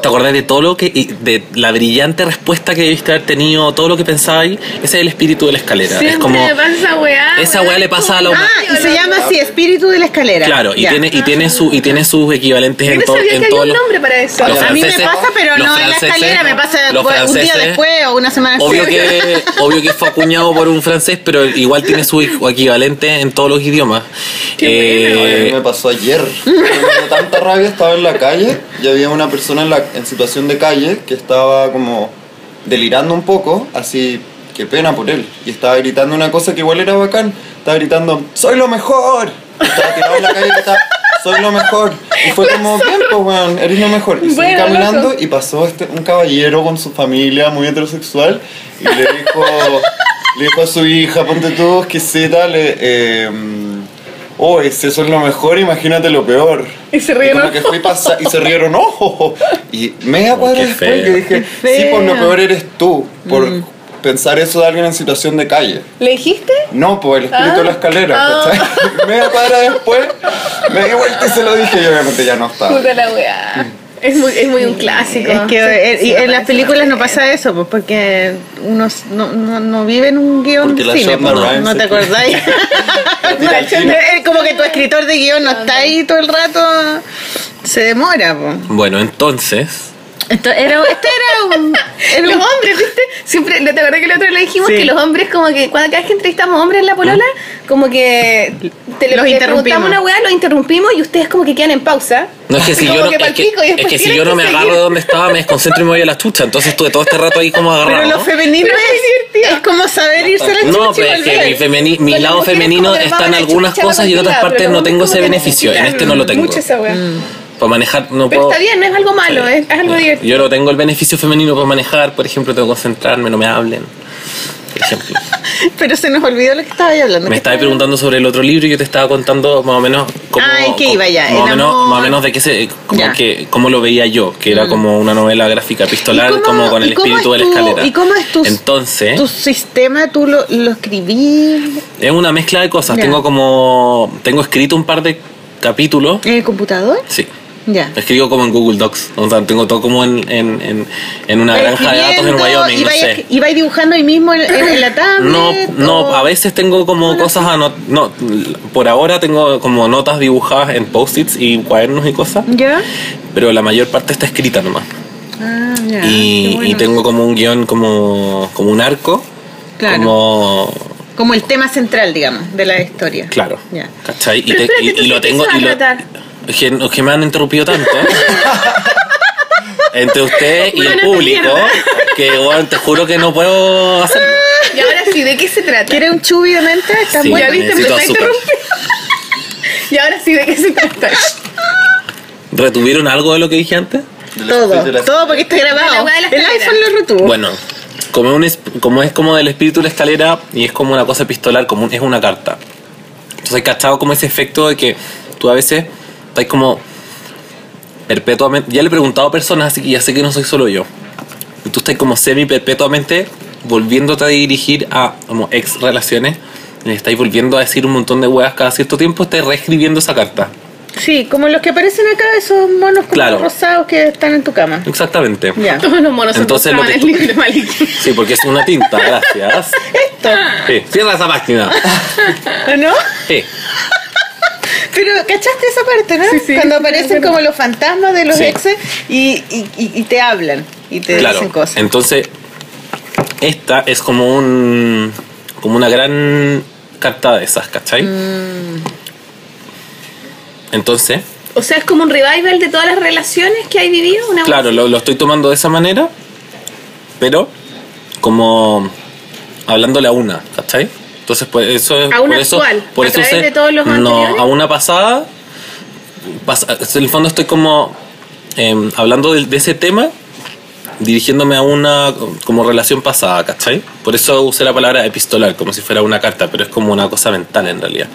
S2: te acordás de todo lo que y de la brillante respuesta que debiste haber tenido todo lo que pensabais ese es el espíritu de la escalera
S3: Siempre
S2: es como
S3: me pasa esa weá.
S2: Esa weá le pasa a la-
S3: los.
S1: Ah, y se llama así, espíritu de la escalera.
S2: claro y
S1: Ya.
S2: tiene y tiene su y tiene sus equivalentes
S3: Yo
S2: en,
S3: no
S2: todo
S3: sabía
S2: en
S3: que había
S2: todos
S3: un
S2: los
S3: nombre para eso.
S2: los
S1: a mí me
S2: franceses-
S1: pasa, pero
S2: los
S1: no en la
S2: franceses-
S1: escalera, me pasa
S2: los
S1: un día
S2: franceses-
S1: después o una semana
S2: Obvio
S1: después.
S2: que, obvio que fue acuñado por un francés, pero igual tiene su equivalente en todos los idiomas.
S4: A mí
S2: Eh,
S4: me pasó ayer. Me dio tanta rabia, estaba en la calle y había una persona en, la, en situación de calle que estaba como delirando un poco, así que pena por él. Y estaba gritando una cosa que igual era bacán. Estaba gritando, ¡Soy lo mejor! Y estaba tirado en la calle y estaba, ¡Soy lo mejor! Y fue como,
S3: [LAUGHS]
S4: bien, pues, weón, eres lo mejor. Y seguí
S3: Bueno,
S4: caminando
S3: loco.
S4: y pasó este, un caballero con su familia muy heterosexual y le dijo, le dijo a su hija, ponte tú, exquisita, le... Eh, Oh, si eso es lo mejor, imagínate lo peor.
S3: Y se
S4: Y
S3: rieron.
S4: como que fui pasa- y se rieron, ojo. Y media cuadra
S2: qué
S4: después
S2: feo.
S4: que dije,
S1: Qué
S4: sí, pues lo
S1: feo.
S4: peor eres tú, por
S3: Mm.
S4: pensar eso de alguien en situación de calle.
S3: ¿Le dijiste?
S4: No, por el espíritu de la escalera,
S3: Ah.
S4: ¿cachai? [LAUGHS] Media cuadra después, me di vuelta y se lo dije, y obviamente ya no estaba.
S3: Puta la weá.
S2: Mm.
S3: Es muy, Mm. es muy un clásico.
S1: Es que
S3: Sí,
S1: eh,
S3: sí,
S1: y en las
S3: parece
S1: películas
S3: una
S1: no pasa eso, pues porque uno s- no, no, no vive en un guión
S4: Porque
S1: de
S4: la
S1: cine,
S4: Shonda
S1: pues, no,
S4: Rhimes
S1: no te
S4: aquí.
S1: acordáis.
S2: [LAUGHS]
S1: [LAUGHS]
S4: tira al cine.
S1: Es como que tu escritor de guión no está ahí todo el rato, se demora. pues.
S2: bueno, entonces,
S7: Esto era, este era
S3: [LAUGHS]
S7: un. era
S3: los
S7: un-
S3: hombres, ¿viste? Siempre, ¿te acuerdas que el otro le dijimos
S7: Sí.
S3: que los hombres, como que cuando cada vez que entrevistamos hombres en la polola, como que te le-
S1: Los
S3: le
S1: interrumpimos.
S3: preguntamos una weá, los interrumpimos y ustedes como que quedan en pausa.
S2: No es que si
S3: Como
S2: yo no, es
S3: pa'l
S2: que,
S3: pico y
S2: es
S3: después
S2: que si
S3: tienen
S2: yo no
S3: que
S2: me
S3: seguir.
S2: agarro de donde estaba, me desconcentro y me voy a la chucha. Entonces estuve todo este rato ahí como agarrado.
S1: Pero lo
S2: ¿no?
S1: femenino es, es como saber irse a la chucha
S2: No,
S1: y
S2: pero es que
S1: volver.
S2: mi, femeni- mi
S3: Con las
S2: lado
S3: mujeres
S2: femenino
S3: como que les
S2: está
S3: van
S2: en
S3: a
S2: algunas
S3: chuchar
S2: cosas y en
S3: la
S2: otras
S3: tela,
S2: partes
S3: pero
S2: no
S3: los
S2: tengo
S3: hombres
S2: ese
S3: como que
S2: beneficio. En
S3: necesitan
S2: este no lo tengo.
S3: Mucho esa weá.
S2: Para manejar no
S3: Pero
S2: puedo.
S3: está bien, no es algo malo, ¿eh?
S2: Sí.
S3: es algo
S2: Sí.
S3: divertido.
S2: Yo no tengo el beneficio femenino para manejar, por ejemplo, tengo que concentrarme, no me hablen. Por ejemplo.
S1: [LAUGHS] Pero se nos olvidó lo que estaba ahí hablando.
S2: Me
S1: ¿Qué
S2: estabas
S1: estaba hablando?
S2: preguntando sobre el otro libro y yo te estaba contando más o menos cómo,
S1: Ah, ¿en qué
S2: cómo-
S1: iba ya?
S2: Más o,
S1: El
S2: menos,
S1: amor.
S2: más o menos de qué se, como
S1: Ya. Mm.
S2: que, cómo lo veía yo, que era como una novela gráfica epistolar,
S1: ¿Y cómo-
S2: como con
S1: y
S2: el
S1: cómo
S2: espíritu de
S1: es
S2: la
S1: tu-
S2: escalera.
S1: y cómo es tu-
S2: Entonces,
S1: Tu sistema, tú lo, lo escribí
S2: es una mezcla de cosas.
S1: Ya.
S2: Tengo como tengo escrito un par de capítulos.
S1: en el computador.
S2: Sí.
S1: Ya.
S2: Escribo como en Google Docs. O sea, tengo todo como en, en, en, en una granja de datos en
S1: Escribiendo,
S2: Wyoming,
S1: y
S2: no
S1: vais-
S2: sé.
S1: Y vais dibujando ahí mismo en, en- en la tablet.
S2: No,
S1: o-
S2: no, a veces tengo como cosas, ano- no, por ahora tengo como notas dibujadas en post-its y cuadernos y cosas,
S1: ¿Ya?
S2: pero la mayor parte está escrita nomás.
S1: Ah, ya.
S2: y,
S1: qué bueno.
S2: y tengo como un guión, como, como un arco,
S1: Claro.
S2: como,
S1: Como el tema central, digamos, de la historia.
S2: claro,
S1: Ya.
S2: ¿cachai?
S3: Pero espérate,
S2: y,
S3: entonces,
S2: lo
S3: ¿qué
S2: tengo,
S3: se va a
S2: y lo,
S3: tratar?
S2: es que, es que me han interrumpido
S3: [LAUGHS]
S2: tanto. Entre ustedes y el
S3: Bueno,
S2: público,
S3: mierda.
S2: que bueno, te juro que no puedo hacerlo.
S3: Y ahora sí, ¿de qué se trata?
S1: ¿Quieres un chubi de menta? Está
S2: Sí,
S1: bueno.
S3: Ya viste,
S2: necesito
S3: me está
S2: azúcar.
S3: Y ahora sí, ¿de qué se trata?
S2: ¿Retuvieron algo de lo que dije antes?
S4: De la- de la-
S1: Todo, todo porque está
S3: La
S1: grabado.
S3: weá de la
S1: El
S3: escalera.
S1: iPhone lo retuvo.
S2: Bueno, como, un es- como es como del espíritu de la escalera y es como una cosa epistolar, como un- es una carta. Entonces, cachado como ese efecto de que tú a veces estás como perpetuamente. Ya le he preguntado a personas, así que ya sé que no soy solo yo. Y Tú estás como semi perpetuamente volviéndote a dirigir a como ex relaciones. Le estáis volviendo a decir un montón de huevas cada cierto tiempo, estás reescribiendo esa carta.
S1: Sí, como los que aparecen acá, esos monos como
S2: Claro.
S1: rosados que están en tu cama.
S2: Exactamente. [LAUGHS]
S1: Ya.
S3: Todos los monos
S2: Entonces, lo
S3: se
S2: que
S3: en
S2: tú-
S3: el libro de Maliki.
S2: Sí, porque es una tinta, gracias.
S1: Esto,
S2: Sí, cierra esa máquina.
S1: ¿no?
S2: Sí.
S1: Pero, ¿cachaste esa parte, no?
S3: Sí, sí.
S1: Cuando aparecen como los fantasmas de los
S2: Sí.
S1: exes y, y, y- y te hablan y te
S2: Claro.
S1: dicen cosas.
S2: Entonces, esta es como un como una gran carta de esas, ¿cachai?
S1: Mm.
S2: Entonces,
S3: O sea, es como un revival de todas las relaciones que hay vivido. Una
S2: claro, lo, lo estoy tomando de esa manera, pero como hablándole a una, ¿cachai? Entonces, pues eso es.
S3: ¿A una
S2: por eso,
S3: actual?
S2: Por
S3: ¿A
S2: eso
S3: través
S2: usé-
S3: de todos los
S2: No,
S3: anteriores?
S2: a una pasada. pasa- en el fondo estoy como em, hablando de, de ese tema, dirigiéndome a una como relación pasada, ¿cachai? Por eso usé la palabra epistolar, como si fuera una carta, pero es como una cosa mental en realidad.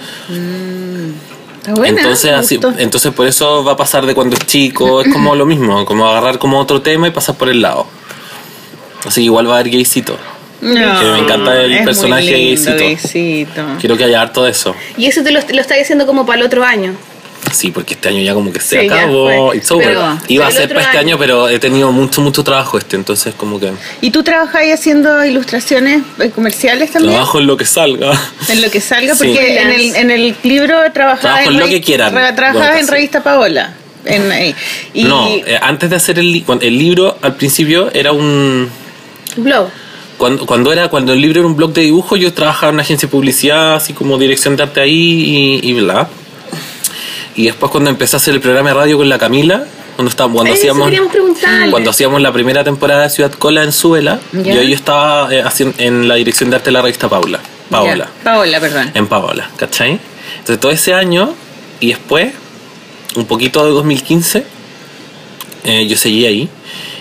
S1: Está buena,
S2: entonces,
S1: me
S2: así,
S1: gustó.
S2: entonces por eso va a pasar de cuando es chico, es como lo mismo, como agarrar como otro tema y pasar por el lado. Así que igual va a haber gaycito.
S1: No,
S2: que me encanta el
S1: es muy
S2: personaje de
S1: lindo,
S2: Gaysito.
S1: Gaysito.
S2: Quiero que haya harto de eso.
S3: Y eso te lo, lo estáis haciendo como para el otro año.
S2: Sí, porque este año ya como que se
S3: Sí, ya
S2: acabó.
S3: fue.
S2: It's over.
S3: Pero- pero
S2: Iba a
S3: el
S2: ser
S3: otro
S2: para este
S3: año.
S2: año, pero he tenido mucho, mucho trabajo este, entonces como que
S1: ¿Y tú trabajáis haciendo ilustraciones eh, comerciales también?
S2: trabajo en lo que salga.
S1: En lo que salga,
S2: Sí.
S1: porque en el, en el libro trabajaba
S2: Trabajo
S1: en,
S2: en lo
S1: revi-
S2: que quieran.
S1: tra- trabajaba
S2: Bueno,
S1: en
S2: sí.
S1: revista Paola. En, eh, y,
S2: No, eh, antes de hacer el, li- cuando- el libro, al principio era un...
S3: Blog.
S2: Cuando, cuando era cuando el libro era un blog de dibujo, yo trabajaba en una agencia de publicidad, así como dirección de arte ahí y, y bla. Y después cuando empecé a hacer el programa de radio con la Camila, cuando estábamos, cuando
S3: Eso
S2: hacíamos
S3: queríamos preguntarle.
S2: cuando hacíamos la primera temporada de Ciudad Cola en Suela,
S1: Ya.
S2: yo ahí estaba eh, haciendo- en la dirección de arte de la revista Paula, Paola,
S1: Ya, Paola, perdón.
S2: en Paola, ¿cachai? Entonces todo ese año y después un poquito de 2015 eh, yo seguí ahí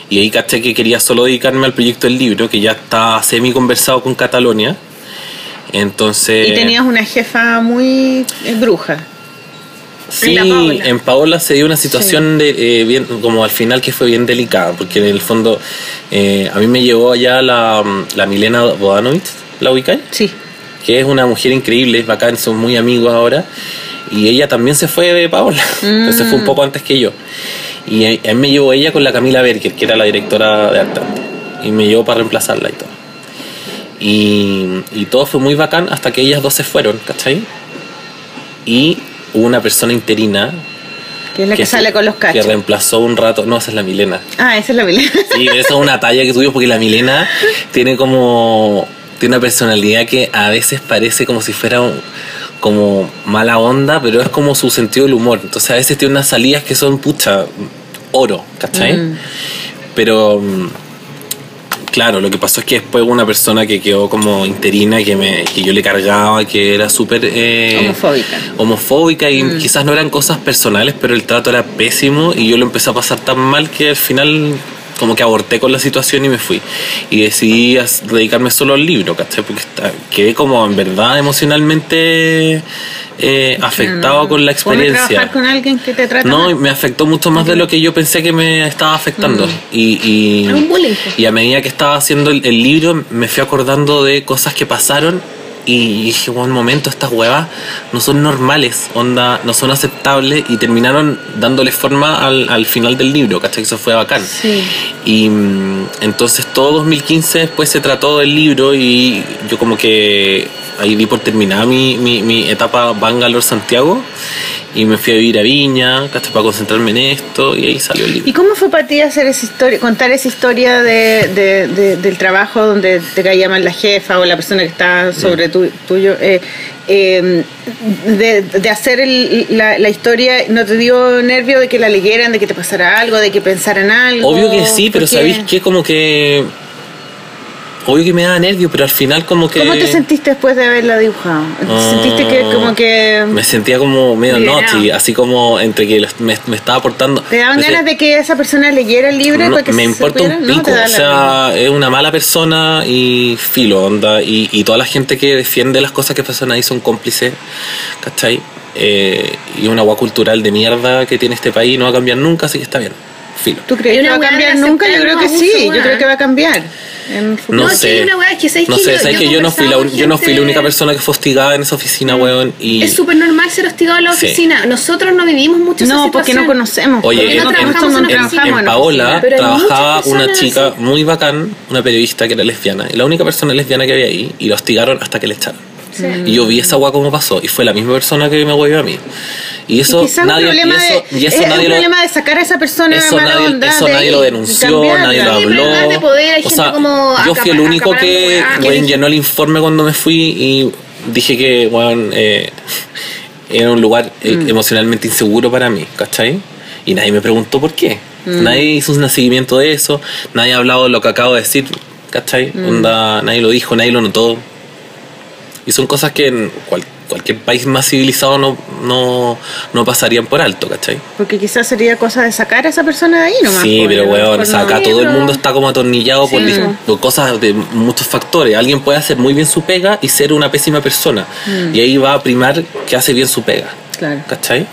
S2: y ahí caché que quería solo dedicarme al proyecto del libro que ya está semi conversado con Catalonia. Entonces
S1: y tenías una jefa muy eh, bruja.
S2: Sí,
S3: En la Paola.
S2: en Paola se dio una situación de, eh, bien, como al final que fue bien delicada, porque en el fondo eh, a mí me llevó allá la, mm, la Milena Bodanovich, la ubicáis,
S1: Sí.
S2: que es una mujer increíble, es bacán, son muy amigos ahora, y ella también se fue de Paola, [LAUGHS] entonces
S1: Mm.
S2: fue un poco antes que yo. Y a, a mí me llevó ella con la Camila Berger, que era la directora de arte, y me llevó para reemplazarla y todo. Y, y todo fue muy bacán hasta que ellas dos se fueron, ¿cachai? Y hubo una persona interina
S1: Que es la que, sale con los
S2: Que
S1: cachos.
S2: reemplazó un rato. No, esa es la Milena.
S1: Ah, esa es la Milena.
S2: Sí, pero esa es una talla que tuvimos porque la Milena tiene como. Tiene una personalidad que a veces parece como si fuera un- como mala onda, pero es como su sentido del humor. Entonces a veces tiene unas salidas que son pucha, oro, ¿cachai? Pero. mm, Claro, lo que pasó es que después hubo una persona que quedó como interina, que, me, que yo le cargaba, que era súper... eh,
S1: [LAUGHS] Homofóbica.
S2: homofóbica y
S1: Mm.
S2: quizás no eran cosas personales, pero el trato era pésimo y yo lo empecé a pasar tan mal que al final como que aborté con la situación y me fui. Y decidí as- dedicarme solo al libro, ¿cachai? Porque está- quedé como en verdad emocionalmente eh, afectado
S1: No,
S2: con la
S1: fome
S2: experiencia.
S1: trabajar con alguien que te trata
S2: No, y
S1: mal.
S2: me afectó mucho más de lo que yo pensé que me estaba afectando. Y, y,
S3: Es un bullying, po.
S2: y a medida que estaba haciendo el, el libro, me fui acordando de cosas que pasaron. Y dije, un momento, estas huevas no son normales, onda, no son aceptables. Y terminaron dándole forma al, al final del libro, ¿cachai? Que Eso fue bacán.
S1: Sí.
S2: Y mm, entonces todo 2015 después se trató del libro y yo como que ahí di por terminada mi, mi, mi etapa Bangalore-Santiago y me fui a vivir a Viña, ¿cachai? Para concentrarme en esto y ahí salió el libro.
S1: ¿Y cómo fue para ti hacer esa historia, contar esa historia de, de- de- del trabajo donde te caía mal la jefa o la persona que está sobre tu- tuyo? eh, eh, de, de hacer el- la, la historia, ¿no te dio nervio de que la leyeran, de que te pasara algo, de que pensaran algo?
S2: Obvio que sí, pero
S1: Porque-
S2: ¿sabéis qué? Como que... Obvio que me da nervio, pero al final como que...
S1: ¿Cómo te sentiste después de haberla dibujado? ¿Sentiste que
S2: Ah,
S1: como que
S2: Me sentía como medio
S1: Liberado.
S2: naughty, así como entre que los- me, me estaba aportando...
S1: ah. te daban ganas de que esa persona leyera el libro?
S2: No,
S1: para que
S2: me
S1: se
S2: importa
S1: supiera?
S2: un
S1: No,
S2: pico,
S1: te da
S2: o
S1: la gana.
S2: sea, es una mala persona y filo, onda. Y, y toda la gente que defiende las cosas que pasan ahí son cómplices, ¿cachai? Eh, y una agua cultural de mierda que tiene este país no va a cambiar nunca, así que está bien, filo.
S1: ¿Tú crees
S3: Hay
S1: que
S3: una
S1: va a
S3: weá de
S1: cambiar nunca? Yo
S3: aceptar
S1: creo
S3: los
S1: que sí,
S3: abusos,
S1: yo
S3: weá.
S1: creo que va a cambiar. En futuro.
S2: No,
S3: No, sí,
S2: sé.
S3: una weá, es que sabes
S2: no
S3: que
S2: sé,
S3: yo-
S2: sabes
S3: yo
S2: que yo no, fui la,
S3: conversaba con
S2: yo no fui la
S3: gente- Mm.
S2: única persona que fue hostigada en esa oficina, weón. Y
S3: Es súper normal ser hostigado en la
S2: Sí.
S3: oficina. Nosotros no vivimos mucho esa
S1: No, porque no
S3: situación.
S1: conocemos.
S2: Oye,
S1: porque
S2: en,
S3: no
S2: en-
S3: trabajamos
S2: en-
S3: no trabajamos
S2: en
S3: en
S2: Paola
S3: oficina, pero hay
S2: trabajaba
S3: muchas
S2: una
S3: personas
S2: chica
S3: así.
S2: muy bacán, una periodista que era lesbiana, y la única persona lesbiana que había ahí, y la hostigaron hasta que le echaron.
S3: Sí.
S2: Y yo vi esa agua como pasó, y fue la misma persona que me huevió a mí. Y eso
S1: Y quizás
S2: nadie,
S1: un problema,
S2: y eso,
S1: de,
S2: y eso
S1: es
S2: nadie
S1: un
S2: lo,
S1: problema de sacar a esa persona
S2: eso
S1: de mala
S2: nadie,
S1: onda
S2: eso
S1: de-
S2: nadie lo
S1: y
S2: denunció,
S1: cambiarla.
S2: nadie lo
S3: Sí, pero
S2: habló.
S3: además de poder, hay
S2: o
S3: gente
S2: sea,
S3: como
S2: yo fui el
S3: acapar-
S2: único que
S3: acaparando,
S2: weón,
S3: ah,
S2: llenó el informe cuando me fui y dije que weón, eh, era un lugar eh,
S3: Mm.
S2: emocionalmente inseguro para mí, ¿cachai? Y nadie me preguntó por qué.
S3: Mm.
S2: Nadie hizo un seguimiento de eso, nadie ha hablado de lo que acabo de decir, ¿cachai?
S3: Mm.
S2: Onda, nadie lo dijo, nadie lo notó. Y son cosas que en cual- cualquier país más civilizado no, no, no pasarían por alto, ¿cachai?
S1: Porque quizás sería cosa de sacar a esa persona de ahí nomás.
S2: Sí,
S1: pues,
S2: pero
S1: a lo
S2: weón,
S1: mejor
S2: o sea,
S1: no.
S2: acá todo el
S3: pero-
S2: mundo está como atornillado por,
S3: Sí.
S2: dis- por cosas de muchos factores. Alguien puede hacer muy bien su pega y ser una pésima persona.
S3: Mm.
S2: Y ahí va a primar que hace bien su pega.
S1: Claro.
S2: ¿Cachai?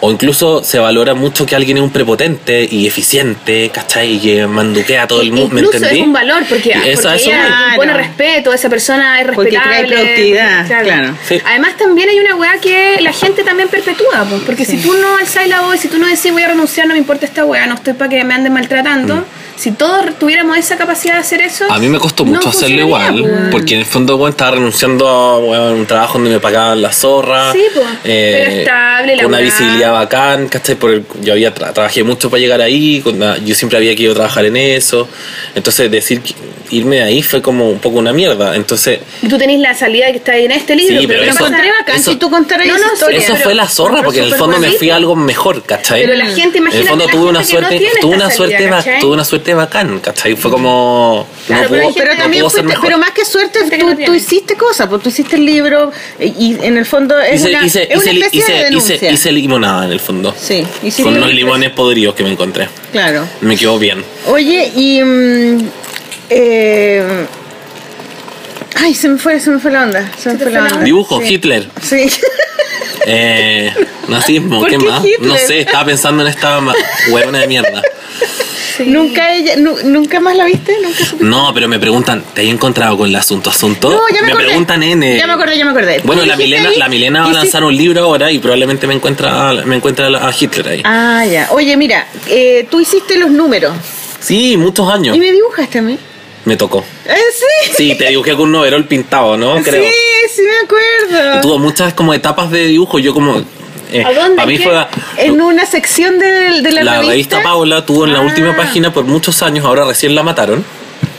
S2: O incluso se valora mucho que alguien es un prepotente y eficiente, ¿cachai? Y que manduquea a todo el mundo, ¿me
S3: E Incluso
S2: entendí?
S3: es un valor porque,
S2: Y
S3: porque
S2: eso- eso
S3: ella
S1: voy.
S3: impone
S1: Claro.
S3: respeto, esa persona es
S1: Porque
S3: respetable.
S1: crea productividad, claro.
S2: Sí.
S3: Además también hay una weá que la gente también perpetúa, pues, porque si tú no alzás la voz, si tú no decís voy a renunciar, no me importa esta weá, no estoy para que me anden maltratando, si todos tuviéramos esa capacidad de hacer eso...
S2: Mm. A mí me costó
S3: no
S2: mucho hacerlo
S3: funcionaría,
S2: igual,
S3: pues.
S2: porque en el fondo bueno, estaba renunciando a bueno, un trabajo donde me pagaban la zorra,
S3: Sí, pues, pero estable,
S2: con una
S3: laboral.
S2: visibilidad bacán, ¿cachai? Por el- yo había tra- trabajé mucho para llegar ahí, con la- yo siempre había querido trabajar en eso, entonces decir que irme de ahí fue como un poco una mierda, entonces
S3: Y tú tenés la salida que está ahí en este libro,
S2: Sí, pero
S3: ¿qué
S2: eso-
S3: pasa?
S1: Encontré bacán
S2: eso-
S1: si tú contaras
S3: No,
S1: esa
S3: no, sí,
S1: historia.
S2: eso
S3: pero-
S2: fue la zorra,
S3: pero
S2: porque en el
S3: súper
S2: fondo me
S3: bonito.
S2: fui a algo mejor, ¿cachai?
S3: Pero la gente,
S2: en el
S3: imagínate
S2: fondo
S3: la
S2: tuve
S3: gente
S2: una
S3: que no
S2: suerte,
S3: tiene
S2: tuve
S3: esta
S2: una suerte,
S3: salida,
S2: ba-
S3: ¿cachai?
S2: tuve una suerte bacán, ¿cachai? Fue como
S3: Claro,
S2: no
S3: pero
S2: puedo,
S3: hay gente
S2: no
S1: pero
S3: que
S1: también
S2: puedo ser
S1: fuiste-
S2: mejor.
S1: pero más que suerte,
S3: Gente que
S1: tú,
S3: no tiene.
S1: tú hiciste cosas, pues tú hiciste el libro eh, y en el fondo es
S2: hice,
S1: una,
S2: hice-
S1: es una
S2: hice-
S1: especie
S2: hice-
S1: de denuncia.
S2: hice- hice limonada en el fondo.
S1: sí, hiciste
S2: Con unos
S1: una-
S2: limones podridos que me encontré.
S1: Claro.
S2: Me quedó bien.
S1: Oye, y. mm, eh, ay, se me fue, se me fue la onda. Se me fue la onda.
S2: Dibujo,
S1: sí.
S2: Hitler.
S1: Sí.
S2: Eh, nazismo,
S1: ¿Por
S2: ¿qué,
S1: qué
S2: más?
S1: Hitler?
S2: No sé, estaba pensando en esta ma- huevona de mierda.
S1: [LAUGHS] ¿Nunca, ella, nu- ¿Nunca más la viste? ¿Nunca supiste?
S2: No, pero me preguntan, ¿te has encontrado con el asunto? ¿Asunto?
S1: No, ya me acordé.
S2: preguntan N.
S1: Ya me acordé, ya me acordé.
S2: Bueno,
S1: ¿Tú
S2: la
S1: dijiste
S2: Milena,
S1: ahí?
S2: la Milena va a
S1: Hici-
S2: lanzar un libro ahora y probablemente me encuentra, a- me encuentra a Hitler ahí.
S1: Ah, ya. Oye, mira, eh, tú hiciste los números
S2: Sí, muchos años.
S1: y me dibujaste a mí.
S2: Me tocó.
S1: Eh, sí.
S2: Sí, te dibujé con un overol pintado, ¿no? Creo.
S1: Sí, sí me acuerdo.
S2: Tuvo muchas como etapas de dibujo. Yo como eh,
S1: ¿A dónde?
S2: para mí
S1: ¿Qué?
S2: fue
S1: en una sección de, de la,
S2: la
S1: revista,
S2: revista Paula tuvo en la
S1: Ah.
S2: última página por muchos años, ahora recién la mataron,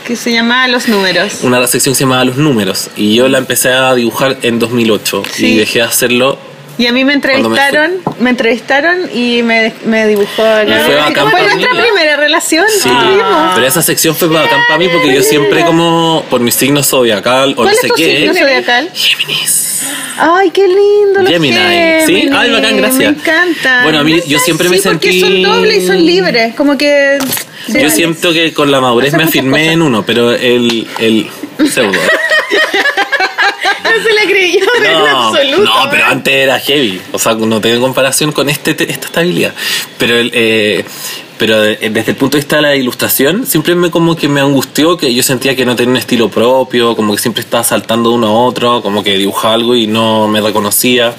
S1: que se llamaba Los Números.
S2: una sección que se llamaba Los Números y yo la empecé a dibujar en 2008 y
S1: Sí.
S2: dejé de hacerlo.
S1: Y a mí me
S2: Cuando me fui.
S1: entrevistaron, me, entrevistaron y me, me dibujó la
S2: fue
S1: revista.
S2: bacán
S1: Fue
S2: para
S1: nuestra
S2: mí.
S1: primera relación.
S2: Sí,
S1: tuvimos.
S2: pero esa sección fue bacán para mí porque yo siempre como por mi signo zodiacal o no
S1: ¿Cuál es
S2: sé
S1: tu
S2: qué.
S1: signo zodiacal?
S2: Géminis.
S1: Ay, qué lindo los
S2: Gemini, ¿sí? Ay, bacán, gracias.
S1: Me encanta.
S2: Bueno, a mí- yo siempre me
S1: porque
S2: sentí-
S1: son dobles y son libres, como que...
S2: Yo siento que con la madurez
S1: Hacer
S2: me
S1: muchas
S2: afirmé
S1: cosas.
S2: en uno, pero el, el pseudo.
S1: Ah, se la creí yo [LAUGHS]
S2: No, no, pero antes era heavy. O sea, no tengo comparación con este, te- esta estabilidad. Pero el, eh, pero eh, desde el punto de vista de la ilustración, siempre me como que me angustió que yo sentía que no tenía un estilo propio, como que siempre estaba saltando de uno a otro, como que dibujaba algo y no me reconocía.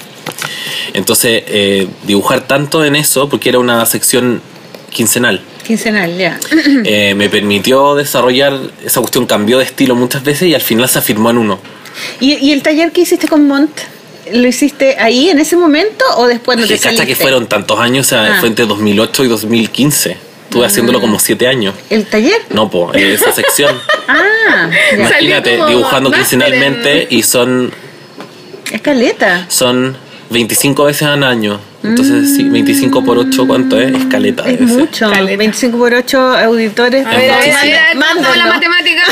S2: Entonces, eh, dibujar tanto en eso, porque era una sección quincenal.
S1: Quincenal, ya.
S2: eh, me permitió desarrollar esa cuestión, cambió de estilo muchas veces y al final se afirmó en uno.
S1: ¿Y, y el taller que hiciste con Mont? ¿Lo hiciste ahí, en ese momento, o después no te
S2: Que cacha
S1: saliste?
S2: que fueron tantos años, o sea,
S1: Ah.
S2: fue entre 2008 y 2015. Estuve haciéndolo como siete años.
S1: ¿El taller?
S2: No, po, esa
S1: [LAUGHS]
S2: sección.
S1: Ah, ya.
S2: Imagínate,
S3: como
S2: dibujando
S3: máster en-
S2: quincenalmente y son,
S1: Escaleta.
S2: son 25 veces al año. Entonces, sí, 25 por 8, ¿cuánto es? Escaleta.
S1: Mm. Es
S2: debe ser.
S1: mucho. 25 por 8 auditores.
S2: ver, a ver, a ver,
S1: Mándalo.
S7: la matemática.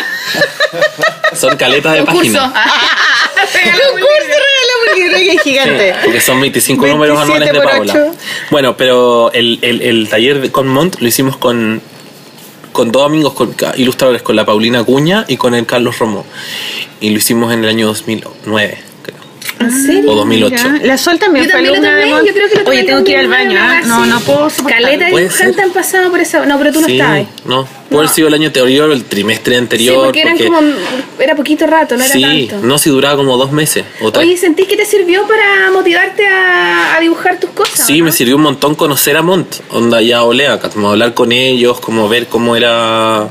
S2: Son caletas de
S3: Concurso.
S2: páginas.
S3: [LAUGHS]
S1: [LAUGHS] Un curso regala un libro que es
S2: Sí,
S1: gigante.
S2: porque son 25
S3: [LAUGHS]
S2: números
S1: 27
S2: anuales de
S1: por
S2: Paula.
S1: ocho.
S2: Bueno, pero el, el- el taller de- con Mont lo hicimos con, con dos amigos con, ca- ilustradores, con la Paulina Cuña y con el Carlos Romo. Y lo hicimos en el año 2009, creo.
S1: ¿En
S3: Ah,
S1: serio?
S2: O 2008.
S1: Mira, La Sol también
S3: Yo
S1: fue
S3: también lo
S1: alumna de
S3: tomé,
S1: Mont.
S3: yo creo que lo tomé
S1: Oye, tengo que ir al
S3: también,
S1: baño, ¿ah?
S3: ¿verdad?
S1: No,
S3: Sí.
S1: no puedo soportar.
S3: Caleta de
S2: ¿Puede
S3: dibujantes
S2: ser?
S3: han pasado por esa. No, pero tú no
S2: Sí,
S3: estabas ahí.
S2: no. Puede haber sido el año anterior o el trimestre
S3: Sí,
S2: anterior.
S3: porque eran como. Era poquito rato, no era
S2: sí,
S3: tanto.
S2: no, eh. si duraba como dos meses o tres.
S3: Oye, ¿sentís que te sirvió para motivarte a, a dibujar tus cosas?
S2: Sí,
S3: o no?
S2: me sirvió un montón conocer a Mont, onda ya olea, como hablar con ellos, como ver cómo era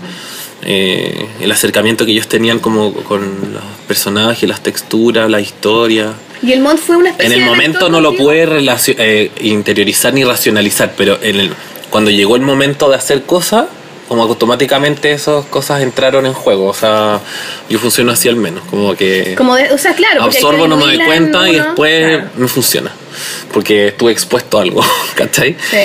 S2: eh, el acercamiento que ellos tenían como con los personajes, las texturas, la historia.
S3: Y el Mont fue una especie
S2: En el
S3: de
S2: momento
S3: mentor
S2: no lo
S3: contigo.
S2: pude relacio- eh, interiorizar ni racionalizar, pero en el, cuando llegó el momento de hacer cosas, como automáticamente esas cosas entraron en juego. O sea, yo funciono así al menos, como que
S3: Como de, o sea, claro. porque hay
S2: absorbo,
S3: que
S2: no me doy
S3: diluirla en
S2: cuenta y
S3: uno.
S2: después
S3: Claro.
S2: me funciona. Porque estuve expuesto a algo, [LAUGHS] ¿cachai?
S3: Sí.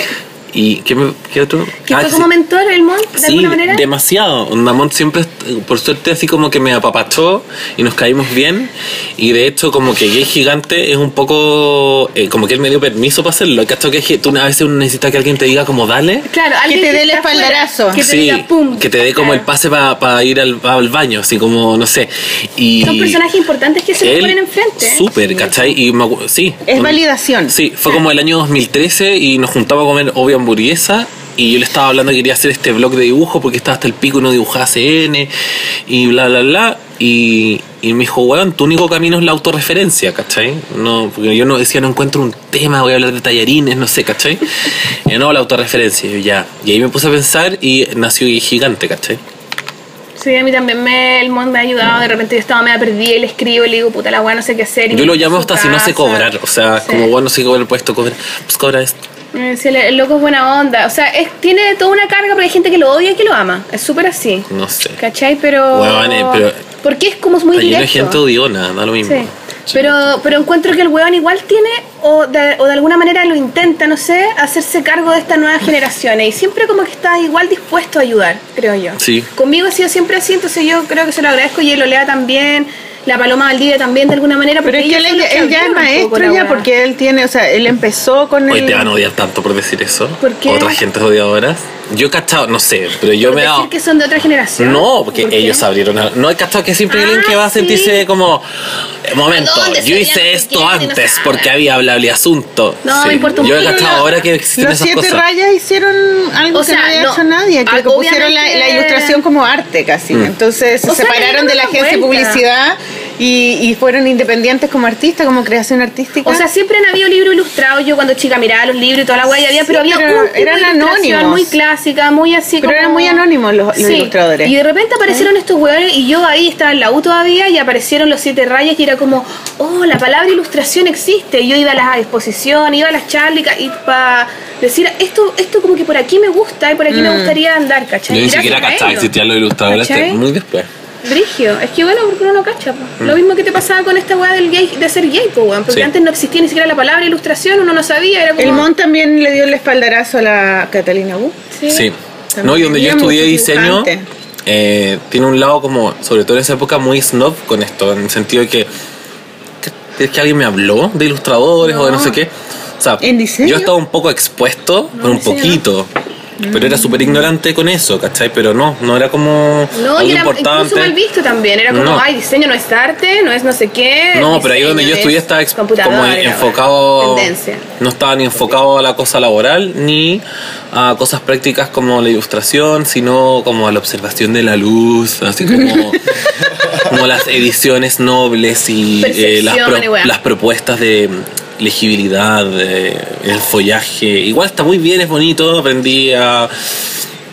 S2: ¿Y qué, me- qué otro?
S3: ¿Que
S2: Ah,
S3: fue
S2: sí.
S3: como mentor el Mont, de
S2: Sí,
S3: alguna manera?
S2: demasiado. Namont siempre, est- por suerte, así como que me apapachó y nos caímos bien. Y de hecho, como que Gay Gigante es un poco. eh, como que él me dio permiso para hacerlo. ¿Cachai? Que es que tú a veces necesitas que alguien te diga, como, dale.
S3: Claro, alguien
S1: te dé
S3: que
S1: el
S3: está afuera,
S1: espaldarazo.
S3: Que te
S2: sí,
S3: diga pum.
S2: que te dé como el
S3: Claro.
S2: pase para ir al, al baño, así como, no sé. Y
S3: Son personajes importantes que se te
S2: él,
S3: ponen enfrente. ¿eh?
S2: Súper, ¿cachai? Y me acu- sí.
S1: Es
S2: un-
S1: validación.
S2: Sí, fue como el año 2013 y nos juntamos a comer obvio hamburguesa y yo le estaba hablando que quería hacer este blog de dibujo porque estaba hasta el pico y no dibujaba CN y bla, bla, bla. Y, y me dijo, weón, tu único camino es la autorreferencia, ¿cachai? No, porque yo no decía, no encuentro un tema, voy a hablar de tallarines, no sé,
S3: [LAUGHS]
S2: ¿cachai? Y no, la autorreferencia, y yo ya. Y ahí me puse a pensar y nació Gay Gigante, ¿cachai?
S3: Sí, a mí también me, el Mont me ha ayudado. De repente yo estaba media perdida y le escribo y le digo, puta la weá, no sé qué hacer. y
S2: Yo
S3: me
S2: lo
S3: voy a
S2: llamo
S3: su
S2: hasta si no sé
S3: casa.
S2: cobrar, o sea,
S3: Sí.
S2: como, weón, no sé cobrar el puesto, cobra, pues cobra esto.
S3: Eh, sí, el, el loco es buena onda. O sea, es, tiene toda una carga, pero hay gente que lo odia y que lo ama. Es súper así.
S2: No sé.
S3: ¿Cachai? Pero.
S2: Weón, eh, pero-
S3: Porque es como muy
S2: Está lleno de
S3: directo.
S2: gente odiona, da lo mismo.
S3: Sí. Pero, pero encuentro que el weón igual tiene, o de, o de alguna manera lo intenta, no sé, hacerse cargo de estas nuevas generaciones. Y siempre como que está igual dispuesto a ayudar, creo yo.
S2: Sí.
S3: Conmigo ha sido siempre así, entonces yo creo que se lo agradezco y él lo lea también. La Paloma Valdivia también, de alguna manera.
S1: Pero
S3: porque
S1: es que él,
S3: ellas son las
S1: él ya es
S3: abrieron un poco la
S1: maestro ya,
S3: weá.
S1: porque él tiene, o sea, él empezó con
S2: Hoy
S1: el...
S2: te van a odiar tanto por decir eso.
S3: ¿Por qué?
S2: Otras gentes odiadoras. Yo he cachado, no sé, pero yo
S3: Por
S2: me he dado.
S3: decir que son de otra generación.
S2: No, porque
S3: ¿Por qué?
S2: ellos abrieron. a- No he cachado que siempre hay alguien
S3: Ah,
S2: que va a
S3: sí.
S2: sentirse como. eh, Momento,
S3: ¿A dónde
S2: yo
S3: se
S2: hice
S3: llama?
S2: esto
S3: ¿Quién? No
S2: antes
S3: sabe.
S2: porque había hablable asunto.
S3: No, me importa un
S2: Yo he
S3: pico
S2: cachado
S3: la-
S2: ahora que existen
S1: Los
S2: esas
S1: siete
S2: cosas.
S1: rayas hicieron algo
S3: O sea,
S1: que no había
S3: no.
S1: hecho nadie, que
S3: Ah,
S1: pusieron la,
S3: obviamente-
S2: Mm.
S1: la ilustración como arte casi. Entonces se
S3: O sea, le
S1: separaron
S3: dieron
S1: de la
S3: una
S1: agencia de
S3: vuelta.
S1: publicidad Y, y fueron independientes como artistas, como creación artística.
S3: O sea, siempre han habido libros ilustrados. Yo cuando chica miraba los libros y toda la guay había, pero había
S1: pero
S3: un tipo
S1: eran
S3: de ilustración
S1: anónimos.
S3: muy clásica, muy así
S1: Pero
S3: como-
S1: eran muy anónimos los- los ilustradores.
S3: Y de repente aparecieron estos hueones y yo ahí estaba en la U todavía y aparecieron los siete rayas y era como, oh, la palabra ilustración existe. Y yo iba a las exposiciones, iba a las charlas y para decir, esto, esto como que por aquí me gusta y por aquí
S1: Mm.
S3: me gustaría andar,
S2: Yo
S3: ¿cachai?
S2: ni
S3: Gracias
S2: siquiera
S3: a
S2: cachaba que
S3: ellos.
S2: existían los ilustradores hasta
S3: ¿Cachai?
S2: muy después.
S3: Brigio, es que bueno, porque uno no cacha. po. Lo mismo que te pasaba con esta weá del gay, de ser gay, po, weón, porque
S2: Mm. Sí.
S3: antes no existía ni siquiera la palabra ilustración, uno no sabía, era como...
S1: el Mon también le dio el espaldarazo a la Catalina Wu.
S3: Sí.
S2: Sí.
S1: También
S2: No, y donde yo
S1: había
S2: estudié
S1: muchos
S2: diseño,
S1: dibujantes.
S2: eh, tiene un lado como, sobre todo en esa época, muy snob con esto, en el sentido de que, que- que, alguien me habló de ilustradores o de no sé qué. O sea,
S1: ¿En diseño?
S2: yo estaba un poco expuesto, pero un
S3: diseño no. Mm.
S2: poquito. Pero era súper ignorante con eso, ¿cachai? Pero no, no era como
S3: No,
S2: algo
S3: y era
S2: importante.
S3: incluso mal visto también. Era como,
S2: No.
S3: ay, diseño no es arte, no es no sé qué.
S2: No, pero ahí donde yo estudié estaba
S3: está
S2: ex- como enfocado.
S3: Tendencia.
S2: No estaba ni enfocado a la cosa laboral ni a cosas prácticas como la ilustración, sino como a la observación de la luz, así
S3: [LAUGHS]
S2: como, como las ediciones nobles y eh, las,
S3: Percepción
S2: pro-
S3: y weá.
S2: las propuestas de legibilidad, de- el follaje. Igual está muy bien, es bonito, aprendí a,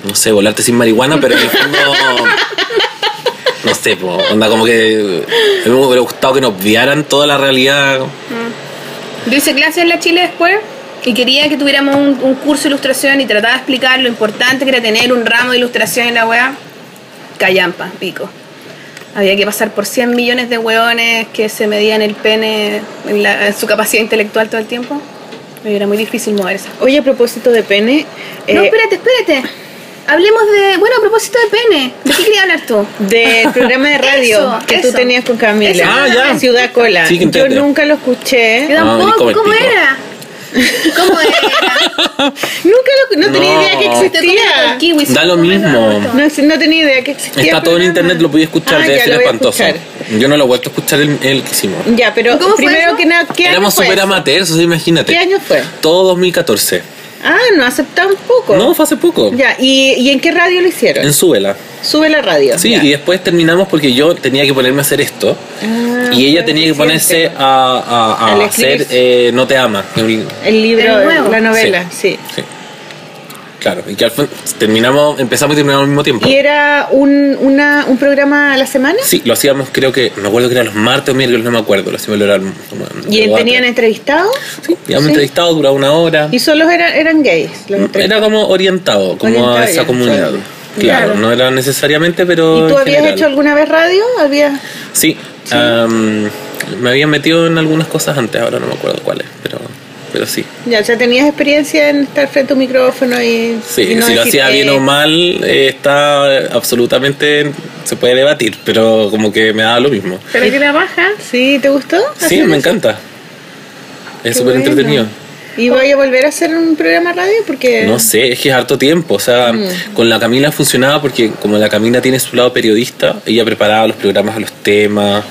S2: no sé, volarte sin marihuana, pero en el
S3: [LAUGHS]
S2: fondo... No sé, po, onda como que a mí me hubiera gustado que nos obviaran toda la realidad.
S3: Yo hice clases en la Chile después y quería que tuviéramos un, un curso de ilustración y trataba de explicar lo importante que era tener un ramo de ilustración en la weá. Callampa, pico. Había que pasar por 100 millones de hueones que se medían el pene en, la- en su capacidad intelectual todo el tiempo. Y Era muy difícil mover esa
S1: Oye, a propósito de pene,
S3: No,
S1: eh,
S3: espérate, espérate. Hablemos de. Bueno, a propósito de pene. ¿De qué querías hablar tú? [LAUGHS]
S1: del programa de radio
S3: Eso,
S1: que tú
S3: eso.
S1: tenías con Camila,
S3: Eso.
S2: Ah, ya.
S1: Ciudad Cola.
S2: Sí, que
S1: yo
S2: entérate.
S1: nunca lo
S3: Yo
S1: escuché.
S2: Ah,
S3: tampoco.
S2: Nico, el
S3: ¿Cómo
S2: pico.
S3: era?
S1: [LAUGHS]
S3: ¿Cómo era?
S1: Nunca lo no tenía
S2: No.
S1: idea que
S3: Te comía
S1: existía.
S3: el kiwi,
S2: Da lo
S3: ¿cómo era?
S2: mismo.
S1: No, no tenía idea que existía.
S2: Está
S1: el
S2: todo en
S1: programa.
S2: internet, lo pude escuchar,
S1: Ah,
S2: debe
S1: ya,
S2: ser
S1: lo voy a
S2: espantoso.
S1: escuchar.
S2: Yo no lo he vuelto a escuchar el, el que hicimos.
S1: Ya, pues. pero
S3: ¿Cómo fue
S1: primero
S3: eso?
S1: que nada, ¿qué año
S2: Éramos
S1: fue?
S2: súper
S1: eso?
S2: amateurs, así
S1: ¿Qué
S2: imagínate.
S1: año fue?
S2: Todo 2014.
S1: Ah, no aceptaba un poco.
S2: No, fue hace poco.
S1: Ya, ¿y, y en qué radio lo hicieron?
S2: En su vela.
S1: Sube la radio.
S2: Sí,
S1: ya.
S2: y después terminamos porque yo tenía que ponerme a hacer esto.
S1: Ah,
S2: y ella
S1: fue
S2: tenía que ponerse
S1: reciente.
S2: a, a- a
S1: Al escribir.
S2: hacer eh, No te ama. el-
S1: El libro,
S3: El nuevo.
S1: la novela, sí.
S2: sí. Claro, y que al fin terminamos, empezamos y terminamos al mismo tiempo.
S1: ¿Y era un, una, un programa a la semana?
S2: Sí, lo hacíamos, creo que, me acuerdo que era los martes o miércoles, no me acuerdo, lo hacíamos lo eran-
S1: ¿Y
S2: lo-
S1: tenían entrevistados?
S2: Sí, habíamos
S1: sí.
S2: entrevistado, duraba una hora.
S1: ¿Y solo eran, eran gays? los
S2: Era
S1: entrevistados?
S2: como orientado, como
S1: Orientado,
S2: a
S1: ya,
S2: esa comunidad.
S1: claro.
S2: Claro, no era necesariamente, pero.
S1: ¿Y tú
S2: en
S1: habías
S2: general.
S1: hecho alguna vez radio? ¿Habías...
S2: Sí, am, me había metido en algunas cosas antes, ahora no me acuerdo cuáles, pero, pero sí.
S1: Ya, ya tenías experiencia en estar frente a un micrófono y...
S2: Sí,
S1: y no
S2: si lo
S1: decir,
S2: hacía bien
S1: eh,
S2: o mal, eh, está absolutamente. se puede debatir, pero como que me daba lo mismo.
S3: Pero que la baja.
S1: ¿Sí? ¿Te gustó?
S2: Sí,
S1: hacer [LAUGHS]
S2: me
S1: eso?
S2: encanta. Es
S1: Qué
S2: súper
S1: bueno.
S2: entretenido.
S1: ¿Y voy a volver a hacer un programa radio? Porque...
S2: No sé, es que es harto tiempo. O sea,
S1: Mm.
S2: con la Camila funcionaba porque como la Camila tiene su lado periodista, ella preparaba los programas, los temas.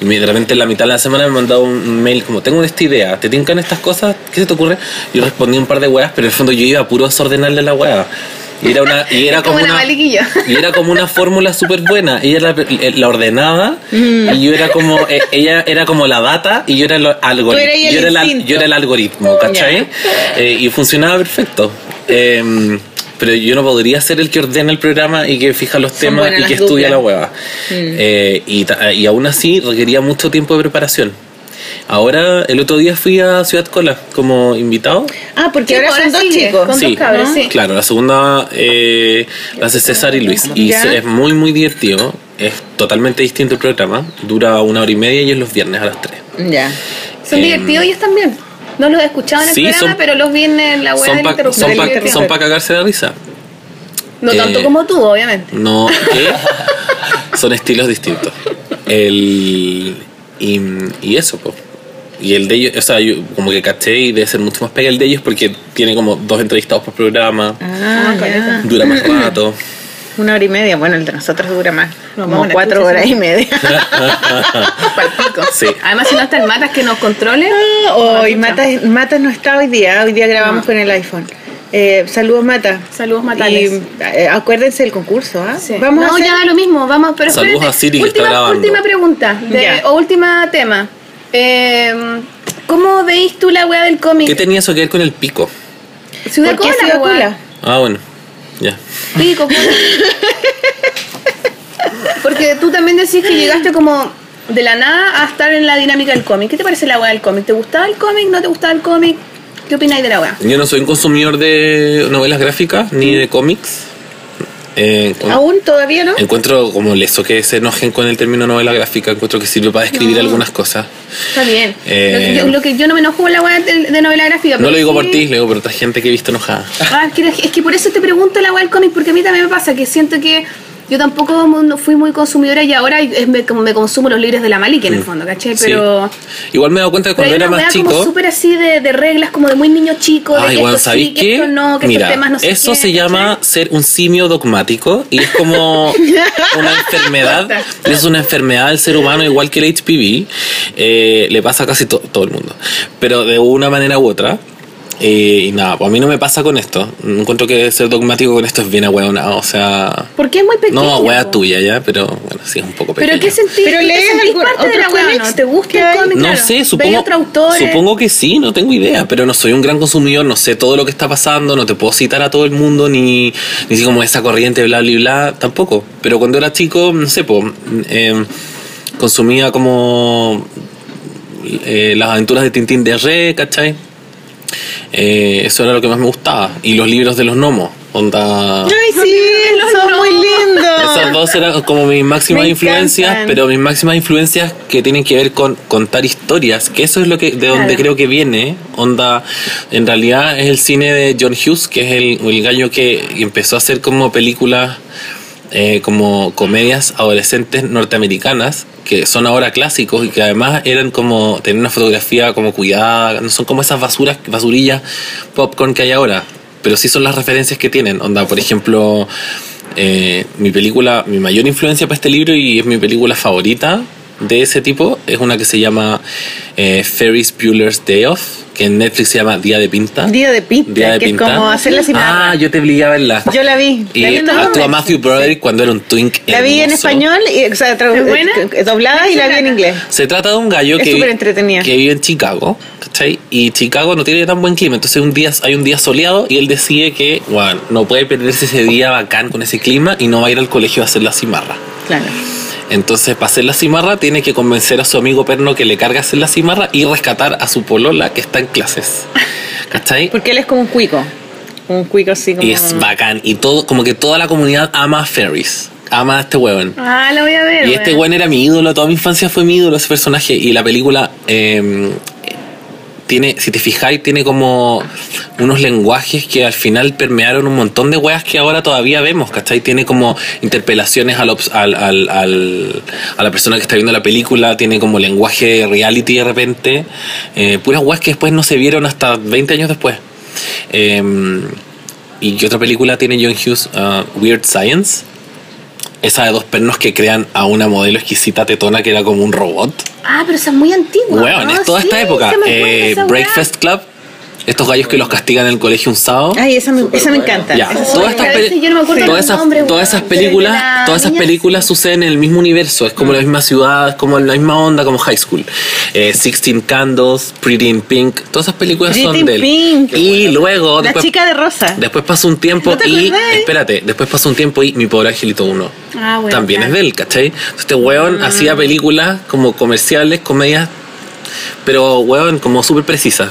S2: Y me- de repente en la mitad de la semana me mandaba un mail como, tengo esta idea, ¿te tincan estas cosas? ¿Qué se te ocurre? Yo respondí un par de weas, pero en el fondo yo iba a puro a desordenarle la wea. Y era, una,
S1: [LAUGHS]
S2: y era
S3: Como
S2: como,
S3: la
S2: una,
S3: Maliquillo.
S2: y era como una fórmula súper buena. Ella era la, eh, la ordenaba
S1: Mm.
S2: y yo era como, eh, ella era como la data y yo era el algoritmo.
S1: Tú eras el
S2: yo, era la-
S1: instinto.
S2: yo era el algoritmo, ¿cachai? Eh, y funcionaba perfecto. Eh, pero yo no podría ser el que ordena el programa y que fija los temas
S1: buenas
S2: y que
S1: las
S2: estudia
S1: duplas.
S2: la hueva.
S3: Mm.
S2: Eh, y, ta- y aún así requería mucho tiempo de preparación. Ahora, el otro día fui a Ciudad Cola como invitado.
S1: Ah, porque
S3: Sí,
S1: ahora
S3: ahora
S1: son dos
S3: sigue,
S1: chicos.
S3: con- dos cabros, sí.
S2: Claro, la segunda eh, la hace César y Luis. Y
S1: Ya.
S2: se- es muy, muy divertido. Es totalmente distinto el programa. Dura una hora y media y es los viernes a las 3.
S1: Ya.
S3: Son
S2: Em,
S3: divertidos ellos también. No los he escuchado en el
S2: sí,
S3: programa,
S2: son-
S3: pero los vi en la web
S2: Son
S3: del
S2: para
S3: interruptor.
S1: del
S2: pa,
S1: interruptor.
S2: son pa cagarse de risa.
S3: No tanto
S2: eh,
S3: como tú, obviamente.
S2: No, ¿qué? son estilos distintos. El, y, y eso, pues. Y el de ellos, o sea, yo como que caché y debe ser mucho más pega el de ellos porque tiene como dos entrevistados por programa,
S1: Ah,
S3: con
S1: ya.
S2: dura más
S3: [LAUGHS]
S2: rato.
S1: Una hora y media. Bueno, el de nosotros dura más.
S3: vamos a
S1: Como
S3: la
S1: cuatro
S3: chucha,
S1: horas
S3: sí.
S1: y media.
S3: Palpico.
S2: Sí.
S3: Además, si no están matas que nos controlen.
S1: Hoy
S3: Chucha.
S1: Matas Matas no está hoy día. Hoy día grabamos con el iPhone. Eh, saludos, Mata.
S3: Saludos, Matales.
S1: Y, eh, acuérdense del concurso, ¿ah?
S3: Sí.
S1: Vamos
S3: no,
S1: a hacer...
S3: ya da lo mismo, vamos, pero
S2: Saludos
S3: espérate.
S2: a Siri que
S3: última,
S2: está grabando.
S3: última pregunta de-
S1: Ya.
S3: o última tema. Eh, ¿Cómo veis tú la weá del cómic?
S2: ¿Qué tenía eso que ver con el pico?
S3: Ciudad
S1: ¿Por qué
S3: Cola,
S1: Ciudad
S3: weá.
S1: Cola?
S2: Ah, bueno. Ya.
S3: Pico, cola. Porque tú también decís que llegaste como de la nada a estar en la dinámica del cómic. ¿Qué te parece la weá del cómic? ¿Te gustaba el cómic? ¿No te gustaba el cómic? ¿Qué opináis de la weá?
S2: Yo no soy un consumidor de novelas gráficas ni
S3: Mm.
S2: de cómics. Eh, con-
S1: Aún todavía no.
S2: Encuentro como leso que se enojen con el término novela gráfica. Encuentro que sirve para describir
S3: No.
S2: algunas cosas.
S3: Está bien.
S2: Eh,
S3: lo, que yo, lo que yo no me enojo con la weá de, de novela gráfica.
S2: No
S3: pero
S2: lo digo
S3: sí-
S2: por ti, lo digo por otra gente que he visto enojada.
S3: Ah, es que- es que por eso te pregunto la weá del cómic, porque a mí también me pasa que siento que yo tampoco mu- no fui muy consumidora y ahora es- me, como me consumo los libros de la Maliki en el fondo, ¿cachai?
S2: Sí.
S3: Pero,
S2: Igual me he dado cuenta que
S3: pero
S2: cuando
S3: hay
S2: era
S3: una weá
S2: más
S3: como
S2: chico.
S3: súper así de, de reglas, como de muy niño chico, de
S2: Ay,
S3: que
S2: weón,
S3: esto
S2: ¿sabéis
S3: sí, que esto
S2: qué?
S3: no, que
S2: Mira,
S3: estos temas no sé
S2: eso
S3: qué,
S2: se llama
S3: ¿cachai?
S2: ser un simio dogmático y es
S3: [LAUGHS]
S2: como una enfermedad. Es una enfermedad del ser humano igual que el HPV. eh, le pasa a casi to- todo el mundo, pero de una manera u otra. eh, y nada, pues a mí no me pasa con esto. Encuentro que ser dogmático con esto es bien agüeonado. O sea,
S3: Porque es muy pequeño.
S2: no agüea
S3: po.
S2: tuya ya, pero bueno, sí es un poco pequeño.
S3: Pero ¿qué sentís?
S1: Pero
S3: ¿Te
S1: lees
S3: sentís
S1: algún-
S3: parte de la
S1: otros
S3: weá,
S1: cómics
S3: ¿no? ¿Te
S1: que
S3: gusta
S1: hay?
S3: el cómic?
S2: No
S3: Claro.
S2: sé,
S3: ¿Veis
S2: supongo,
S3: otros autores?
S2: supongo que sí, no tengo idea, pero no soy un gran consumidor, no sé todo lo que está pasando, no te puedo citar a todo el mundo, ni, ni si como esa corriente, bla, bla, bla, tampoco. Pero cuando era chico, no sé, po, eh, consumía como eh, las aventuras de Tintín de Re, ¿cachai? Eh, eso era lo que más me gustaba. Y los libros de los gnomos, onda...
S3: [LAUGHS]
S1: Ay, sí, son muy
S2: [LAUGHS] Esas
S1: lindos.
S2: dos eran como mis máximas
S1: Me
S2: influencias,
S1: encantan.
S2: pero mis máximas influencias que tienen que ver con contar historias, que eso es lo que de donde
S3: Claro.
S2: creo que viene. Onda, en realidad es el cine de John Hughes, que es el, el gallo que empezó a hacer como películas, eh, como comedias adolescentes norteamericanas, que son ahora clásicos y que además eran como tener una fotografía como cuidada, no son como esas basuras, basurillas popcorn que hay ahora. Pero sí son las referencias que tienen. Onda, por ejemplo, eh, mi película, mi mayor influencia para este libro y es mi película favorita de ese tipo, es una que se llama eh, Ferris Bueller's Day Off, que en Netflix se llama Día de Pinta.
S1: Día de pinta,
S2: Día de
S1: que
S2: pinta.
S1: es como hacerla sin
S2: Ah, yo te obligaba a verla.
S1: Yo la vi.
S2: Y
S1: la vi en los
S2: actúa
S1: Muppets.
S2: Matthew Broderick cuando era un twink.
S1: La vi en
S2: hermoso.
S1: español, y, o sea, trau-
S3: ¿Es buena?
S1: eh, doblada y la vi en inglés.
S2: Se trata de un gallo
S1: Es
S2: que,
S1: súper entretenida.
S2: que vive en Chicago, ¿cachai? Y Chicago no tiene tan buen clima, entonces un día, hay un día soleado y él decide que, bueno, no puede perderse ese día bacán con ese clima y no va a ir al colegio a hacer la cimarra.
S1: Claro.
S2: Entonces, para hacer la cimarra, tiene que convencer a su amigo perno que le carga hacer la cimarra y rescatar a su polola que está en clases. ¿Cachai?
S1: Porque él es como un cuico. Un cuico así como.
S2: Y es bacán. Y todo, como que toda la comunidad ama a Ferris. Ama a este huevón.
S3: Ah, la voy a ver.
S2: Y este
S3: weá.
S2: weón era mi ídolo, toda mi infancia fue mi ídolo ese personaje. Y la película eh, tiene, si te fijáis, tiene como unos lenguajes que al final permearon un montón de weas que ahora todavía vemos, ¿cachai? Tiene como interpelaciones al, obs- al- al- al- a la persona que está viendo la película, tiene como lenguaje reality de repente. eh, puras weas que después no se vieron hasta 20 años después. Eh, ¿Y qué otra película tiene John Hughes? Ah, Weird Science. Esa de dos pernos que crean a una modelo exquisita tetona que era como un robot.
S3: Ah, pero esa es muy antigua.
S2: Weón,
S3: ¿no?
S2: es toda
S3: Sí,
S2: esta época.
S3: se me acuerda
S2: Eh,
S3: esa weá.
S2: Breakfast Club, estos gallos que los castigan en el colegio un sábado.
S1: Ay, esa me, esa me encanta.
S2: Ya,
S1: Esa-
S2: todas estas,
S3: a
S2: peli-
S3: veces yo no me acuerdo
S2: todas
S3: los
S2: esas,
S3: nombres,
S2: todas
S3: weón.
S2: esas películas,
S3: De la
S2: todas esas
S3: niña-
S2: películas suceden en el mismo universo, es como la misma ciudad, es como la misma onda como High School. Eh, Sixteen Candles, Pretty in Pink, todas esas películas
S1: Pretty
S2: son
S1: in
S2: de él.
S1: Pink.
S2: Y luego
S1: La
S2: después,
S1: chica de
S3: Ah.
S1: rosa.
S2: después pasa un tiempo
S1: ¿No te
S2: y
S1: acordás?
S2: espérate, después pasa un tiempo y Mi pobre angelito 1.
S3: Ah, bueno,
S2: También
S3: claro. Ah.
S2: es de él, ¿cachai? Este weón hacía películas como comerciales, comedias, pero weón como súper precisas.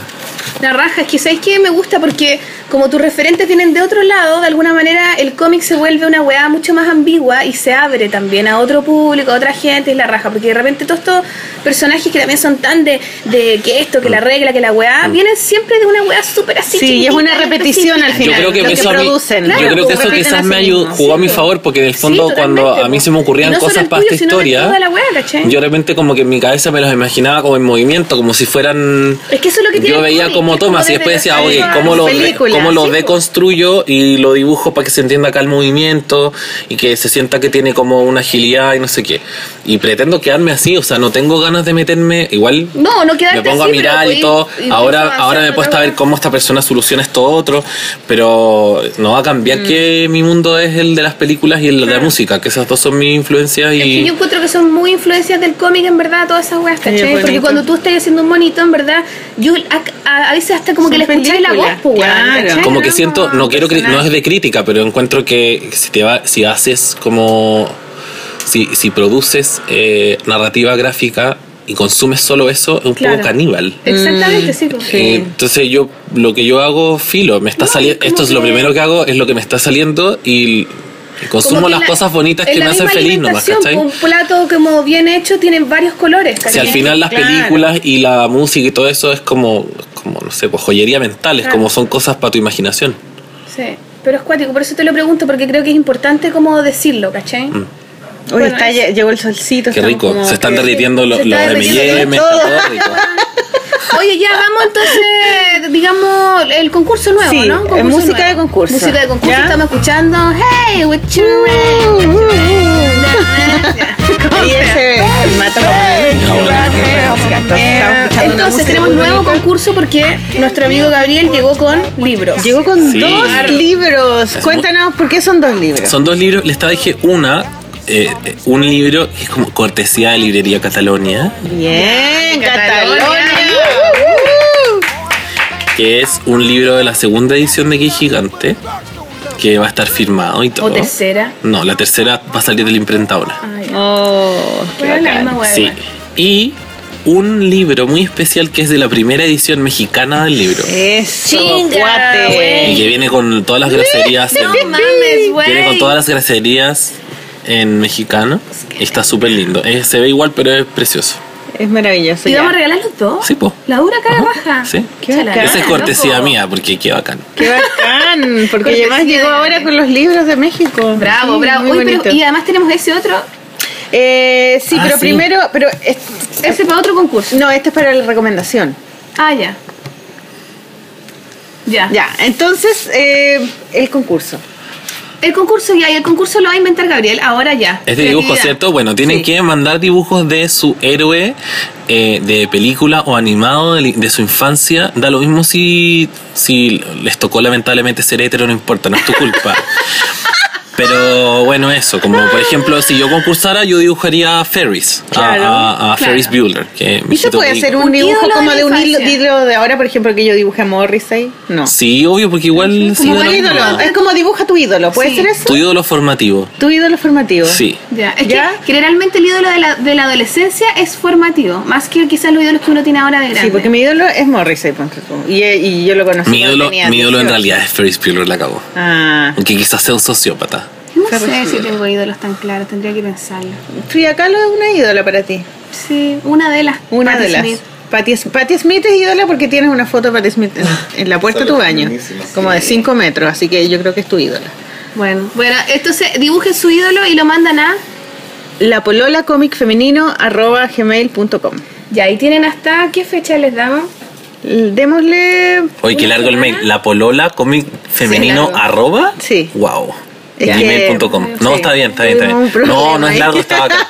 S3: La raja, es que ¿sabes qué? Me gusta porque como tus referentes vienen de otro lado, de alguna manera el cómic se vuelve una weá mucho más ambigua y se abre también a otro público, a otra gente, es la raja, porque de repente todos estos personajes que también son tan de, de que esto,
S2: Mm.
S3: que la regla, que la weá, vienen siempre de una weá súper así.
S1: Sí, y es una
S3: chiquitita,
S1: repetición al
S3: específica.
S1: final.
S2: yo creo que,
S1: lo que
S2: eso a mí-
S1: producen.
S2: yo
S3: Claro,
S2: creo que
S3: pues,
S2: eso
S3: repiten
S2: quizás
S3: a
S2: me
S3: sí
S2: ayudó-
S3: mismos,
S2: jugó a
S3: sí,
S2: mi
S3: pues.
S2: favor porque en el
S3: Sí,
S2: fondo cuando
S3: totalmente,
S2: a mí
S3: pues.
S2: se me ocurrían
S3: Y no solo
S2: cosas
S3: el
S2: para
S3: tuyo,
S2: esta
S3: sino de
S2: historia
S3: toda la wea, ¿cachai?
S2: yo de repente como que en mi cabeza me los imaginaba como en movimiento como si fueran
S3: Es que eso es lo que tiene
S2: yo
S3: el
S2: veía
S3: cómic,
S2: como
S3: es como
S2: Thomas y
S3: desde
S2: después
S3: la
S2: decía oye
S3: salida de
S2: cómo
S1: la
S2: lo
S1: película.
S2: cómo lo
S7: sí, pues. po.
S2: deconstruyo y lo dibujo para que se entienda acá el movimiento y que se sienta que tiene como una agilidad y no sé qué. Y pretendo quedarme así, o sea, no tengo ganas de meterme, igual
S7: No, no quedarte
S2: me pongo a
S7: así, pero
S2: mirar y
S7: podí-
S2: todo.
S7: pues, y
S2: ahora
S7: empezás a
S2: ahora me
S7: hacer
S2: he puesto a
S7: otra
S2: ver
S7: cosa.
S2: cómo esta persona soluciona esto otro, pero no va a
S7: Mm.
S2: cambiar que mi mundo es el de las películas y el de la música, que esas dos son mis influencias
S7: Es
S2: y...
S7: que yo encuentro que son muy influencias del cómic, en verdad, todas esas weas,
S1: Sí, es
S7: ¿cachai?
S1: bonito.
S7: Porque cuando tú estás haciendo un monito, en verdad, yo a, a- a veces hasta como que le
S1: Son
S7: escucháis la voz,
S1: películas,
S7: pues, weón,
S1: claro.
S7: ¿cachai?
S2: como que siento, no quiero cri- no es de crítica, pero encuentro que si te va, si haces como si, si produces eh, narrativa gráfica y consumes solo eso, es un
S7: Claro.
S2: poco caníbal.
S1: Mm.
S7: Exactamente, sí. pues.
S1: Sí.
S2: Eh, Entonces yo lo que yo hago filo, me está
S7: No,
S2: saliendo,
S7: es como
S2: esto es lo
S7: que-
S2: primero que hago, es lo que me está saliendo y l-
S7: Como
S2: consumo
S7: que
S2: las
S7: la-
S2: cosas bonitas
S7: en
S2: que
S7: la
S2: me hacen
S7: misma
S2: feliz nomás,
S7: alimentación,
S2: ¿cachai?
S7: Un plato como bien hecho tiene varios colores,
S2: Si
S7: ¿cachai?
S2: al final las
S1: Claro.
S2: películas y la música y todo eso es como, como no sé, pues joyería mental, es
S7: Claro.
S2: como son cosas para tu imaginación.
S7: Sí. Pero es cuático, por eso te lo pregunto, porque creo que es importante como decirlo,
S2: Mm.
S7: ¿cachai?
S1: Hoy
S7: Bueno,
S1: está, lle- llegó el solcito.
S2: Qué
S1: estamos
S2: rico,
S1: como
S2: se están
S1: que-
S2: derritiendo los,
S7: se
S2: los
S7: está derritiendo
S2: M&M,
S7: todo.
S2: está todo rico.
S7: Oye, ya vamos entonces, digamos, el concurso nuevo,
S1: Sí,
S7: ¿no?
S1: eh,
S7: Concurso
S1: música de concurso.
S7: Música de concurso,
S1: ¿Ya?
S7: estamos escuchando Hey, with you. with you.
S1: Y ese formato como- Estamos escuchando una
S7: Entonces
S1: música
S7: tenemos
S1: muy
S7: nuevo
S1: bonita.
S7: concurso porque nuestro amigo Gabriel llegó con libros.
S1: Llegó con
S2: Sí.
S1: dos libros.
S2: muy-
S1: Cuéntanos por qué son dos libros.
S2: [LAUGHS] Son dos libros, les traje una, eh, eh, un libro que es como cortesía de Librería Catalonia,
S1: Bien, Catalonia.
S2: que es un libro de la segunda edición de Key Gigante, que va a estar firmado y todo.
S7: o tercera.
S2: No, la tercera va a salir de la imprenta ahora.
S7: Ay,
S1: Oh, qué
S7: bueno, la
S1: bacán.
S7: misma hueá,
S2: sí.
S7: igual.
S2: Y un libro muy especial que es de la primera edición mexicana del libro.
S1: Eso,
S7: Chinga,
S1: cuate.
S7: güey.
S2: Y que viene con todas las groserías. en-
S7: No mames, güey.
S2: Viene con todas las gracerías en mexicano. Y está súper lindo. Eh, se ve igual, pero es precioso.
S1: Es maravilloso.
S7: ¿Y
S1: ya.
S7: vamos a regalar los dos?
S2: Sí, po.
S7: La dura cara
S2: Ajá.
S7: baja.
S2: Sí.
S1: Qué
S7: Chala,
S1: bacán,
S2: Esa es
S7: loco.
S2: cortesía mía, porque qué bacán.
S1: Qué bacán, porque
S7: Cortesía
S1: además llegó
S7: de-
S1: ahora con los libros de México.
S7: Bravo,
S1: Sí,
S7: bravo.
S1: muy
S7: Uy, pero-
S1: bonito.
S7: y además tenemos ese otro,
S1: Eh, sí,
S2: Ah,
S1: pero
S2: sí.
S1: primero, pero es-
S7: ese para otro concurso.
S1: no, este es para la recomendación.
S7: Ah, ya. Ya.
S1: Ya, entonces eh, el concurso.
S7: El concurso ya, y el concurso lo va a inventar Gabriel, ahora ya.
S2: Es de dibujo,
S7: Creatividad.
S2: ¿cierto? Bueno, tienen
S1: Sí.
S2: que mandar dibujos de su héroe, eh, de película o animado, de, li- de su infancia. Da lo mismo si, si les tocó lamentablemente ser hétero, no importa, no es
S1: [LAUGHS]
S2: tu culpa. Pero bueno, eso, como por ejemplo, si yo concursara, yo dibujaría a Ferris, a-
S1: Claro,
S2: a, a
S7: claro.
S2: Ferris Bueller. Que
S1: ¿Y se
S2: hijito
S1: puede
S2: rico.
S1: hacer un
S7: Un
S1: dibujo
S7: ídolo
S1: como
S7: de
S1: de un hilo,
S7: infancia.
S1: hilo de ahora, por ejemplo, que yo dibujé a Morrissey? No.
S2: Sí, obvio, porque igual... sí,
S1: Como
S2: da
S1: un
S2: lo mismo.
S1: ídolo, es como dibuja tu ídolo, ¿puede
S7: Sí.
S1: ser eso?
S2: Tu ídolo formativo.
S1: Tu ídolo formativo.
S2: Sí.
S7: Ya, es
S1: ¿Ya?
S7: que generalmente el ídolo de la, de la adolescencia es formativo, más que quizás los ídolos que uno tiene ahora de grande.
S1: Sí, porque mi ídolo es Morrissey, ponte tú. Y, e- y yo lo conocí.
S2: Mi
S1: cuando
S2: ídolo,
S1: tenía
S2: mi ídolo en
S1: 18.
S2: realidad es Ferris Bueller, la cago.
S1: Ah.
S2: Aunque quizás sea un sociópata.
S7: No
S1: Ferris
S7: sé si
S1: Bueller.
S7: tengo ídolos tan claros, tendría que pensarlo.
S1: Frida Kahlo es una ídola para ti.
S7: Sí, una de las.
S1: Una
S7: Patti
S1: de las.
S7: Smith.
S1: Patti, Patti Smith es ídola porque tienes una foto de Patti Smith en, en la puerta de tu baño, como de 5 metros, así que yo creo que es tu ídola.
S7: Bueno, bueno, entonces dibujen su ídolo y lo mandan a.
S1: La polola comic femenino arroba gmail.com.
S7: Ya, ahí tienen hasta. ¿Qué fecha les damos?
S1: Démosle.
S2: Oye, qué largo el mail. La polola comic femenino
S1: largo.
S2: arroba.
S1: Sí.
S2: Wow.
S1: Es que-
S2: Gmail.com. No,
S1: sí.
S2: está bien, está bien, está
S1: Tuvimos
S2: bien.
S1: un
S2: No, no
S1: problema
S2: es
S1: ahí.
S2: largo,
S1: [LAUGHS]
S2: está acá.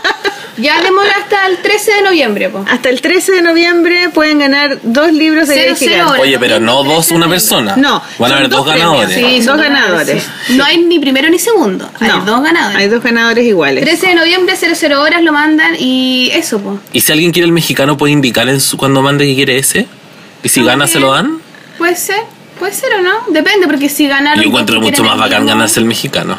S7: Ya demora hasta el 13 de noviembre, po.
S1: Hasta el 13 de noviembre pueden ganar dos libros de
S7: Cero,
S1: Grey
S7: cero
S1: Gigante.
S7: horas.
S2: Oye, pero no dos, una persona.
S1: No,
S2: Van a
S1: son
S2: haber dos
S1: dos premios,
S7: Ah,
S2: ganadores.
S1: sí. Dos ganadores.
S7: sí. No hay ni primero ni segundo. Hay
S1: No,
S7: dos ganadores.
S1: Hay dos ganadores iguales.
S7: 13 de noviembre, 00 horas lo mandan y eso, po.
S2: Y si alguien quiere el mexicano, puede indicar en su, cuando mande que quiere ese. Y si gana, se lo dan.
S7: Puede ser, puede ser o no. Depende, porque si ganaron.
S2: Yo encuentro
S7: porque
S2: mucho más
S7: eran
S2: bacán
S7: amigos.
S2: ganarse el mexicano.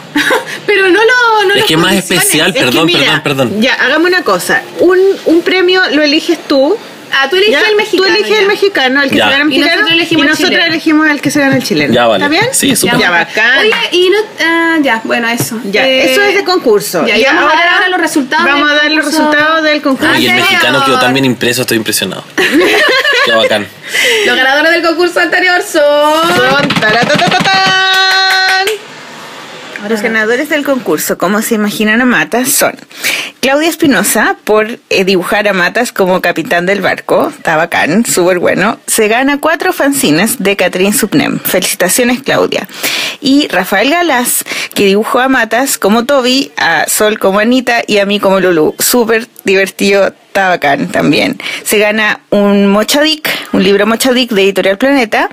S7: Pero no lo. No
S2: Es
S7: lo
S2: que es más
S7: condiciones.
S2: especial,
S1: Es que
S2: perdón,
S1: mira,
S2: perdón, perdón.
S1: Ya, hagamos una cosa. Un, un premio lo eliges tú.
S7: Ah, tú eliges
S1: ¿ya?
S7: el mexicano.
S1: Tú eliges
S7: ya.
S1: el mexicano, el que
S2: Ya.
S1: se gana el
S7: Y nosotros
S1: mexicano.
S7: elegimos el
S1: nosotros
S7: chileno.
S1: elegimos el que se gana el chileno.
S2: Ya vale.
S1: ¿Está bien?
S2: Sí,
S1: ya,
S2: súper.
S1: bacán.
S7: Oye, y no. ah, ya, bueno, eso.
S1: ya,
S7: Eh,
S1: eso es de concurso.
S7: Ya,
S1: Y
S7: y vamos a dar ahora los resultados.
S1: Vamos a
S7: del
S1: dar los
S7: concurso. Ah,
S1: resultados del concurso.
S2: Y el
S7: señor.
S2: mexicano quedó también impreso, estoy impresionado. Qué bacán.
S7: Los ganadores del concurso anterior son.
S1: Son- taratatán. Los ganadores del concurso, como se imaginan a Matas, son Claudia Espinosa por eh, dibujar a Matas como capitán del barco, está bacán, súper bueno. Se gana cuatro fanzines de Catherine Supnem, felicitaciones Claudia. Y Rafael Galás, que dibujó a Matas como Toby, a Sol como Anita y a mí como Lulu, súper divertido. Está bacán también. Se gana un Mochadic, un libro Mochadic de Editorial Planeta,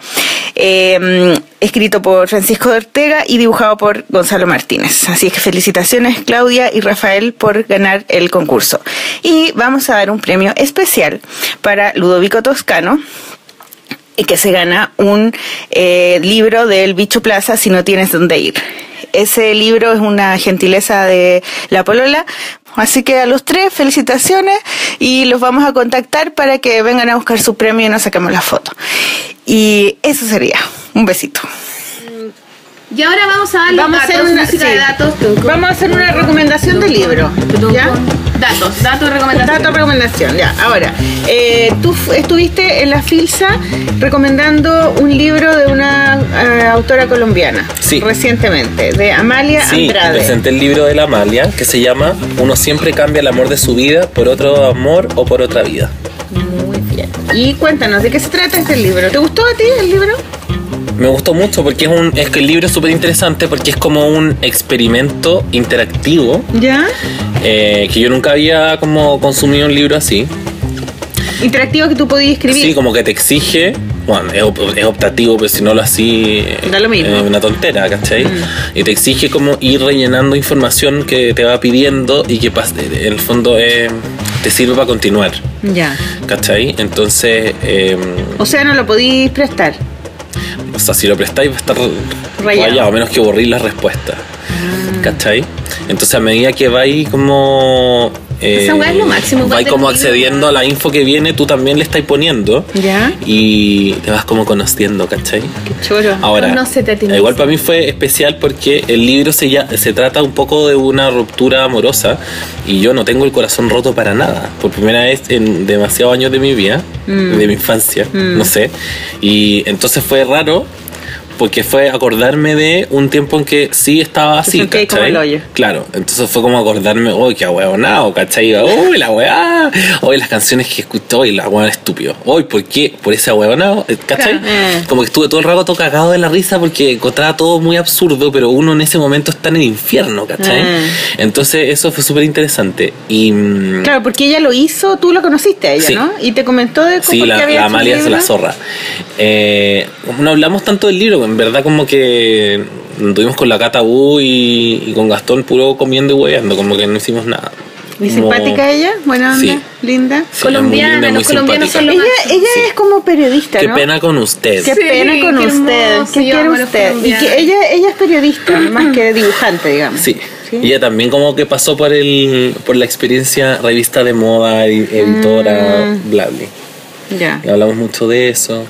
S1: eh, escrito por Francisco de Ortega y dibujado por Gonzalo Martínez. Así es que felicitaciones Claudia y Rafael por ganar el concurso. Y vamos a dar un premio especial para Ludovico Toscano, y que se gana un eh, libro del Bicho Plaza si no tienes dónde ir. Ese libro es una gentileza de la Polola. Así que a los tres, felicitaciones y los vamos a contactar para que vengan a buscar su premio y nos saquemos la foto. Y eso sería. Un besito.
S3: Y ahora vamos a darle
S1: Vamos a hacer
S3: Ah, datos,
S1: una-
S3: música de
S1: sí.
S3: datos.
S1: Vamos a hacer una recomendación de libro. ¿Ya?
S3: Datos, datos, recomendaciones.
S1: Dato recomendación, ya. Ahora, eh, tú fu- estuviste en la Filsa recomendando un libro de una eh, autora colombiana.
S2: Sí.
S1: Recientemente, de Amalia
S2: Sí,
S1: Andrade.
S2: presenté el libro de la Amalia que se llama Uno siempre cambia el amor de su vida por otro amor o por otra vida.
S1: Muy bien. Y cuéntanos, ¿de qué se trata este libro? ¿Te gustó a ti el libro?
S2: Me gustó mucho porque es un es que el libro es súper interesante porque es como un experimento interactivo
S1: Ya.
S2: eh, que yo nunca había como consumido un libro así.
S1: Interactivo que tú podías escribir.
S2: Sí, como que te exige. Bueno, es, op- es optativo, pero si no lo así. eh,
S1: Da lo mismo.
S2: Es una tontera, ¿cachai?
S3: Mm.
S2: Y te exige como ir rellenando información que te va pidiendo y que pas- en el fondo eh, te sirve para continuar,
S1: Ya.
S2: ¿cachai? Entonces, eh,
S1: O sea, no lo podías prestar.
S2: o sea, si lo prestáis va a estar
S1: Rayado.
S2: rayado, a menos que borréis las respuestas,
S3: Ah.
S2: ¿cachai? Entonces, a medida que vais como. eh,
S3: Esa weá es lo máximo, igual
S2: vais
S3: del
S2: como
S3: libro,
S2: accediendo a la info que viene, tú también le estáis poniendo.
S1: Ya.
S2: Y te vas como conociendo, ¿cachai?
S1: Choro.
S2: Ahora,
S3: Conócete a ti mismo.
S2: igual para mí fue especial porque el libro se, ya, se trata un poco de una ruptura amorosa y yo no tengo el corazón roto para nada. Por primera vez en demasiados años de mi vida, de mi infancia, no sé. Y entonces fue raro porque fue acordarme de un tiempo en que sí estaba así,
S1: sentías como
S2: ¿cachai?
S1: el hoyo.
S2: Claro, entonces fue como acordarme, uy, qué ahueonado, ¿cachai? Uy, la weá, uy, las canciones que escuchó, uy, la weón estúpido. Uy, ¿por qué? Por ese ahueonado, ¿cachai?
S1: Claro, eh.
S2: Como que estuve todo el rato todo cagado de la risa porque encontraba todo muy absurdo, pero uno en ese momento está en el infierno, ¿cachai?
S1: Ah.
S2: Entonces eso fue súper interesante. Y mm,
S1: Claro, porque ella lo hizo, tú lo conociste a ella,
S2: Sí.
S1: ¿no? Y te comentó de cómo
S2: Sí,
S1: que
S2: la,
S1: había
S2: la
S1: hecho un
S2: Amalia es
S1: libro.
S2: la zorra. Eh, no hablamos tanto del libro, en verdad como que estuvimos con la Cata Bu y, y con Gastón puro comiendo y hueveando, como que no hicimos nada.
S1: Muy
S2: Como-
S1: simpática ella, buena onda,
S2: Sí.
S1: linda.
S2: Sí,
S3: Colombiana,
S2: es muy linda, muy
S3: los colombianos
S2: simpática.
S3: son los-
S1: Ella, ella es como periodista,
S2: Qué
S1: ¿no?
S2: pena con usted.
S1: Qué
S3: Sí,
S1: pena con
S3: qué
S1: usted.
S3: hermoso,
S1: ¿Qué
S3: yo
S1: quiere
S3: amo a los
S1: usted? Y
S3: colombianos.
S1: que ella, ella es periodista, más que dibujante, digamos.
S2: Sí.
S1: Sí.
S2: Ella también como que pasó por el por la experiencia revista de moda, edi-
S1: Ah.
S2: editora, bla, bla.
S1: Ya.
S2: Y hablamos mucho de eso.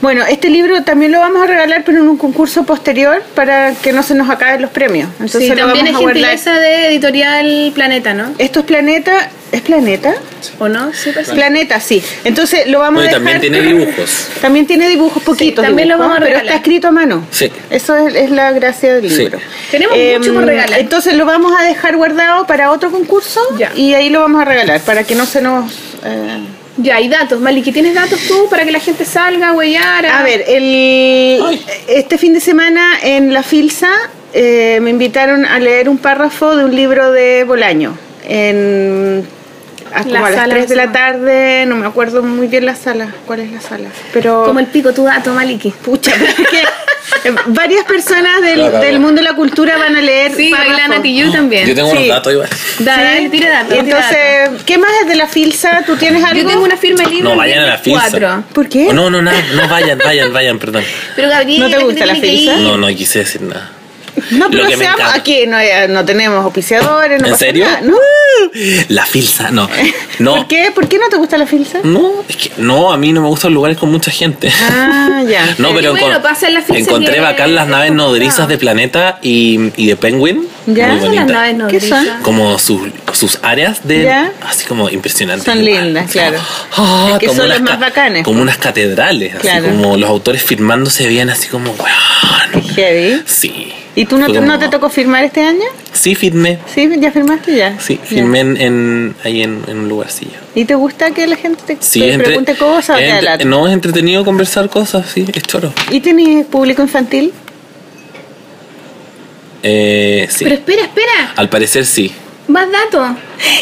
S1: Bueno, este libro también lo vamos a regalar, pero en un concurso posterior para que no se nos acaben los premios. Entonces
S3: Sí,
S1: lo
S3: también es
S1: vamos a guardar.
S3: gentileza de Editorial Planeta, ¿no?
S1: Esto es Planeta. ¿Es Planeta?
S3: ¿O no? Sí, parece.
S1: Planeta, sí. Entonces lo vamos
S2: Bueno, y
S1: a dejar.
S2: también tiene dibujos.
S1: También tiene dibujos poquitos.
S3: también lo
S1: dibujos,
S3: vamos a
S1: Pero
S3: regalar.
S1: está escrito a mano.
S2: Sí.
S1: Eso es, es la gracia del
S2: Sí.
S1: libro. Em,
S3: Tenemos mucho por regalar.
S1: Entonces lo vamos a dejar guardado para otro concurso
S3: Ya.
S1: y ahí lo vamos a regalar para que no se nos. eh,
S3: Ya, y datos. Maliki, ¿tienes datos tú para que la gente salga, huellara?
S1: A ver, el, este fin de semana en la Filsa eh, me invitaron a leer un párrafo de un libro de Bolaño. En, a, como
S3: La
S1: a las
S3: sala
S1: 3 de la
S3: esa.
S1: tarde, no me acuerdo muy bien la sala, cuál es la sala. Pero
S3: Como el pico, tu dato, Maliki.
S1: pucha, [LAUGHS] es que eh, varias personas del,
S2: La cagó.
S1: del mundo de la cultura van a leer
S3: Sí,
S1: párrafos.
S3: Bailana Tijoux también.
S2: Yo tengo
S1: Sí.
S2: unos datos igual.
S3: Dale,
S1: Sí.
S3: tira datos. tira datos.
S1: Entonces, ¿qué más es de la Filsa? ¿Tú tienes algo?
S3: yo tengo una firma libre.
S2: No, vayan a la
S3: Cuatro.
S2: fiesta.
S1: ¿Por qué?
S2: No, no, nada, no vayan, vayan, vayan, perdón.
S3: Pero Gabriel,
S1: ¿No te gusta la filsa?
S2: No, no quise decir nada.
S1: No,
S2: Lo
S1: pero
S2: que me
S1: seamos-
S2: encanta.
S1: aquí no, hay- no tenemos oficiadores, no
S2: ¿En
S1: pasa
S2: serio?
S1: nada, ¿no?
S2: La filsa, no.
S1: [LAUGHS]
S2: No.
S1: ¿Por qué? ¿Por qué no te gusta la filsa?
S2: No, es que no, a mí no me gustan lugares con mucha gente.
S1: Ah, ya.
S2: [LAUGHS] No, pero
S3: bueno,
S2: encon-
S3: pasa en la fiesta
S2: encontré
S3: que-
S2: bacán las naves
S3: Ah.
S2: nodrizas de Planeta y, y de Penguin.
S1: Ya. Son
S2: Muy
S1: las
S2: bonitas.
S3: naves no
S1: ¿Qué son?
S2: Como sus, sus áreas de...
S1: Ya.
S2: Así como impresionantes.
S1: Son
S2: igual.
S1: lindas, claro.
S2: Ah,
S1: Es que
S2: como
S1: son
S2: unas
S1: las más
S2: ca-
S1: bacanas.
S2: Como unas catedrales. Así
S1: Claro.
S2: como los autores firmándose bien así como... "Weón".
S1: Heavy.
S2: Sí.
S1: ¿Y tú no,
S2: Fue
S1: te- no
S2: como-
S1: te tocó firmar este año?
S2: Sí, firmé.
S1: Sí, ya firmaste ya.
S2: Sí,
S1: Ya.
S2: firmé en, en- ahí en, en un lugarcillo.
S1: ¿Y te gusta que la gente te,
S2: Sí,
S1: te
S2: es entre-
S1: pregunte cosas? o
S2: es
S1: te da
S2: entre-
S1: lata?
S2: no, es entretenido conversar cosas, sí, es choro.
S1: ¿Y tienes público infantil?
S2: Eh, sí.
S7: Pero espera, espera.
S2: Al parecer sí.
S7: Más
S2: [LAUGHS]
S7: datos.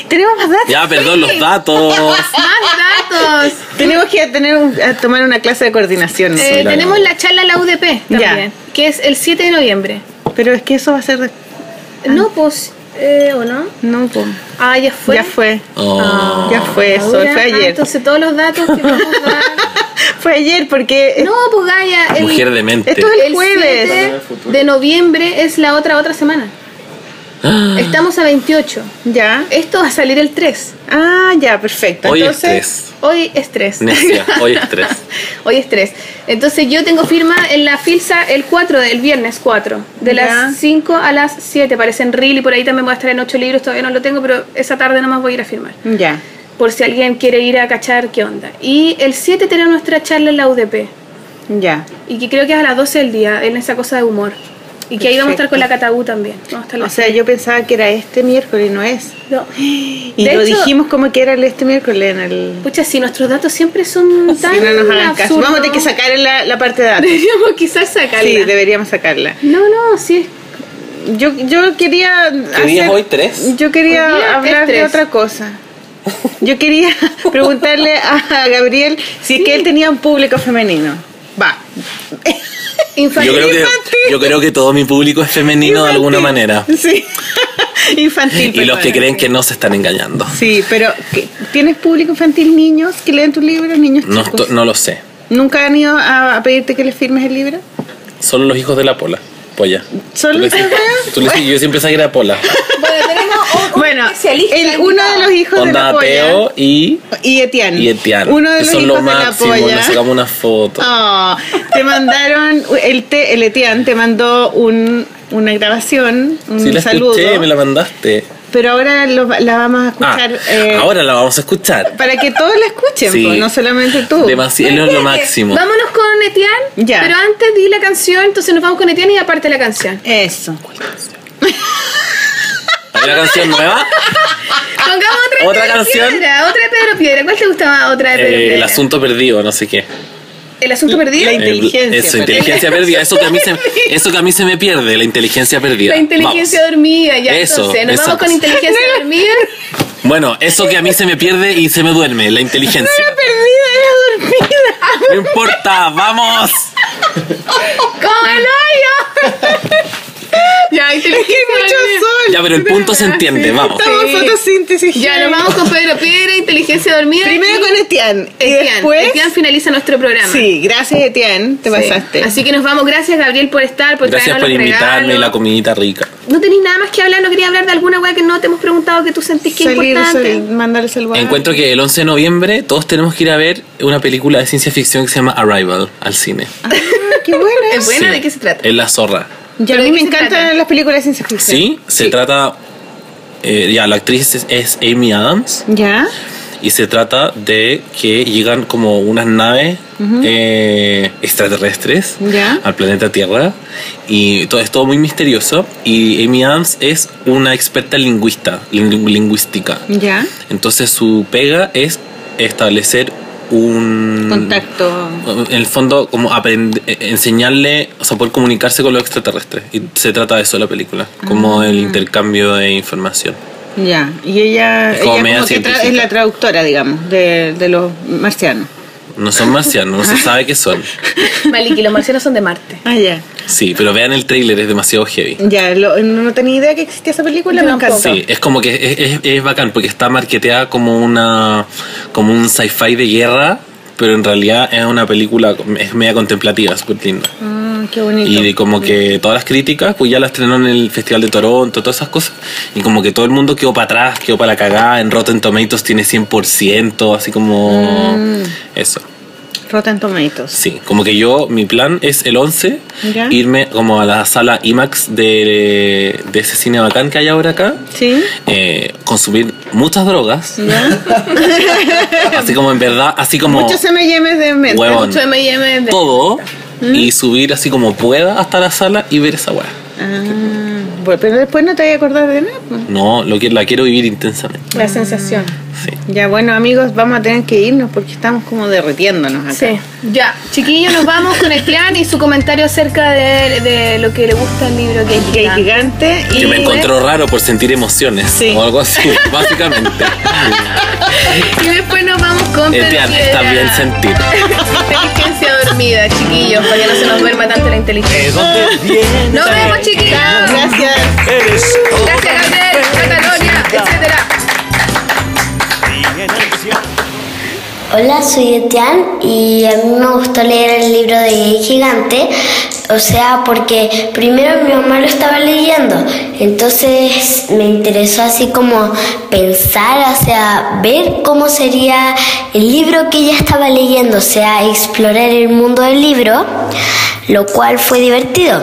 S1: Tenemos más datos.
S2: Ya, perdón, los datos.
S7: Más datos.
S1: Tenemos que tener un- a tomar una clase de coordinación.
S7: Eh,
S2: claro.
S7: Tenemos la charla en la UDP también, que es el 7 de noviembre.
S1: Pero es que eso va a ser... de-
S7: No, pues, eh, ¿o no?
S1: No, po.
S7: Ah, ya fue.
S1: ya fue.
S2: Oh.
S1: ya fue eso,
S7: Ahora,
S1: fue
S7: ah,
S1: ayer.
S7: entonces todos los datos que vamos
S1: [LAUGHS]
S7: a dar.
S1: Fue ayer porque... eh,
S7: No, pues Gaia. el-
S2: Mujer de mente.
S1: Esto es-
S7: El
S1: Jueves.
S7: 7 de noviembre es la otra otra semana.
S2: Ah.
S7: Estamos a 28.
S1: Ya.
S7: Esto va a salir el 3.
S1: Ah, ya, perfecto.
S2: Hoy es
S1: Entonces,
S2: tres.
S7: Hoy es 3. [LAUGHS]
S2: Necia, hoy es tres.
S7: Hoy es 3. Entonces yo tengo firma en la filsa el 4 del viernes 4. De
S1: Ya.
S7: las 5 a las 7. Parece en Reel y por ahí también voy a estar en 8 libros. Todavía no lo tengo, pero esa tarde nomás voy a ir a firmar.
S1: Ya.
S7: Por si alguien quiere ir a cachar qué onda. Y el 7 tenemos nuestra charla en la UDP.
S1: Ya.
S7: Y que creo que es a las 12 del día, en esa cosa de humor. Y que ahí vamos a estar con la Catabú también. Vamos a estar
S1: O
S7: los-
S1: sea, yo pensaba que era este miércoles y no es.
S7: No.
S1: [GASPS] Y
S7: De
S1: lo
S7: hecho-
S1: dijimos como que era el este miércoles en el...
S7: Pucha, si nuestros datos siempre son tan
S1: Si no nos hagan caso.
S7: absurdos.
S1: Vamos a tener que sacar la, la parte de datos.
S7: [LAUGHS] Deberíamos quizás sacarla.
S1: Sí, deberíamos sacarla.
S7: No, no, sí es
S1: Yo, yo quería.
S2: ¿Qué día es hoy? ¿Tres?
S1: Yo quería
S7: Hoy día es
S1: hablar de
S7: tres.
S1: otra cosa. Yo quería [LAUGHS] preguntarle a Gabriel si es que él tenía un público femenino. Va.
S2: Yo
S7: infantil.
S2: creo, que,
S1: Infantil.
S2: yo creo que todo mi público es femenino de alguna
S1: Infantil.
S2: manera.
S1: Sí. [LAUGHS] Infantil.
S2: Y los que
S1: perdón.
S2: creen que no se están engañando.
S1: Sí, pero ¿qué- ¿tienes público infantil niños que leen tus libros, niños
S2: No,
S1: chicos?
S2: esto- no lo sé.
S1: ¿Nunca han ido a, a pedirte que les firmes el libro?
S2: Solo los hijos de la pola. Polla.
S1: ¿Solo
S2: Tú le
S1: los hijos de la-
S2: [LAUGHS] tú le decís, Yo siempre sabía que era pola.
S3: [LAUGHS] Bueno, tenemos un- un
S1: Bueno,
S3: especialista
S1: el, uno de los hijos de
S2: Onda
S1: la polla
S2: ateo y,
S1: y Etián.
S2: y etiano.
S1: Uno de
S2: que
S1: los
S2: son
S1: hijos
S2: lo máximo.
S1: de la polla.
S2: Nos sacamos una foto.
S1: Oh, te mandaron, el, te, el Etián te mandó un, una grabación, un
S2: sí, la
S1: saludo,
S2: escuché, me la mandaste.
S1: pero ahora lo- la vamos a
S2: Ah,
S1: escuchar eh,
S2: ahora la vamos a escuchar.
S1: para que todos la escuchen,
S2: Sí.
S1: po, no solamente tú.
S2: Demasi- él
S7: [LAUGHS]
S2: es lo máximo.
S7: Vámonos con Etienne.
S1: Ya.
S7: Pero antes di la canción, entonces nos vamos con Etienne y aparte la canción.
S1: Eso.
S2: Hay una
S1: [LAUGHS]
S2: canción nueva. eh,
S1: Ah,
S7: Pongamos otra, de
S2: ah, ¿Otra
S7: Pedro
S2: canción?
S7: Piedra, otra de Pedro Piedra. ¿Cuál te gustaba otra de Pedro
S2: eh,
S7: Piedra?
S2: el asunto perdido, no sé qué.
S7: ¿El asunto perdido?
S1: La
S2: Eh,
S1: inteligencia
S2: eso,
S1: perdida.
S2: inteligencia perdida. Eso que, a mí
S1: [LAUGHS]
S2: se, eso que a mí se me pierde, la inteligencia perdida.
S7: La inteligencia
S2: Vamos.
S7: dormida, ya.
S2: Eso,
S7: entonces, nos
S2: esa
S7: vamos con
S2: cosa.
S7: inteligencia
S1: [LAUGHS]
S7: dormida.
S2: Bueno, eso que a mí se me pierde y se me duerme,
S1: [LAUGHS]
S2: la inteligencia.
S1: Perdida, era dormida.
S2: No importa, vamos.
S7: ¡Como el hoyo! ya, inteligencia
S1: Mucho
S7: dormida.
S1: sol.
S2: Ya, pero el punto se entiende, vamos.
S1: Estamos
S7: Sí.
S1: fotosíntesis.
S7: Ya, nos vamos con Pedro Piedra, inteligencia dormida.
S1: Primero con Etián. y
S7: Etienne.
S1: después.
S7: Etienne finaliza nuestro programa.
S1: Sí, gracias Etián, te
S7: Sí.
S1: pasaste.
S7: Así que nos vamos. Gracias, Gabriel, por estar,
S1: Pues
S7: por
S2: Gracias por
S7: traernos los
S2: invitarme y
S7: regalos.
S2: la comidita rica.
S7: No tenéis nada más que hablar, no quería hablar de alguna weá que no te hemos preguntado que tú sentís que
S1: Salir,
S7: es importante.
S1: sal- mandarle saludar.
S2: Encuentro que el 11 de noviembre todos tenemos que ir a ver una película de ciencia ficción que se llama Arrival al cine.
S1: Ah, qué buena.
S7: Es buena, ¿de qué se trata?
S2: Es la zorra.
S1: Ya, a
S7: ¿Pero
S1: mí
S7: de
S1: me
S7: qué se
S1: encantan
S7: trata?
S1: las películas de ciencia ficción.
S2: Sí, se trata. eh, ya, la actriz es- es Amy Adams.
S1: ¿Ya?
S2: y se trata de que llegan como unas naves eh, extraterrestres
S1: Ya.
S2: al planeta Tierra y todo es todo muy misterioso y Amy Adams es una experta lingüista, lin- lingüística.
S1: ¿Ya?
S2: Entonces su pega es establecer un
S1: Contacto.
S2: en el fondo como aprend- eh, enseñarle, o sea, poder comunicarse con los extraterrestres y se trata de eso la película, como el intercambio de información.
S1: Ya. Y ella,
S2: Es
S1: ella
S2: como
S1: como
S2: media
S1: que tra-
S2: científica.
S1: es la traductora, digamos, de, de los marcianos.
S2: No son marcianos, no se sabe qué son.
S7: Maliki, los marcianos son de Marte.
S1: Ah, ya.
S2: Sí, pero vean el tráiler, es demasiado heavy.
S1: Ya, lo- eh, no tenía idea que existía esa película,
S7: Yo
S1: me
S7: tampoco.
S1: encantó.
S2: Sí, es como que es, es- es bacán porque está marketeada como una como un sci-fi de guerra, pero en realidad es una película es media contemplativa, súper linda.
S1: Ah, qué bonito.
S2: Y de como que todas las críticas, pues ya las estrenó en el Festival de Toronto, todas esas cosas. Y como que todo el mundo quedó para atrás, quedó para la cagada. En Rotten Tomatoes tiene 100%, así como. Eso.
S1: Rotten Tomatoes.
S2: Sí, como que yo, mi plan es el 11,
S1: Ya.
S2: irme como a la sala IMAX de, de ese cine bacán que hay ahora acá
S1: ¿Sí?
S2: eh, consumir muchas drogas.
S1: [LAUGHS]
S2: así como en verdad, así [LAUGHS] como
S1: Muchos MMs de mente.
S2: Huevón. Oh.
S7: Mucho M&M de-
S2: todo. Y subir así como pueda hasta la sala y ver esa weá.
S1: Ah, bueno, pero después no te voy a acordar de nada. pues.
S2: No, lo que, la quiero vivir intensamente.
S7: La sensación.
S2: Sí.
S1: Ya, bueno, amigos, vamos a tener que irnos porque estamos como derritiéndonos acá.
S3: Sí, ya. Chiquillos, nos vamos con el clan y su comentario acerca de, de lo que le gusta el libro que
S1: Que
S3: es
S1: gigante y
S2: Que me encontró raro por sentir emociones
S1: Sí.
S2: o algo así, [LAUGHS]
S7: [LAUGHS]
S2: básicamente.
S3: Y después nos vamos con
S2: Es bien, está
S3: [LAUGHS]
S2: bien
S3: Piedra.
S2: sentir.
S3: Inteligencia dormida, chiquillos, para que no se nos duerma tanto la inteligencia. Nos vemos, chiquillos.
S1: Gracias.
S5: Eres
S3: Gracias, Gabriel, Catalonia, etcétera.
S8: Hola, soy Etian y a mí me gustó leer el libro de Gigante, o sea, porque primero mi mamá lo estaba leyendo, entonces me interesó así como pensar, o sea, ver cómo sería el libro que ella estaba leyendo, o sea, explorar el mundo del libro, lo cual fue divertido.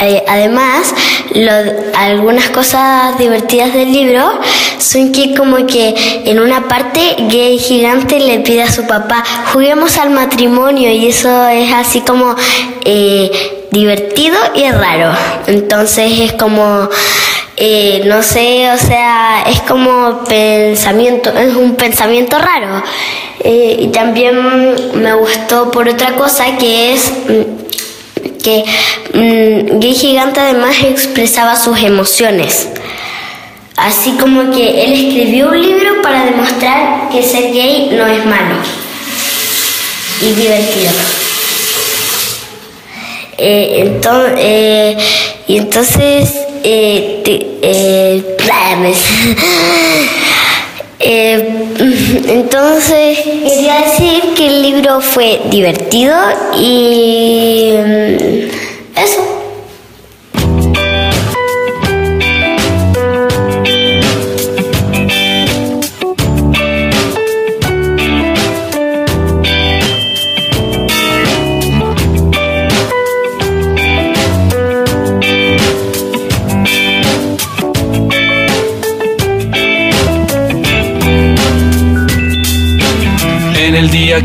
S8: Eh, además, lo- algunas cosas divertidas del libro son que como que en una parte gay gigante le pide a su papá, juguemos al matrimonio y eso es así como eh, divertido y es raro. Entonces es como, eh, no sé, o sea, es como pensamiento, es un pensamiento raro. Eh, y también me gustó por otra cosa que es... mm, que mm, Gay Gigante además expresaba sus emociones. Así como que él escribió un libro para demostrar que ser gay no es malo y divertido. Eh, enton- eh, y entonces, eh, te- eh, [LAUGHS] Eh, [LAUGHS] entonces quería decir que el libro fue divertido y mm, eso.
S5: En el día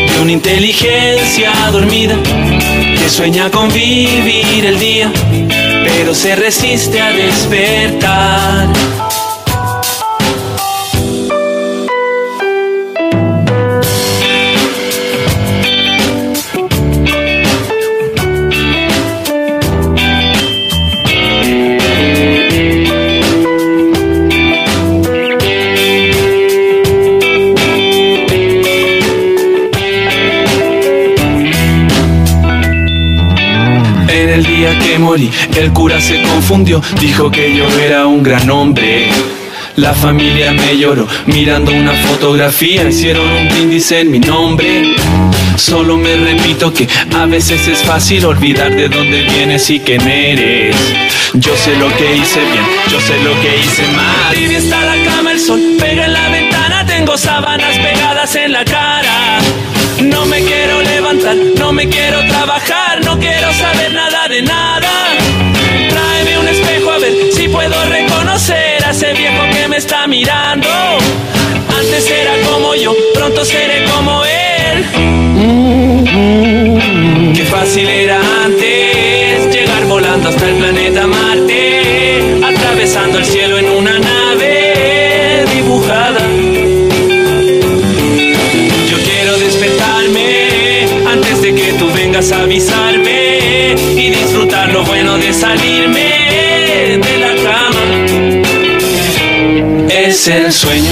S5: una inteligencia dormida que sueña con vivir el día, pero se resiste a despertar. En el día que morí, el cura se confundió, dijo que yo era un gran hombre. La familia me lloró mirando una fotografía, hicieron un brindis en mi nombre. Solo me repito que a veces es fácil olvidar de dónde vienes y quién eres. Yo sé lo que hice bien, yo sé lo que hice mal. Y está la cama, el sol pega en la ventana, tengo sábanas pegadas en la cara. No me quiero levantar, no me quiero trabajar, no quiero saber nada de nada. Tráeme un espejo a ver si puedo reconocer a ese viejo que me está mirando. Antes era como yo, pronto seré como él. Mm-hmm. Qué fácil era antes llegar volando hasta el planeta Marte, atravesando el cielo en una nave dibujada. Yo quiero despertarme antes de que tú vengas a avisarme y disfrutar lo bueno de salirme de la cama. es el sueño